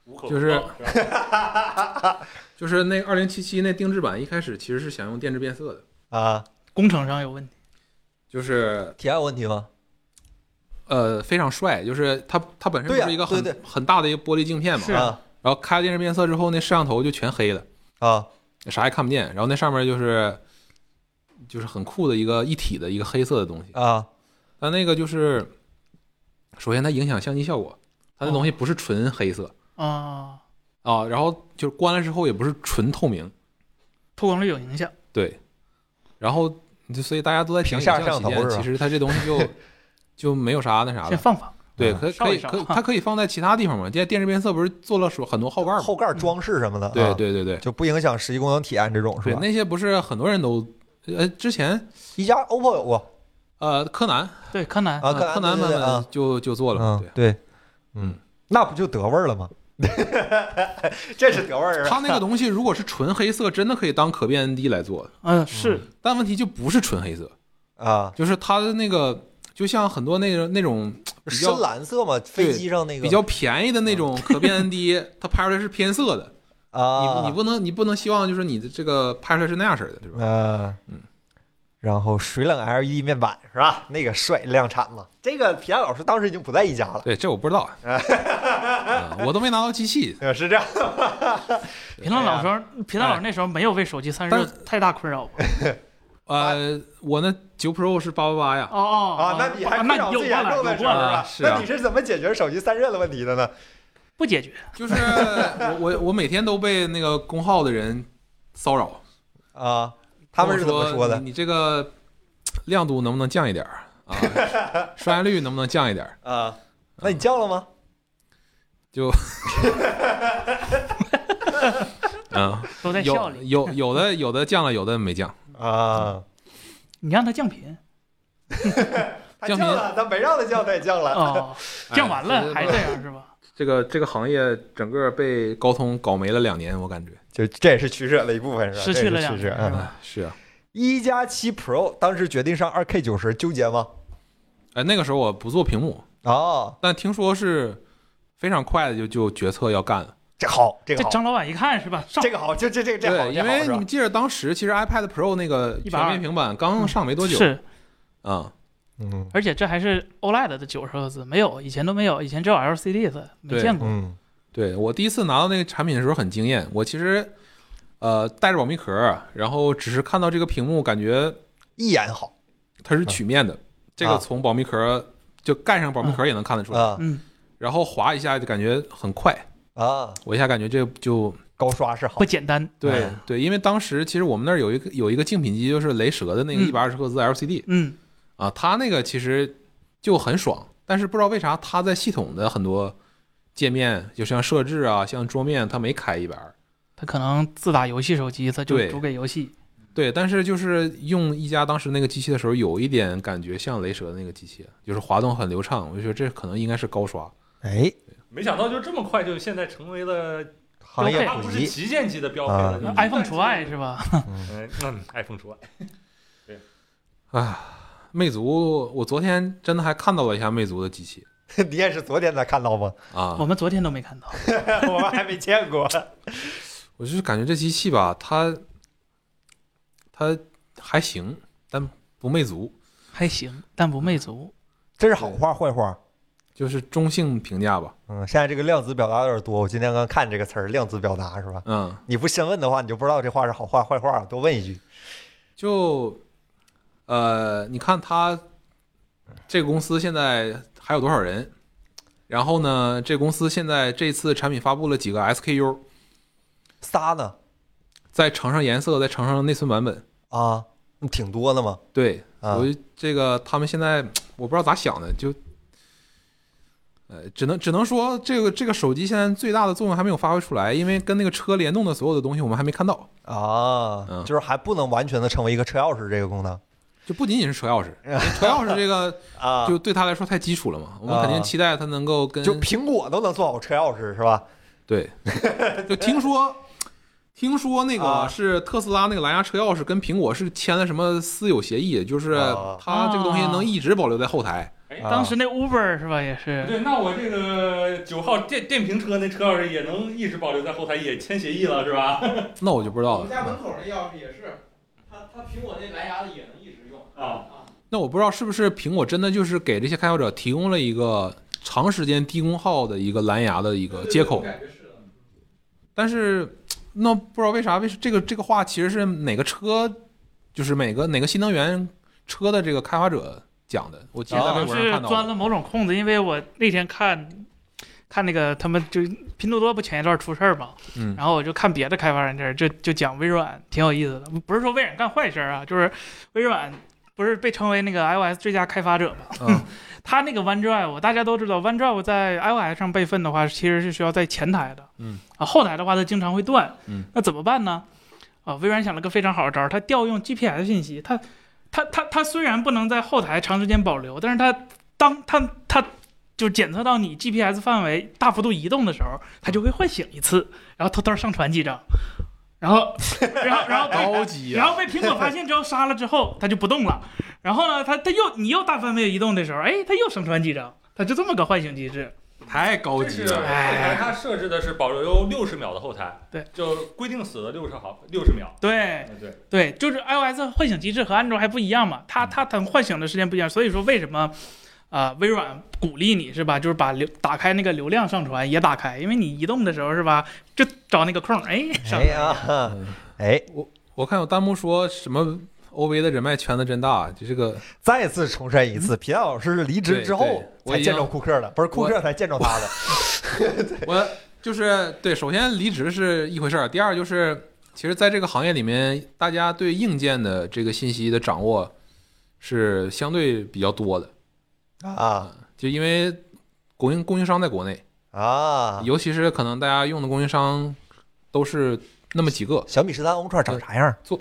S5: 无可
S2: 就是
S5: 厚道吧
S2: 就是那二零七七那定制版一开始其实是想用电致变色的，
S1: 啊，
S3: 工程上有问题。
S2: 就是
S1: 体验有问题吗？
S2: 呃非常帅，就是它它本身
S1: 对呀
S2: 不是一个很、
S1: 对
S2: 很大的一个玻璃镜片嘛，
S3: 是
S1: 啊
S2: 然后开了电致变色之后，那摄像头就全黑了，
S1: 啊
S2: 啥也看不见，然后那上面就是就是很酷的一个一体的一个黑色的东西，
S1: 啊
S2: 但那个就是首先它影响相机效果，它那东西不是纯黑色
S3: 啊，
S2: 啊、然后就是关了之后也不是纯透明，
S3: 透光率有影响。
S2: 对，然后就所以大家都在
S1: 屏
S2: 停
S1: 下摄
S2: 像
S1: 像
S2: 期
S1: 头
S2: 间，
S1: 是吧
S2: 其实它这东 西就就没有啥那啥
S3: 先
S2: 了。
S3: 放放，
S2: 对，
S1: 嗯
S2: 可以
S3: 烧
S2: 可
S3: 一
S2: 以
S3: 烧
S2: 可以，它可以放在其他地方嘛。现在电视变色不是做了说很多后盖吗？
S1: 后盖装饰什么的，
S2: 对
S1: 啊，
S2: 对对对
S1: 就不影响实际功能体验这种是
S2: 对，
S1: 吧？
S2: 那些不是很多人都呃之前
S1: 一加 OPPO 有过
S2: 呃柯南
S3: 对柯
S1: 啊，
S3: 南，
S2: 呃
S1: 柯
S2: 柯南
S1: 对
S2: 版
S1: 对对
S2: 本
S1: 啊，
S2: 就就做了嘛。啊
S1: 嗯对，嗯，那不就得味儿 了吗？这是得味儿
S2: 对，
S1: 啊！
S2: 它 那个东西如果是纯黑色，真的可以当可变 ND 来做，
S3: 嗯，是
S2: 但问题就不是纯黑色，
S1: 啊，
S2: 就是它的那个就像很多那个那种比较
S1: 深蓝色嘛，飞机上那个
S2: 比较便宜的那种可变 ND，它拍出来是偏色的。
S1: 啊，
S2: 你你不能你不能希望就是你的这个拍出来是那样式儿的，对吧？
S1: 呃
S2: 嗯
S1: 然后水冷 LED 面板是吧？那个帅量产嘛，这个皮亚老师当时已经不在一加了，
S2: 对，这我不 知道，啊我都没拿到机器。
S1: 呃是这样
S3: 平浪老
S2: 哎
S3: 师，平浪老师那时候没有为手机散热
S2: 但
S3: 太大 困扰吧？
S2: 呃，我那九 Pro 是八八八呀，
S3: 哦哦
S1: 啊。那你还
S3: 啊
S1: 困
S3: 那
S1: 扰
S3: 你又
S1: 最
S3: 过
S1: 严
S3: 来
S1: 重
S3: 又
S1: 的
S3: 过
S1: 事
S3: 来
S1: 儿
S2: 了
S1: 吧？
S2: 是啊
S1: 那你是怎么解决手机散热的问题的呢？
S3: 不解决，
S2: 就是我我每天都被那个工号的人骚扰，
S1: 啊，他们是怎
S2: 跟我
S1: 么
S2: 说
S1: 说的
S2: 你？你这个亮度能不能降一点儿啊？ 刷新率能不能降一点儿？
S1: 啊，那你叫了吗？
S2: 嗯，
S3: 都在
S2: 有
S3: 笑里。
S2: 有有的有的降了，有的没降。
S1: 啊，
S3: 你让他 降频
S1: 他
S2: 降
S1: 降
S2: 频
S1: 了，他没让他降，他也降了。
S3: 哦，降完
S2: 哎
S3: 了还这样是吧？
S2: 这个这个行业整个被高通搞没了两年，我感觉
S1: 就这也是取舍的一部分，是吧？
S3: 失去了
S1: 这也
S3: 两
S1: 是取舍。
S3: 个
S1: 嗯，
S2: 哎，是啊，
S1: 一加七 Pro 当时决定上二 K 九十，纠结吗？
S2: 哎，那个时候我不做屏幕，
S1: 哦，
S2: 但听说是非常快的就就决策要干了。
S1: 这好，这
S3: 这
S1: 个好，
S3: 张老板一看是吧？上
S1: 这个好，就这这这好，
S2: 对，
S1: 这
S2: 因
S1: 好
S2: 为
S1: 是
S2: 你
S1: 吧
S2: 们？记着当时其实 iPad Pro 那个全面平板刚上没多久，
S3: 是，
S2: 啊，
S1: 嗯
S3: 而且这还是 OLED 的九十赫兹，没有，以前都没有，以前只有 LCD 的，没
S2: 对
S3: 见过。
S1: 嗯
S2: 对我第一次拿到那个产品的时候很惊艳，我其实呃带着保密壳，然后只是看到这个屏幕，感觉
S1: 一眼好
S2: 它是曲
S3: 嗯
S2: 面的，这个从保密壳就盖上保密壳也能看得出来，
S1: 啊
S3: 啊嗯，
S2: 然后滑一下就感觉很快，
S1: 啊，
S2: 我一下感觉这就
S1: 高刷是好
S3: 不，简单。
S2: 对
S1: 哎
S2: 对，因为当时其实我们那儿有一个有一个竞品机，就是雷蛇的那个
S3: 嗯
S2: 一百二十赫兹 LCD，、
S3: 嗯，
S2: 啊，它那个其实就很爽，但是不知道为啥它在系统的很多界面，就像设置啊，像桌面，它没开一百二。
S3: 他可能自打游戏手机，他就
S2: 对
S3: 主给游戏。
S2: 对，但是就是用一加当时那个机器的时候，有一点感觉像雷蛇的那个机器，就是滑动很流畅，我就觉得这可能应该是高刷。
S1: 哎，
S5: 没想到就这么快就现在成为了，
S1: 行业
S5: 它
S1: 普
S5: 不是
S1: 及，
S5: 旗舰级的标配了
S1: 啊
S5: 就是
S4: 嗯
S3: iPhone 除外是吧？
S5: 嗯嗯，iPhone 除外。
S2: 啊，魅族，我昨天真的还看到了一下魅族的机器
S1: 你也是 昨天才看到吗？
S3: 我
S2: 啊，
S3: 们昨天都没看到。
S1: 我们还没见过。
S2: 我就是感觉这机器吧，它它还行，但不魅族，
S3: 还行，但不魅族。
S1: 这是好话坏话？
S2: 就是中性评价吧。
S1: 嗯，现在这个量子表达有点多。我今天刚看这个词儿，量子表达是吧？
S2: 嗯，
S1: 你不先问的话，你就不知道这话是好话坏话。多问一句，
S2: 就呃，你看他这个公司现在还有多少人？然后呢，这公司现在这次产品发布了几个 SKU，
S1: 仨呢？
S2: 再乘上颜色，再乘上内存版本。
S1: 啊，挺多的嘛。
S2: 对，
S1: 啊
S2: 我就这个他们现在我不知道咋想的，就呃，只能只能说这个这个手机现在最大的作用还没有发挥出来，因为跟那个车联动的所有的东西我们还没看到，
S1: 啊，
S2: 嗯
S1: 就是还不能完全的成为一个车钥匙这个功能
S2: 就不仅仅是 车钥匙，车钥匙这个
S1: 啊，
S2: 就对他来说太基础了嘛，我们肯定
S1: 啊
S2: 期待它能够跟
S1: 就苹果都能做好车钥匙是吧？
S2: 对，就听说，听说那个
S1: 啊
S2: 是特斯拉那个蓝牙车钥匙跟苹果是签了什么私有协议，就是
S1: 啊
S2: 它这个东西能一直保留在后台。
S5: 啊
S3: 当时那 Uber 是吧，也是
S5: 对，那我这个九号电电瓶车那车钥匙也能一直保留在后台，也签协议了是吧？
S2: 那我就不知
S6: 我
S2: 道
S6: 们
S2: 了，
S6: 家门口那钥匙也是，它它苹果那蓝牙的也能一直用。
S5: 啊，
S2: 那我不知道是不是苹果真的就是给这些开发者提供了一个长时间低功耗的一个蓝牙的一个接口
S6: 我，感觉是的。
S2: 但是那不知道为啥，为这个这个话其实是哪个车，就是每个哪个新能源车的这个开发者讲的，我记得在
S1: 啊
S2: 微博上
S3: 哦是
S2: 看到
S3: 钻
S2: 的。
S3: 了某种空子，因为我那天看。看那个，他们就拼多多不前一段出事儿嘛，
S2: 嗯
S3: 然后我就看别的开发人这儿，就就讲微软，挺有意思的。不是说微软干坏事儿啊，就是微软不是被称为那个 iOS 最佳开发者嘛？
S2: 嗯，
S3: 它那个 OneDrive 大家都知道，OneDrive 在 iOS 上备份的话，其实是需要在前台的，
S2: 嗯
S3: 啊，后台的话它经常会断，
S2: 嗯，
S3: 那怎么办呢？啊，微软想了个非常好的招儿，它调用 GPS 信息，它它它它虽然不能在后台长时间保留，但是它当它它就检测到你 GPS 范围大幅度移动的时候，它就会唤醒一次，然后偷偷上传几张，然后然后然后被
S2: 高级
S3: 然后被苹果发现之后杀了之后，它就不动了。然后呢，它它又你又大范围移动的时候，哎，它又生传几张，它就这么个唤醒机制。
S2: 太高
S5: 这
S2: 级
S5: 是
S2: 了
S5: 后。台它设置的是保留六十秒的后台，
S3: 哎对，
S5: 就规定死了六十毫六十秒。
S3: 对
S5: 嗯对，
S3: 对，就是 iOS 唤醒机制和安卓还不一样嘛，它它它唤醒的时间不一样，所以说为什么？啊，微软鼓励你是吧？就是把流打开那个流量上传也打开，因为你移动的时候是吧，就找那个空儿，哎，上
S1: 哎
S3: 传
S1: 呀，
S2: 嗯
S1: 哎，
S2: 我看有弹幕说什么 OV 的人脉圈子真大，就这个
S1: 再次重申一次，皮蛋老师离职之
S2: 嗯对
S1: 后
S2: 对我
S1: 才
S2: 已
S1: 见
S2: 经
S1: 着库克的，不是库克才见着他的。
S2: 我就是对，首先离职是一回事儿，第二就是其实在这个行业里面，大家对硬件的这个信息的掌握是相对比较多的，
S1: 啊
S2: 就因为供应供应商在国内，
S1: 啊！
S2: 尤其是可能大家用的供应商都是那么几个。
S1: 小米十三 Ultra 长啥样？
S2: 做，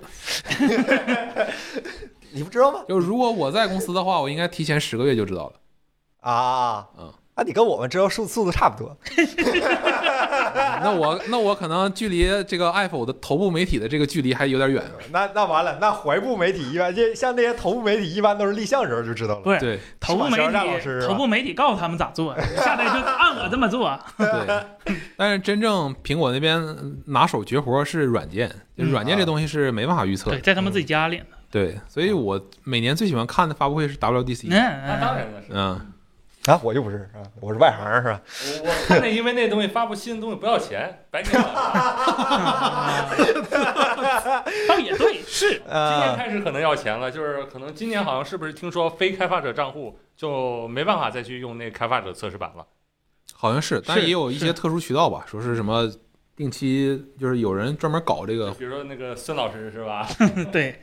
S1: 你不知道吗？
S2: 就如果我在公司的话，我应该提前十个月就知道了。
S1: 啊
S2: 嗯，
S1: 啊，你跟我们知道速速度差不多。
S2: 那我那我可能距离这个 Apple 的头部媒体的这个距离还有点远。
S1: 那那完了，那怀部媒体一般，这像那些头部媒体一般都是立项人就知道了。
S3: 不是
S2: 对
S3: 头部媒
S1: 是马小亮老师是
S3: 体，
S1: 吧
S3: 头部媒体告诉他们咋做，下来就按我这么做。啊
S2: 对，但是真正苹果那边呃拿手绝活是软件，就是软件这东西是没办法预测的
S3: 对，。在他们自己家里呢。
S2: 对，所以我每年最喜欢看的发布会是
S3: 嗯
S2: WDC。
S5: 那
S3: 那
S5: 当然了，是
S2: 嗯，
S1: 啊，我就不是啊，我是外行是吧？
S5: 我我看见因为那东西发布新的东西不要钱，白给 了。
S3: 倒也对，是
S5: 今年
S1: 呃，
S5: 开始可能要钱了，就是可能今年好像是不是听说非开发者账户就没办法再去用那开发者测试版了？
S2: 好像是，但也有一些特殊渠道吧，说是什么定期就是有人专门搞这个。
S5: 比如说那个孙老师是 吧？
S3: 对，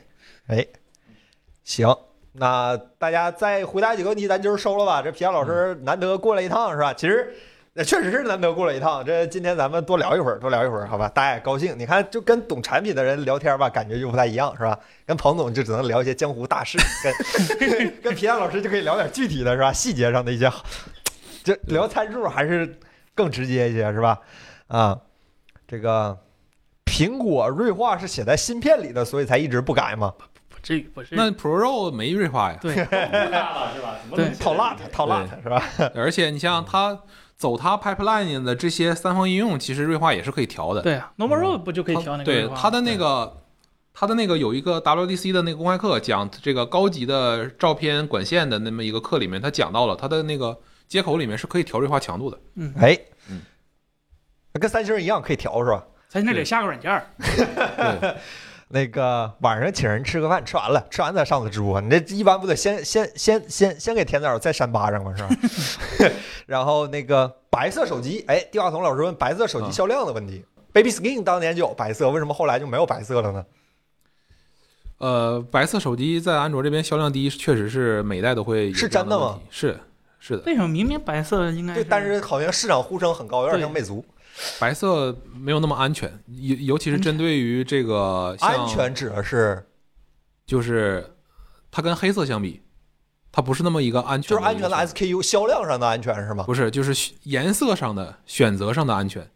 S1: 行，那大家再回答几个问题，咱就是收了吧。这皮亚老师难得过来一趟是吧？其实。呃确实是难得过来一趟，这今天咱们多聊一会儿，多聊一会儿，好吧？大家也高兴。你看，就跟懂产品的人聊天吧，感觉就不太一样，是吧？跟彭总就只能聊一些江湖大事，跟跟皮亚老师就可以聊点具体的，是吧？细节上的一些，就聊参数还是更直接一些，是吧？啊，这个苹果锐化是写在芯片里的，所以才一直不改嘛。
S3: 不至于，不至于。
S2: 那 Pro 没锐化 呀，
S3: 对，
S5: 不大了是吧？怎么能
S3: 对
S5: 写
S1: 套辣它，套辣它是吧？
S2: 而且你像它走它 pipeline 的这些三方应用，其实锐化也是可以调的。
S3: 对啊，Normal Road 不就可以调那个
S2: 对
S3: 吗
S2: 它的那个，它的那个有一个 WDC 的那个公开课，讲这个高级的照片管线的那么一个课里面，它讲到了它的那个接口里面是可以调锐化强度的。
S3: 嗯，
S1: 哎
S2: 嗯，
S1: 跟三星一样可以调是吧？
S3: 咱这得下个软件儿，
S2: 对，
S1: 那个晚上请人吃个饭，吃完了，吃完再上次直播。你这一般不得先先先先先给甜枣再扇巴掌吗？是吧？ 然后那个白色手机，哎，电话筒老师问白色手机
S2: 嗯
S1: 销量的问题。Baby Skin 当年就有白色，为什么后来就没有白色了呢？
S2: 呃，白色手机在安卓这边销量第一，确实是每一代都会有
S1: 是
S2: 这
S1: 真
S2: 样
S1: 的
S2: 问题？是是的，
S3: 为什么明明白色应该
S1: 对，但是好像市场呼声很高，有点像魅族。
S2: 白色没有那么安全，尤尤其是针对于这个像
S1: 安，全指的是
S2: 就是它跟黑色相比，它不是那么一个安全
S1: 就
S2: 一
S1: 是
S2: 个选，
S1: 安全的 SKU 销量上的安全是吗？
S2: 不是，就是选颜色上的选择上的安全。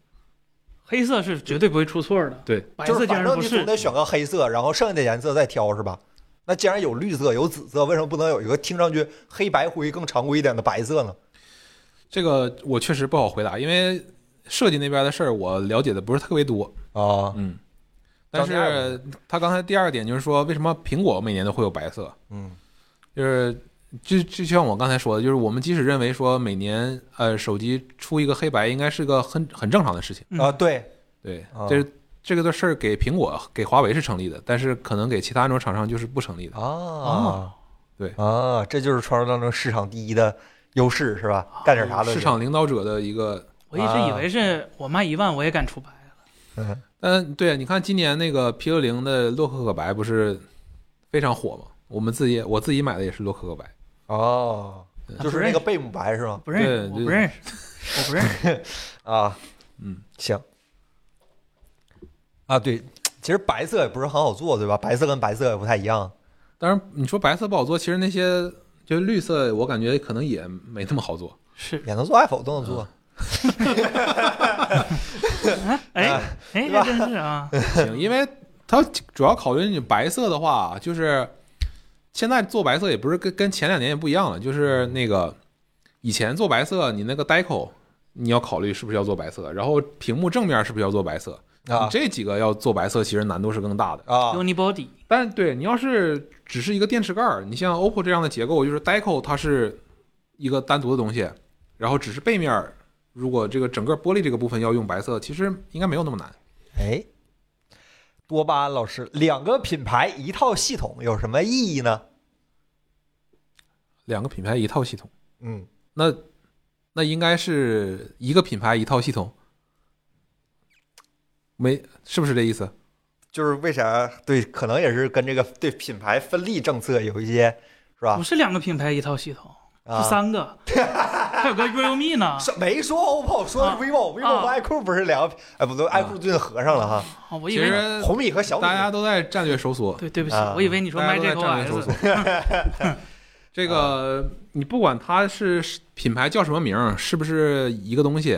S3: 黑色是绝对不会出错的，
S2: 对，
S3: 白
S1: 就是
S3: 色竟
S1: 反
S3: 然
S1: 正
S3: 不
S1: 你总
S3: 是。
S1: 得选个黑色，然后剩下的颜色再挑是吧？那既然有绿色、有紫色，为什么不能有一个听上去黑白灰更常规一点的白色呢？
S2: 这个我确实不好回答，因为设计那边的事儿我了解的不是特别多。
S1: 啊，
S2: 嗯，但
S1: 张嘉尔
S2: 是他刚才第二点就是说，为什么苹果每年都会有白色？
S1: 嗯
S2: 就是就就像我刚才说的，就是我们即使认为说每年呃手机出一个黑白应该是个很很正常的事情，
S3: 嗯
S1: 啊，对，
S2: 对
S1: 啊，
S2: 这是这个的事儿给苹果给华为是成立的，但是可能给其他安卓厂商就是不成立的。
S3: 哦
S1: 啊，
S2: 对
S1: 啊，这就是传说当中市场第一的优势是吧？干点啥都行
S2: 市场领导者的一个，
S3: 我一
S2: 啊
S3: 直以为是我卖一万我也敢出白了，
S2: 嗯，对，你看今年那个 P 六零的洛克可白不是非常火吗？我们自己我自己买的也是洛克可白。
S1: 哦，
S2: 嗯
S1: 就是那个贝母白是吗？
S3: 不认
S2: 对
S3: 识，我
S2: 对
S3: 不认识，我不 认识。
S1: 啊，
S2: 嗯，
S1: 行，啊对，其实白色也不是很好做对吧？白色跟白色也不太一样，
S2: 当然，你说白色不好做，其实那些就是绿色，我感觉可能也没那么好做。
S3: 是，
S1: 也能做 Apple 都能做，
S3: 哎哎，
S1: 对啊吧
S3: 还真是啊，
S2: 行，因为它主要考虑你白色的话，就是现在做白色也不是跟跟前两年也不一样了，就是那个以前做白色，你那个 deco 你要考虑是不是要做白色，然后屏幕正面是不是要做白色，
S1: 啊
S3: 嗯
S2: 你这几个要做白色，其实难度是更大的。
S1: 啊
S3: Unibody
S2: 但对你要是只是一个电池盖儿，你像 OPPO 这样的结构，就是 Deco 它是一个单独的东西，然后只是背面儿，如果这个整个玻璃这个部分要用白色，其实应该没有那么难。
S1: 哎，多巴胺老师，两个品牌一套系统有什么意义呢？
S2: 两个品牌一套系统，
S1: 嗯，
S2: 那那应该是一个品牌一套系统，没是不是这意思？
S1: 就是为啥？对，可能也是跟这个对品牌分立政策有一些，是吧
S3: 不？是两个品牌一套系统，
S1: 啊，
S3: 是 三个，还有个 Realme 呢。
S1: 是没说 OPPO，说
S3: 啊
S1: vivo，vivo 和 iQOO 不是两个，哎，不对
S2: 啊
S1: ，iQOO 最近合上了哈，
S3: 哦，我
S2: 其
S3: 以为
S2: 实
S1: 红米和小米
S2: 大家都在战略收缩，
S3: 对，对不起
S1: 啊，
S3: 我以为你说
S2: 大
S3: 卖
S2: 家都
S3: 这
S2: 在
S3: 口
S2: 战略收
S3: OS
S2: 缩。这个你不管它是品牌叫什么名儿，是不是一个东西，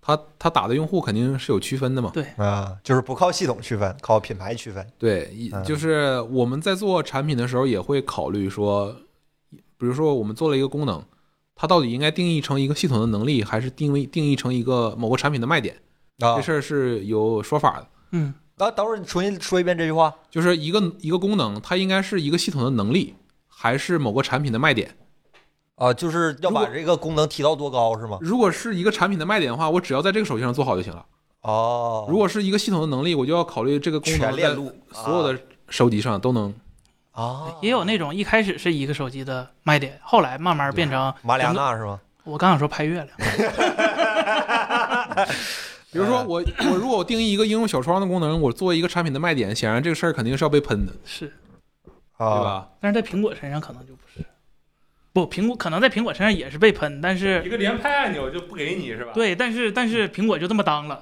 S2: 它它打的用户肯定是有区分的嘛。
S1: 啊，就是不靠系统区分，靠品牌区分。
S2: 对，一
S1: 嗯
S2: 就是我们在做产品的时候也会考虑说，比如说我们做了一个功能，它到底应该定义成一个系统的能力，还是定位定义成一个某个产品的卖点？
S1: 啊
S2: 这，事儿是有说法的。
S3: 嗯，
S1: 那等会儿你重新说一遍这句话。
S2: 就是一个一个功能，它应该是一个系统的能力，还是某个产品的卖点？
S1: 啊，就是要
S2: 如果
S1: 把这个功能提到多高是吗？
S2: 如果是一个产品的卖点的话，我只要在这个手机上做好就行了。
S1: 哦，
S2: 如果是一个系统的能力，我就要考虑这个功
S1: 全
S2: 能
S1: 链
S2: 在
S1: 路
S2: 所有的手机上都能。
S1: 啊，
S3: 也有那种一开始是一个手机的卖点，后来慢慢变成
S1: 马里亚纳是吗？
S3: 我刚想说拍月亮，
S1: 啊
S2: 比如说我 我如果我定义一个应用小窗的功能，我做一个产品的卖点，显然这个事儿肯定是要被喷的，
S3: 是，
S1: 啊，
S2: 对？吧？
S3: 但是在苹果身上可能就不是，不，苹果可能在苹果身上也是被喷，但
S5: 一
S3: 是
S5: 个连拍按钮就不给你是吧？，
S3: 对，但是但是苹果就这么当了，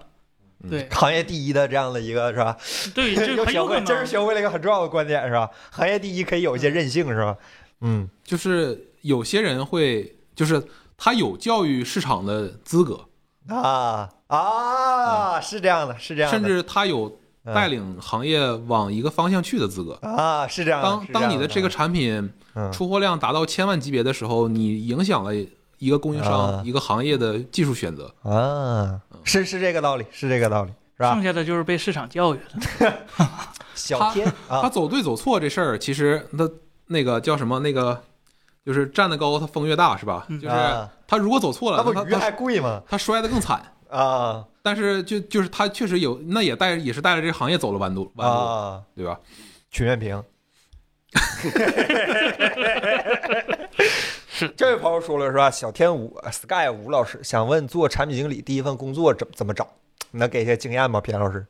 S2: 嗯
S3: 对
S1: 行业第一的这样的一个是 吧？
S3: 对，就
S1: 又
S3: 很
S1: 学
S3: 有可
S1: 会，真是
S3: 能。
S1: 学会了一个很重要的观点是吧？行业第一可以有一些任性是吧？嗯
S2: 就是有些人会，就是他有教育市场的资格，
S1: 啊啊，是这样的，是这样的，
S2: 嗯甚至他有
S1: 嗯
S2: 带领行业往一个方向去的资格。
S1: 啊，是这样的。
S2: 当
S1: 是
S2: 当你
S1: 的
S2: 的这个产品
S1: 嗯
S2: 出货量达到千万级别的时候，你影响了一个供应
S1: 啊
S2: 商、一个行业的技术选择。
S1: 啊，
S2: 嗯
S1: 是是这个道理，是这个道理，是吧
S3: 剩？下的就是被市场教育了，
S1: 小天
S2: 他
S1: 啊，
S2: 走对走错这事儿，其实那那个叫什么？那个就是站得高，他风越大，是吧？
S3: 嗯
S2: 就是
S1: 啊
S2: 他如果走错了，
S1: 那不
S2: 他
S1: 鱼
S2: 他
S1: 还贵吗？
S2: 他摔得更惨。
S1: 啊
S2: 但是就就是他确实有，那也带也是带着这个行业走了弯路，弯路，
S1: 啊。
S2: 对吧？
S1: 曲面屏。
S3: 是
S1: 这位朋友说了是吧？小天吴 Sky 吴老师想问，做产品经理第一份工作怎怎么找？能给一些经验吗？皮老师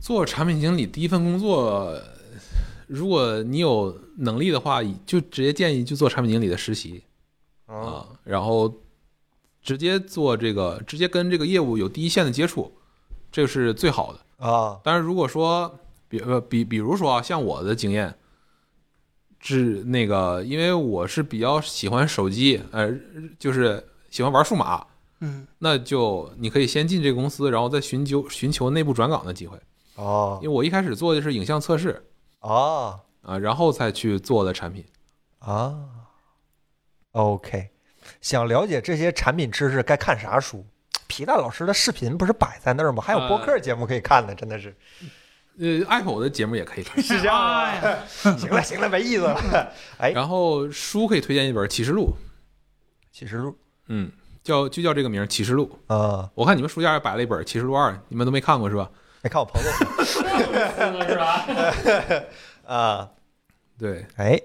S2: 做产品经理第一份工作，如果你有能力的话，就直接建议去做产品经理的实习
S1: 哦
S2: 啊，然后直接做这个，直接跟这个业务有第一线的接触，这是最好的。
S1: 啊
S2: 但是如果说比呃比比如说啊，像我的经验，是那个因为我是比较喜欢手机，呃，就是喜欢玩数码，
S3: 嗯，
S2: 那就你可以先进这个公司，然后再寻求寻求内部转岗的机会。
S1: 哦
S2: 因为我一开始做的是影像测试
S1: 啊
S2: 啊，然后再去做的产品。
S1: 啊！OK，想了解这些产品知识该看啥书？皮蛋老师的视频不是摆在那儿吗？还有播客节目可以看呢，真的是。
S2: 呃，Apple 的节目也可以看。
S1: 是这样的
S3: 哎呀，
S1: 行了行了，没意思了。哎
S2: 然后书可以推荐一本《启示录》，
S1: 启示录
S2: 嗯，叫就叫这个名儿《启示录》。
S1: 啊，
S2: 我看你们书架上摆了一本《启示录二》，你们都没看过是吧？
S1: 没看我朋友
S5: 是吧？
S1: 啊，
S2: 对，
S1: 哎。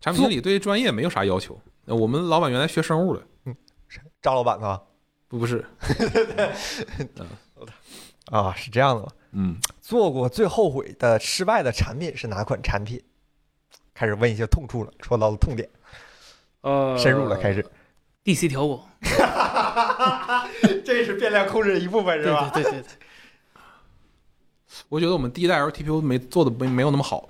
S2: 产品经理对专业没有啥要求。呃我们老板原来学生物的，
S1: 张老板吗？
S2: 不不是，
S1: 啊，是这样的吗？
S2: 嗯，
S1: 做过最后悔的失败的产品是哪款产品？开始问一些痛处了，说到了痛点，
S2: 呃
S1: 深入了，开始。
S3: DC 调舞，
S1: 这是变量控制的一部分
S3: 对对？对 对对，
S2: 我觉得我们第一代 LTPU 没做的没没有那么好，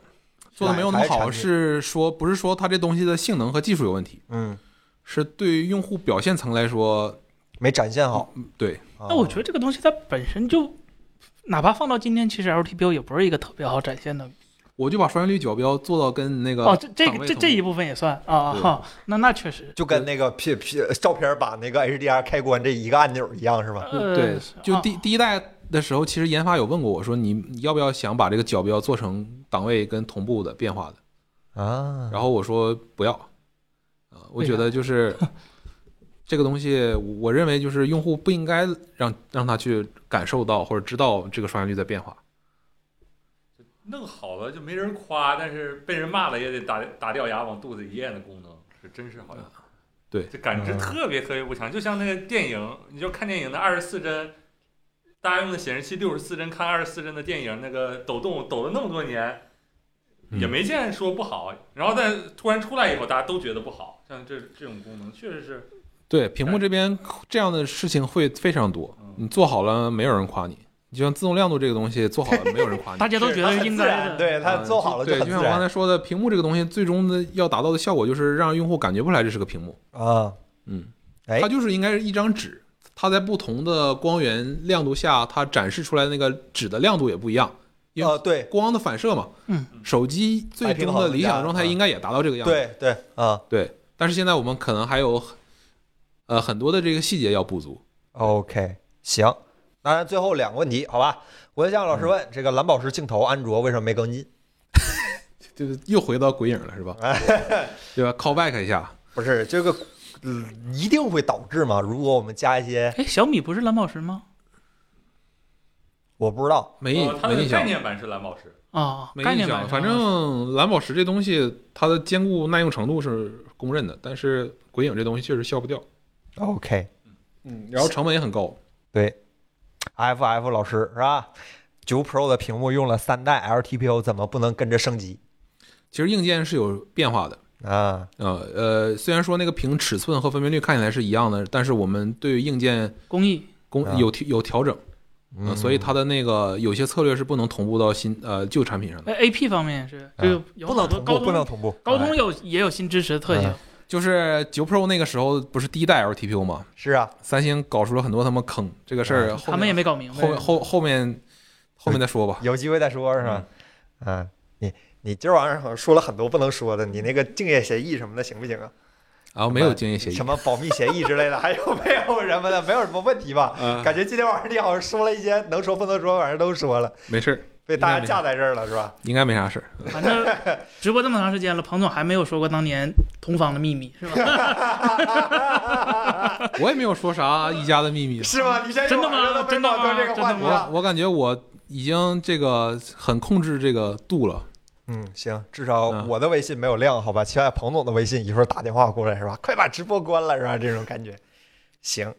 S2: 做的没有那么
S1: 哪一台
S2: 好
S1: 产品
S2: 是说不是说它这东西的性能和技术有问题，
S1: 嗯，
S2: 是对于用户表现层来说，
S1: 没展现好。
S2: 对，
S1: 那
S3: 嗯那我觉得这个东西它本身就，哪怕放到今天，其实 LTPO 也不是一个特别好展现的。
S2: 我就把刷新率角标做到跟那个
S3: 哦，这这
S2: 呃岗
S3: 个
S2: 位
S3: 这
S2: 同
S3: 这一部分也算啊
S2: 对
S3: 哈，那那确实，
S1: 啊就跟那
S3: 呃
S1: 个 P P 照片把那个 HDR 开关这一个按钮一样，是吧？
S3: 呃，
S2: 对，就第
S3: 啊
S2: 第一代的时候，其实研发有问过我说，你你要不要想把这个角标做成档位跟同步的变化的？
S3: 呃
S1: 啊，
S2: 然后我说不要，啊，我
S3: 为
S2: 觉
S3: 啥
S2: 得就是这个东西，我我认为就是用户不应该让让他去感受到或者知道这个刷新率在变化。
S5: 弄好了就没人夸，但是被人骂了也得打打掉牙往肚子一咽的功能，是真是好像。
S2: 对
S5: 这感知特别特别不强，就像那个电影，你就看电影的二十四帧，大家用的显示器六十四帧看二十四帧的电影，那个抖动抖了那么多年，
S2: 嗯
S5: 也没见说不好，然后但突然出来以后，大家都觉得不好，像这这种功能确实是，
S2: 对，屏幕这边这样的事情会非常多
S5: 嗯，
S2: 你做好了没有人夸你，就像自动亮度这个东西做好了，没有人夸你
S3: 大。家都觉得是应
S1: 自
S3: 该
S1: 然
S3: 的。嗯
S1: 对他
S2: 啊
S1: 做好了很
S2: 对，就
S1: 自
S2: 像我刚
S1: 然
S2: 才说的，屏幕这个东西最终的要达到的效果就是让用户感觉不出来这是个屏幕。
S1: 啊。
S2: 嗯，
S1: 哎
S2: 它就是应该是一张纸，它在不同的光源亮度下，它展示出来那个纸的亮度也不一样，因为
S1: 啊，对
S2: 光的反射嘛。
S3: 嗯，
S2: 手机最终的理想状态应该也达到这个样子。
S1: 对对啊
S2: 对，但是现在我们可能还有呃很多的这个细节要补足。
S1: ，OK，行。当然，最后两个问题，好吧？我向老师问，这个蓝宝石镜头安卓为什么没更新？
S2: 就是又回到鬼影了，是吧？ 对吧？call back 一下，
S1: 不是这个，嗯一定会导致吗？如果我们加一些，
S3: 哎，小米不是蓝宝石吗？
S1: 我不知道，
S2: 没印
S5: 呃它
S2: 没
S5: 的
S2: 印
S5: 概
S2: 象，
S5: 念版是蓝宝石，
S3: 啊，
S2: 没
S3: 哦概
S2: 印
S3: 念版
S2: 象。
S3: 是
S2: 反
S3: 蓝宝
S2: 正蓝宝石这东西，它的坚固耐用程度是公认的，但是鬼影这东西确实消不掉，
S1: OK，
S2: 嗯，然后成本也很高。
S1: 对，FF 老师是吧？九 Pro 的屏幕用了三代 LTPO，怎么不能跟着升级
S2: 其实硬件是有变化的。
S1: 啊？
S2: 呃呃，虽然说那个屏尺寸和分辨率看起来是一样的，但是我们对于硬件
S3: 石工艺
S2: 工
S1: 啊
S2: 有调有调整，呃
S1: 嗯，
S2: 所以它的那个有些策略是不能同步到新呃旧产品上的。
S3: 哎，AP 方面也是，就有
S1: 不
S3: 好
S1: 能
S3: 多
S1: 同
S3: 高
S1: 步，不能同
S3: 通
S1: 步。
S3: 高
S1: 哎
S3: 通有也有新支持的特性
S1: 嗯，
S2: 就是九 Pro 那个时候不是第一代 LTPO 吗？
S1: 是啊，
S2: 三星搞出了很多他妈坑，这个事儿后面
S3: 他们也没搞明白。
S2: 后面后后面后面再说 吧。
S1: 有机会再说是吧？嗯，你你今儿晚上好像说了很多不能说的，你那个竞业协议什么的行不行啊？
S2: 啊，没有竞业协议
S1: 什，么保密协议之类 的，还有没有什么的，没有什么问题吧？
S2: 啊，
S1: 感觉今天晚上你好像说了一些能说不能说，反正都说了，
S2: 没事儿，
S1: 被大家架在这儿了是吧？
S2: 应该没啥 事儿。
S3: 反正直播这么长时间了，彭总还没有说过当年同房的秘密，是吧？
S2: 我也没有说啥一家的秘 密，
S1: 是啊吗？你现在
S3: 真的吗
S1: 晚上都被
S3: 真的
S1: 闹
S3: 吗
S1: 成这个话
S3: 真
S1: 题
S3: 的吗
S1: 了
S2: 我。我感觉我已经这个很控制这个度了。
S1: 嗯，行，至少
S2: 嗯
S1: 我的微信没有亮，好吧？期待彭总的微信一会儿打电话过来是吧？快把直播关了是吧？这种感觉。行，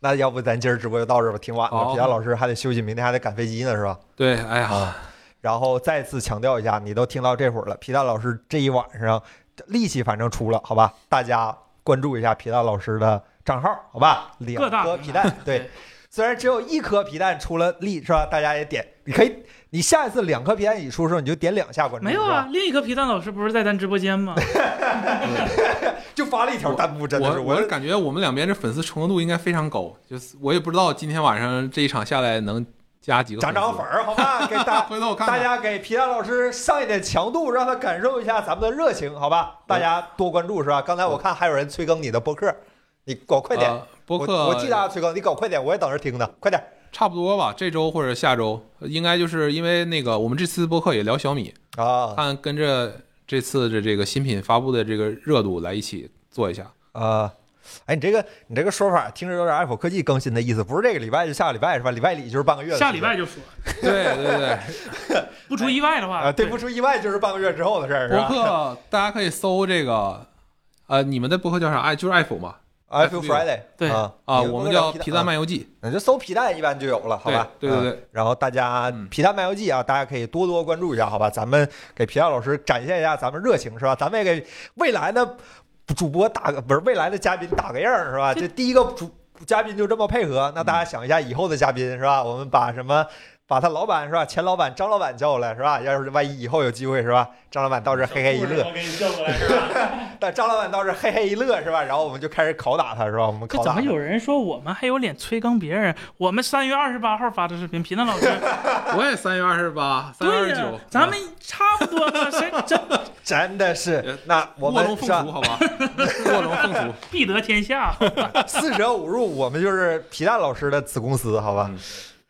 S1: 那要不咱今儿直播就到这儿吧，挺晚了，
S2: 好
S1: 皮亚老师还得休息，明天还得赶飞机呢是吧？
S2: 对，哎呀，
S1: 啊。然后再次强调一下，你都听到这会儿了，皮蛋老师这一晚上力气反正出了，好吧？大家关注一下皮蛋老师的账号，好吧？两
S3: 各大
S1: 颗皮
S3: 平台
S1: 蛋，对
S3: 对。
S1: 虽然只有一颗皮蛋出了力是吧？大家也点，你可以，你下一次两颗皮蛋一出的时候，你就点两下关注，
S3: 没有
S1: 是
S3: 啊
S1: 吧，，
S3: 另一颗皮蛋老师不是在咱直播间吗？
S1: 就发了一条弹幕，真的是
S2: 我我是感觉我们两边这粉丝重合度应该非常高，就是我也不知道今天晚上这一场下来能加几个
S1: 涨涨
S2: 丝
S1: 粉。儿，好吧？给大
S2: 回头我看
S1: 大
S2: 看，
S1: 家给皮蛋老师上一点强度，让他感受一下咱们的热情，好吧？大家多关注是吧？刚才我看还有人催更你的播客，你搞快
S3: 啊
S1: 点，
S2: 呃播
S1: 我
S2: 客
S1: 我替大家催更，你搞快点，我也等着听呢，快点
S2: 差不多吧，这周或者下周，应该就是因为那个我们这次播客也聊小米，
S1: 啊
S2: 看跟着这次的这个新品发布的这个热度来一起 做一下。
S1: 啊！哎，你这个你这个说法听着有点 Apple 科技更新的意思，不是这个礼拜就下个礼拜是吧？礼拜里就是半个月的时间，
S3: 下礼拜就说，
S2: 对对对，
S3: 不出意外的
S1: 啊，
S3: 话，
S1: 对，不出意外就是半个月之后的事 儿，是啊
S2: 播
S1: 吧
S2: 客大家可以搜这个，呃，你们的播客叫啥？哎，就是爱否嘛。
S1: i feel
S2: FB
S1: Friday，
S3: 对
S1: 啊，
S2: 啊，
S1: 你
S2: 我们叫皮
S1: 皮
S2: 蛋
S1: 蛋，
S2: 漫游记。
S1: 你就搜皮蛋一般就有了，好
S2: 对
S1: 吧？
S2: 对对
S1: 嗯
S2: 对。
S1: 然后大家
S2: 嗯
S1: 皮蛋漫游记啊，大家可以多多关注一下，好吧？咱们给皮蛋老师展现一下咱们热情，是吧？咱们也给未来的主播打个不是未来的嘉宾打个样儿，是吧？
S3: 这
S1: 这第一个主嘉宾就这么配合，那大
S2: 嗯
S1: 家想一下以后的嘉宾，是吧？我们把什么？把他老板是吧，前老板张老板叫过来是吧？要是万一以后有机会是吧，张老板到这儿嘿嘿一乐，
S5: 我给你叫过来是吧？
S1: 但张老板到这儿嘿嘿一乐是吧？然后我们就开始拷打他是吧？我们
S3: 这
S1: 拷
S3: 怎
S1: 打
S3: 么
S1: 他
S3: 有人说我们还有脸催更别人？我们三月二十八号发的视频，皮蛋 老师，
S2: 我也三月二十八、三月二
S3: 对
S2: 十
S3: 呀、
S2: 九，
S3: 咱们差不多了， 谁这
S1: 真的是
S2: 呃，
S1: 那我
S2: 卧
S1: 们
S2: 龙
S1: 是
S2: 凤
S1: 吧
S2: 雏，好吧？卧龙凤雏，
S3: 必得天下。
S1: 四舍五入，我们就是皮蛋老师的子公司，好吧？
S2: 嗯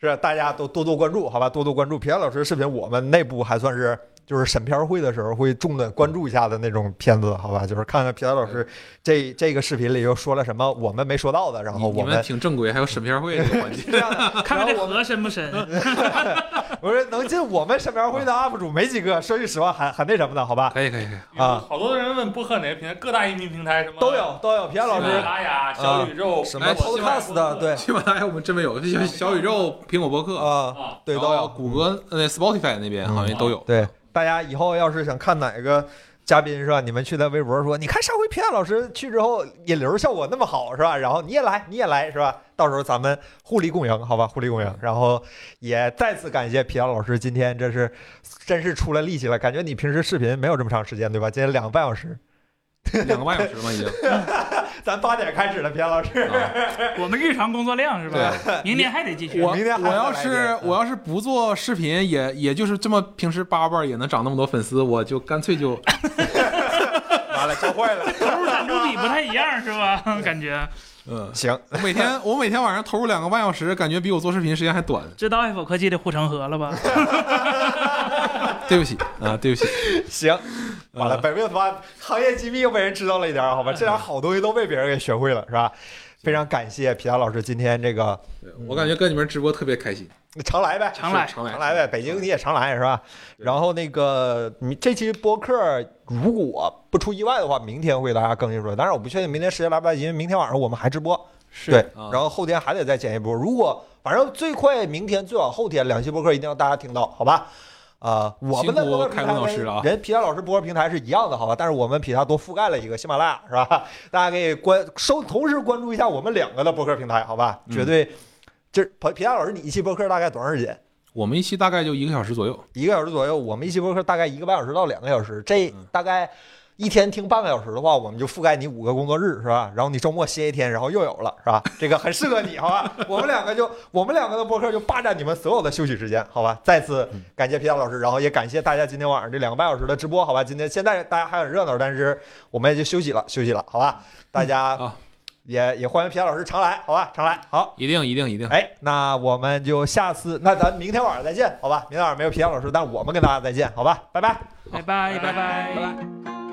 S1: 是大家都多多关注，好吧？多多关注皮蛋老师的视频，我们内部还算是就是审片会的时候会重点关注一下的那种片子，好吧？就是看看皮蛋老师这这个视频里又说了什么我们没说到的，然后
S2: 你
S1: 我
S2: 你们挺正规，还有审片会这个 环节。
S1: 这样的，
S3: 看看
S1: 然
S3: 这
S1: 后我们
S3: 河深不深？
S1: 我说能进我们审片会的 UP 主没几个，说句实话，很很那什么的，好吧？
S2: 可以可以可以，
S1: 啊
S5: 好多人问播客哪个平台，各大音频平台什么
S1: 都，有都有，皮蛋老
S5: 喜马
S1: 师
S5: 拉雅、小宇宙、
S1: 什么
S2: 哎
S5: 喜马拉雅
S1: Podcast 的，对
S2: 喜马拉雅我们真没有，小小宇宙、苹果播客，
S1: 啊，
S5: 啊，
S1: 对
S2: 然
S1: 都
S2: 后
S1: 有。
S2: 嗯
S1: 哦
S2: 谷歌、呃 Spotify 那边好像都有。
S1: 对，大家以后要是想看哪个嘉宾是吧？你们去他微博说，你看上回平安老师去之后引流效果那么好是吧？然后你也来，你也来是吧？到时候咱们互利共赢，好吧？互利共赢。然后也再次感谢平安老师，今天这是真是出了力气了，感觉你平时视频没有这么长时间对吧？今天两个半小时，
S2: 两个半小时了嘛已 经。
S1: 咱八点开始了，平安老师。
S2: 啊
S3: 我们日常工作量是吧？明年还得继续。
S2: 我
S1: 明天还
S2: 我要
S1: 再来一
S2: 是
S1: 遍
S2: 我要是不做视频，也也就是这么平时叭叭也能涨那么多粉丝，我就干脆 就
S1: 完了，教坏了。
S3: 投入产出比不太一样是吧？感觉
S2: 嗯，
S1: 行，
S2: 我每天我每天晚上投入两个半小时，感觉比我做视频时间还短。
S3: 知道爱否科技的护城河了吧？
S2: 对不起啊，对不 起，
S1: 行， 完了，
S2: 呃
S1: 本命他妈行业机密又被人知道了一点儿，好吧？这点好东西都被别人给学会了，是吧？非常感谢皮达老师今天这个
S2: 我感觉跟你们直播特别开心。
S1: 常来呗，
S3: 常来
S2: 是常来
S1: 常来呗，北京你也常来是吧？
S2: 对
S1: 然后那个你这期播客如果不出意外的话，明天会给大家更新出来，当然我不确定明天时间来不来，因为明天晚上我们还直播，
S3: 是
S1: 对，
S2: 啊
S1: 然后后天还得再剪一波。如果反正最快明天，最晚后天两期播客一定让大家听到，好吧？啊、我们的
S2: 辛苦
S1: 播客平
S2: 凯
S1: 台
S2: 文老师了啊
S1: 跟人皮塔老师播客平台是一样的，好吧？但是我们比他多覆盖了一个喜马拉雅，是吧？ 大家可以关收，同时关注一下我们两个的播客平台，好吧？
S2: 嗯
S1: 绝对，这皮皮塔老师，你一期播客大概多长时间？
S2: 我们一期大概就一个小时左右，
S1: 一个小时左右，我们一期播客大概一个半小时到两个小时，这
S2: 嗯
S1: 大概一天听半个小时的话，我们就覆盖你五个工作日，是吧？然后你周末歇一天，然后又有了，是吧？这个很适合你，好吧？我们两个就我们两个的播客就霸占你们所有的休息时间，好吧？再次
S2: 嗯
S1: 感谢皮亚老师，然后也感谢大家今天晚上这两个半小时的直播，好吧？今天现在大家还很热闹，但是我们也就休息了，休息了，好吧？大家
S2: 啊
S1: 也也欢迎皮亚老师常来，好吧？常来，好。
S2: 一定一定一定。
S1: 哎，那我们就下次，那咱明天晚上再见，好吧？明天晚上没有皮匠老师，但我们跟大家再见，好吧？拜拜。
S3: 拜拜拜拜。
S1: 拜